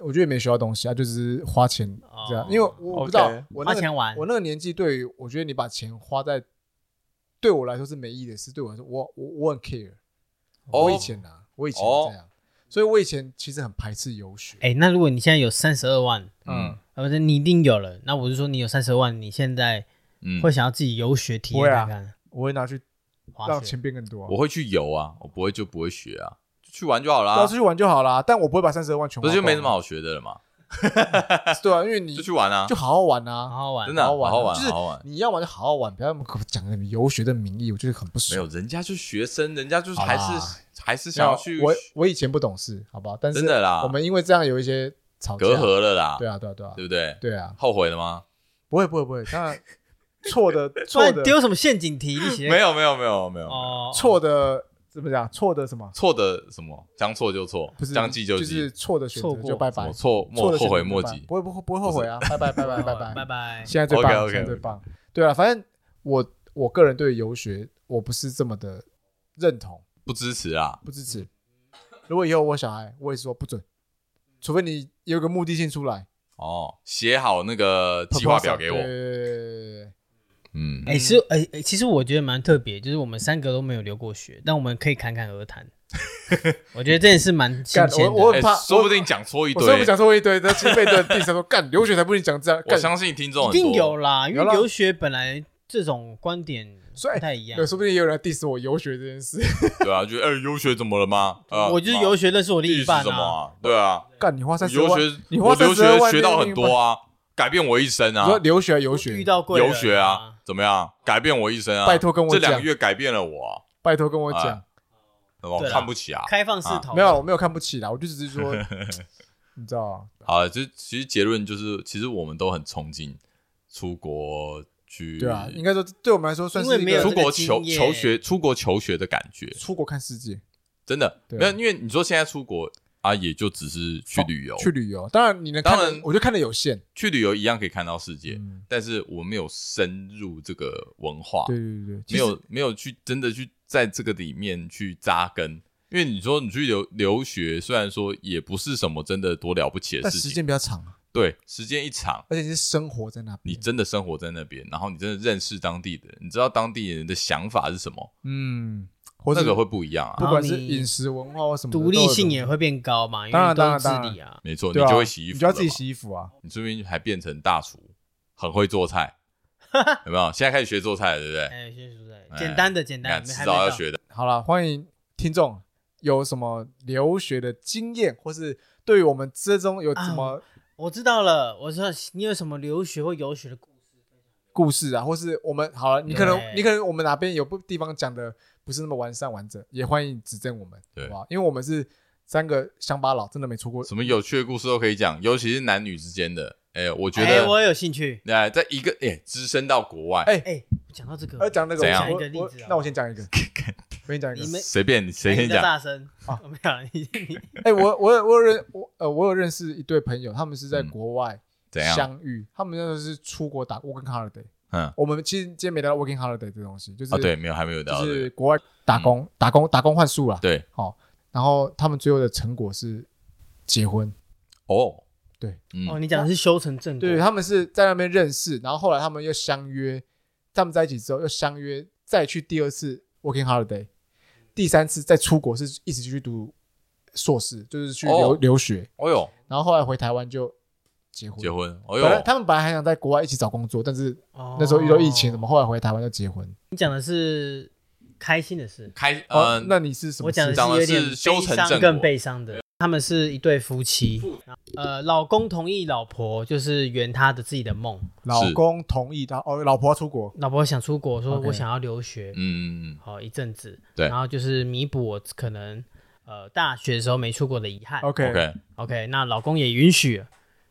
S1: 我觉得也没学到东西啊，就只是花钱这样
S2: 哦，
S1: 因为我不知道
S3: OK
S1: 我那
S2: 花
S1: 个
S2: 钱啊玩
S1: 我，那个年纪，对于我觉得你把钱花在对我来说是没意义的事，对我来说，我我我很 care。
S3: 哦
S1: 我以前啊，我以前这样，所以我以前其实很排斥游学。
S2: 哎，那如果你现在有三十二万，
S3: 嗯
S2: 啊，不是你一定有了，那我是说你有三十万，你现在
S3: 嗯，
S2: 会想要自己游学体
S1: 不会
S2: 验
S1: 啊
S2: 看看
S1: 我会拿去
S2: 滑
S1: 让
S2: 雪
S1: 钱变更多、
S3: 我会去游啊，我不会就不会学啊，就去玩就好
S1: 到
S3: 啦
S1: 出，去玩就好啦，但我不会把三十二万全
S3: 不
S1: 花
S3: 是
S1: 光
S3: 就没什么好学的了嘛？
S1: (laughs) 对啊，因为你
S3: 就去玩啊
S1: 就，好好玩
S2: 好
S1: 啊，
S2: 好玩
S3: 真，的啊
S1: 好
S3: 好
S1: 好玩啊
S3: 玩，
S1: 就是
S3: 好好玩。
S1: 你要玩就好好玩，不要那么讲那种游学的名义，我就是很不
S3: 没
S1: 爽。
S3: 有，人家就学生，人家就是
S1: 好
S3: 还
S1: 啦
S3: 是还是想要去
S1: 我我以前不懂事，好不好？但是
S3: 真的啦
S1: 我们因为这样有一些吵架，
S3: 隔阂了啦，
S1: 对啊，对啊，对啊，
S3: 对不对？
S1: 对啊，
S3: 后悔了吗？
S1: 不会，不会，不会，当然错
S3: (laughs)
S1: 的
S2: 突
S1: 错
S2: 然
S1: 的
S2: 丢什么陷阱题？你写
S3: 没有没有没有没有，
S2: 哦，
S1: 错的怎么讲？错的什么？
S3: 错的什么？将错就错
S1: 不，是
S3: 将计
S1: 就
S3: 计
S1: 是，错的选
S2: 错
S1: 择
S2: 过
S1: 就拜
S3: 什
S1: 拜
S3: 么，错
S1: 错
S3: 莫
S1: 的选
S3: 后
S1: 择
S3: 悔
S1: 就
S3: 莫
S1: 拜拜
S3: 及。
S1: 不会不会不会后悔啊！拜拜拜拜拜拜
S2: 哦
S1: (laughs)
S2: 拜拜。
S3: 嗯
S1: 现在最棒，
S3: OK，OK，OK
S1: 现在最棒。对啊，反正我我个人对游学我不是这么的认同，
S3: 不支持啊，
S1: 不支持。如果以后我小孩，我也是说不准，除非你有一个目的性出来，
S3: 哦，写好那个计划表给我
S1: 对，对对对对
S3: 嗯，
S2: 哎、是哎、哎其实我觉得蛮特别，就是我们三个都没有留过学，但我们可以侃侃而
S3: (laughs)
S2: 谈。我觉得这也是蛮新
S1: 干
S2: 鲜的。
S1: 我我
S3: 哎
S1: 很怕，
S3: 说不定讲错一
S1: 我虽然
S3: 堆
S1: 不，讲错一堆，但是被对地上说 (laughs) 干留学才不能讲这样，
S3: 我
S1: 干
S3: 相信听众
S2: 一
S3: 很
S2: 定
S3: 多
S2: 有啦，因为
S1: 有啦
S2: 留学本来这种观点
S1: 所以
S2: 不太一样
S1: 对，。说不定也有人 diss 我游学这件
S3: (laughs)
S1: 事。
S3: 对啊，就哎，游学怎么了吗？啊
S2: 我就是
S3: 妈
S2: 游学认识我另
S3: 历
S2: 一
S3: 史
S2: 半
S3: 什么
S2: 啊，
S3: 啊？对啊，
S1: 干你花三十
S3: 游
S1: 万，
S3: 学
S1: 你
S3: 我
S1: 花三
S3: 留
S1: 十二
S3: 学
S1: 万
S3: 学到很多啊，改变我一生
S1: 你说
S3: 啊。
S1: 留学游学
S2: 遇，到贵人
S3: 游学啊，，怎么样？改变我一生啊！
S1: 拜托跟我
S3: 这
S1: 讲
S3: 两个月改变了我啊，
S1: 拜托跟我讲
S3: 啊，怎么我
S2: 对啦
S3: 看不起啊？
S2: 开放式讨论
S1: 没有，我没有看不起啦，我就只是
S3: (laughs)
S1: 说，你知道啊，
S3: 好，就其实结论就是，其实我们都很憧憬出国去，
S1: 对啊，应该说对我们来说算是
S2: 因为
S1: 一
S2: 没有
S1: 个
S3: 出
S1: 出
S3: 国
S2: 这个
S3: 求
S2: 经验
S3: 求学、出国求学的感觉，
S1: 出国看世界，
S3: 真的
S1: 啊对啊
S3: 没有，因为你说现在出国啊，也就只是去旅游，
S1: 哦去旅游，当然你能看
S3: 当
S1: 的
S3: 然，
S1: 我就看的有限，
S3: 去旅游一样可以看到世界，
S1: 嗯
S3: 但是我没有深入这个文化，
S1: 对对对对，其
S3: 啊没
S1: 实
S3: 有没有去真的去在这个里面去扎根。因为你说你去留留学，虽然说也不是什么真的多了不起的
S1: 但
S3: 事
S1: 时
S3: 情，
S1: 间比较长啊，
S3: 对，时间一长，
S1: 而且你是生活在那
S3: 你
S1: 边，
S3: 真的生活在那边，然后你真的认识当地的人，你知道当地人的想法是什么，
S1: 嗯，或
S3: 那
S1: 者
S3: 个会不一样啊
S1: 不。
S2: 然后
S1: 管是
S2: 你
S1: 饮食文化或什么的，
S2: 独立
S1: 嗯
S2: 性
S1: 都有
S2: 也会变高嘛，因
S1: 当然
S2: 为都是
S1: 当然
S2: 自理啊。
S3: 没错，你
S1: 对啊，
S3: 就会洗衣服，
S1: 你就要自己，洗衣服啊，
S3: 你说不定还变成大厨，很会
S1: (laughs)
S3: 做菜，有没有？现在开始学做菜了，对不对？
S2: 哎，先说在
S3: 哎
S2: 简单的简
S3: 你
S2: 单
S3: 看，
S2: 的，
S3: 迟
S2: 还没
S3: 早要
S2: 到。
S3: 学的。
S1: 好了，欢迎听众有什么留学的经验，或是对于我们之中有什
S2: 啊
S1: 么
S2: 我知道了，我知道你有什么留学或游学的故事。
S1: 故事啊，或是我们好了，你可能
S2: 对
S1: 你可能我们哪边有不地方讲的不是那么完善完整，也欢迎指正我们，
S3: 对
S1: 好不好？因为我们是三个乡巴佬，真的没出过
S3: 什么有趣的故事都可以讲，尤其是男女之间的。哎，我觉
S2: 哎，
S3: 得，
S2: 我有兴趣。
S3: 哎，在一个哎，只身到国外，
S1: 哎
S2: 哎，讲到这个，
S1: 呃，讲那个，
S3: 怎
S1: 我
S3: 样
S2: 讲一个例
S1: 我我
S2: 子好不好啊
S1: 那我先
S3: (laughs)
S1: 讲一个，我先讲一
S2: 你
S1: 个。
S2: 们
S3: 随便你谁
S2: 哎
S3: 先
S2: 你比较
S3: 讲，
S2: 大声
S1: 啊
S2: (laughs) 哦，没有啦，你你
S1: 哎，我我有我有认我呃，我有认识一对朋友，他们是在
S3: 嗯
S1: 国外
S3: 怎样？
S1: 相遇，他们那时候是出国打 working holiday，
S3: 嗯
S1: 我们其实今天没聊到 working holiday 这东西，就是、
S3: 啊，对，没有还没有到
S1: 就
S3: 这个
S1: 是国外打工、打工打工换宿啦。
S3: 对
S1: 好，然后他们最后的成果是结婚，
S3: 哦，
S1: 对，
S3: 嗯
S2: 哦，你讲的是修成正果，
S1: 对他们是在那边认识，然后后来他们又相约，他们在一起之后又相约再去第二次 working holiday，第三次再出国是一起去读硕士，就是去留、
S3: 哦
S1: 留学，
S3: 哦哟，
S1: 然后后来回台湾就结婚。
S3: 结婚，哦
S1: 本来
S3: 哟，
S1: 他们本来还想在国外一起找工作，但是
S2: 哦，
S1: 那时候遇到疫情，怎么后来回台湾就结婚？
S2: 你讲的是开心的事，
S3: 开
S1: 哦
S3: 呃，，
S1: 那你是什么
S2: 我
S1: 事？
S2: 讲的
S3: 讲的
S2: 有点
S3: 是修成
S2: 悲伤
S3: 正
S2: 更
S3: 果
S2: 悲伤的。他们是一对夫妻，呃，老公同意老婆就是圆他的自己的梦，
S1: 老公同意他哦，老婆要出国，
S2: 老婆想出国，说
S1: OK
S2: 我想要留学，
S3: 嗯，
S2: 好、一阵子，
S3: 对
S2: 然后就是弥补我可能呃大学的时候没出国的遗憾。
S1: OK，,
S3: OK，
S2: OK，那老公也允许了，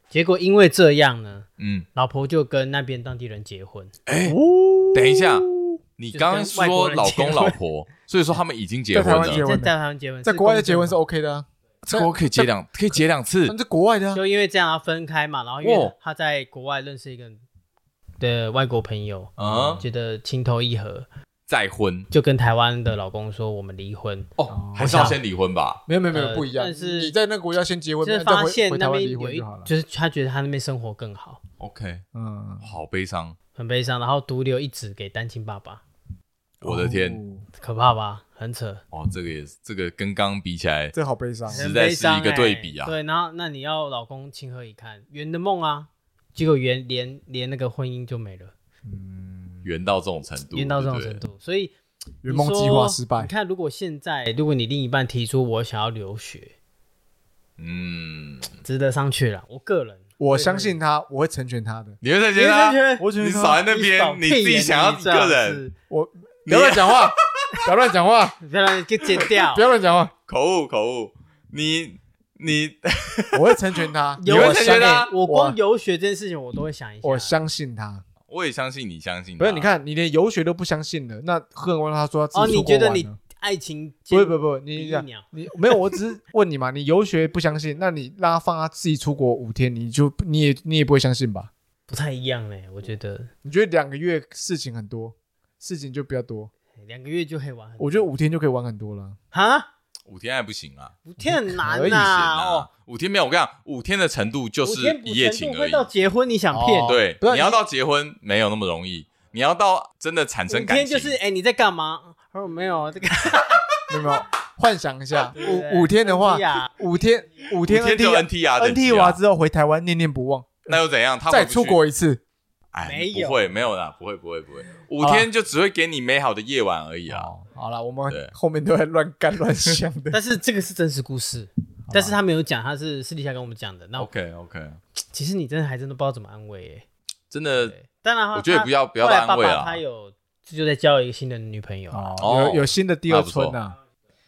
S2: 结果因为这样呢，
S3: 嗯，
S2: 老婆就跟那边当地人结婚，
S3: 哎，等一下，你刚刚
S2: 外国
S3: 说
S2: 人
S3: 老
S2: 结
S3: 公
S2: 婚
S3: 老婆，所以说他们已经结
S1: 在台
S3: 婚
S1: 湾结
S3: 了，
S1: 婚
S2: 在
S1: 的
S2: 啊在他们结婚，
S1: 在
S2: 是
S1: 国外
S2: 公
S1: 的结婚
S2: 证
S1: 是 OK 的、啊，
S3: 这个我可以结两，可以结两次
S1: 那，这国外的、啊
S2: 就因为这样要分开嘛，然后因为
S3: 哦
S2: 他在国外认识一个的外国朋友，
S3: 啊
S2: 觉得情投意合，
S3: 再婚
S2: 就跟台湾的老公说我们离婚。
S3: 哦，还是要先离婚吧？
S1: 没有没有没有
S2: 呃
S1: 不一样。
S2: 但是
S1: 你在那个国家先结婚，
S2: 就是
S1: 再
S2: 发
S1: 回
S2: 现
S1: 回台
S2: 那
S1: 湾
S2: 边
S1: 离
S2: 有
S1: 婚
S2: 一
S1: 就好了，。
S2: 就是他觉得他那边生活更好，
S3: OK，
S1: 嗯，
S3: 好悲伤，
S2: 很悲伤，然后独留一子给单亲爸爸，
S3: 我的天，
S1: 哦，
S2: 可怕吧？很扯，
S3: 哦，这个也是，这个跟刚刚比起来，
S1: 这好悲伤。
S3: 是
S2: 很
S3: 在
S2: 悲伤
S3: 一个
S2: 欸
S3: 对比啊
S2: 对，然后那你要老公情何以堪？圆的梦啊，结果圆连连那个婚姻就没了，
S3: 圆到这种程度，
S2: 圆到这种
S3: 对不
S2: 程
S3: 对，
S2: 度，所以
S1: 圆梦计划失败
S2: 你，看，如果现在如果你另一半提出我想要留学，
S3: 嗯，
S2: 值得商榷了。我个人
S1: 我相信他，我会成全他的。
S3: 你会再见他
S2: 你会再见，
S1: 我觉得
S3: 你少在那
S2: 少
S3: 边，你
S2: 屁
S3: 自己
S2: 眼
S3: 想要
S2: 你
S3: 一
S2: 最好
S3: 个人，
S2: 是，
S1: 我不要乱讲
S2: (laughs)
S1: 话，不要乱讲话，
S2: 不要让人给剪掉
S1: 不。要乱讲话，
S3: 口误口误，你你
S1: 我会成全他。
S2: 有
S3: 你会啊
S2: 我
S3: 成
S2: 相
S3: 全他
S2: 信我光游学这件事情，我都会想一下。
S1: 我相信他，
S3: 我也相信你相
S2: 嗯
S3: 信
S1: 不
S3: 他，啊
S1: 是你看，你连游学都不相信了，那何况他说他
S2: 哦，
S1: 自己出
S2: 你
S1: 国
S2: 觉得
S1: 玩
S2: 你
S1: 呢？
S2: 爱情
S1: 不
S2: 坚
S1: 不不，你
S2: 比
S1: 讲
S2: 翼鸟
S1: 你没有，我只是问你嘛。你游学不相信，那你让他放他自己出国五天，你就你也你也不会相信吧？
S2: 不太一样嘞？我觉得
S1: 你觉得两个月事情很多，事情就比较多。
S2: 两个月就可以玩很多。
S1: 我觉得五天就可以玩很多了。
S2: 哈，
S3: 五天还不行啊，
S2: 五天很难
S1: 可以
S3: 不行
S2: 呐。
S3: 啊
S2: 哦，，
S3: 五天没有，我跟你讲，五天的程度就
S2: 五
S3: 是
S2: 天不
S3: 一夜
S2: 程
S3: 情
S2: 度
S3: 而
S2: 会
S3: 已，
S2: 到结婚，你想骗
S1: 哦？
S3: 对
S1: 不，是
S3: 你要到结婚没有那么容易，你要到真的产
S2: 五
S3: 生感
S2: 天
S3: 情，
S2: 就是哎，你在干嘛？哦，没有这个
S1: 你有没有？幻想一下，
S2: 对不对
S1: 五五天的话
S2: 哎，呀
S1: 五天五
S3: 五
S1: 天 NT
S3: 天就 NT 啊
S1: NT 完之后回台湾念念不忘，
S3: 那又怎样？他
S1: 再
S3: 回不去
S1: 出，国一次。
S3: 哎，
S2: 没
S3: 不
S2: 有
S3: 会，没有啦，不会，不会，不会，五
S1: 好啦
S3: 天就只会给你美好的夜晚而已
S2: 哦
S3: 啊。
S1: 好，哦好了，我们
S3: 对
S1: 后面都在乱干乱想的。
S2: 但是这个是真实故事，但是他没有讲，他是私底下跟我们讲的。那
S3: OK OK，
S2: 其实你真的还真的不知道怎么安慰耶。
S3: 真的，
S2: 对，当然他
S3: 呃
S2: 啊
S3: 我觉得
S2: 他
S3: 不要不要啊
S2: 后来
S3: 安慰
S2: 爸爸
S3: 啦
S2: 他。有这就在交一个新的女朋友啊，
S1: 哦，
S3: 哦
S1: 有有新的第二春
S3: 那
S1: 呐、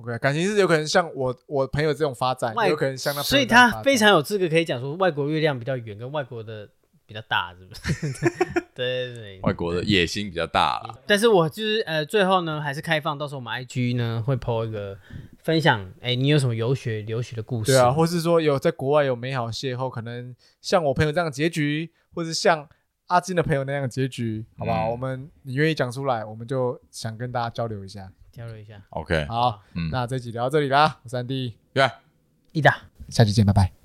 S1: OK，感情是有可能像我我朋友这种发展，
S2: 外
S1: 也有可能像他朋友
S2: 所以
S1: 这样发
S2: 他
S1: 展
S2: 非常有资格可以讲说外国月亮比较圆，跟外国的比较大，是不是？ (laughs) 对对对。
S3: 外国的野心比较大
S1: 啊
S3: 啦。
S2: 但是我就是呃，最后呢还是开放，到时候我们 IG 呢会 PO 一个分享，哎、你有什么游学留学的故事？
S1: 对啊，或是说有在国外有美好邂逅，可能像我朋友这样的结局，或是像阿金的朋友那样的结局，好不好？
S3: 嗯
S1: 我们你愿意讲出来，我们就想跟大家交流一下。
S2: 交流一下。
S3: OK，
S1: 好，
S3: 嗯
S1: 那这集聊到这里啦，我是安迪，
S3: 对。
S2: 一打。
S1: 下期见，拜拜。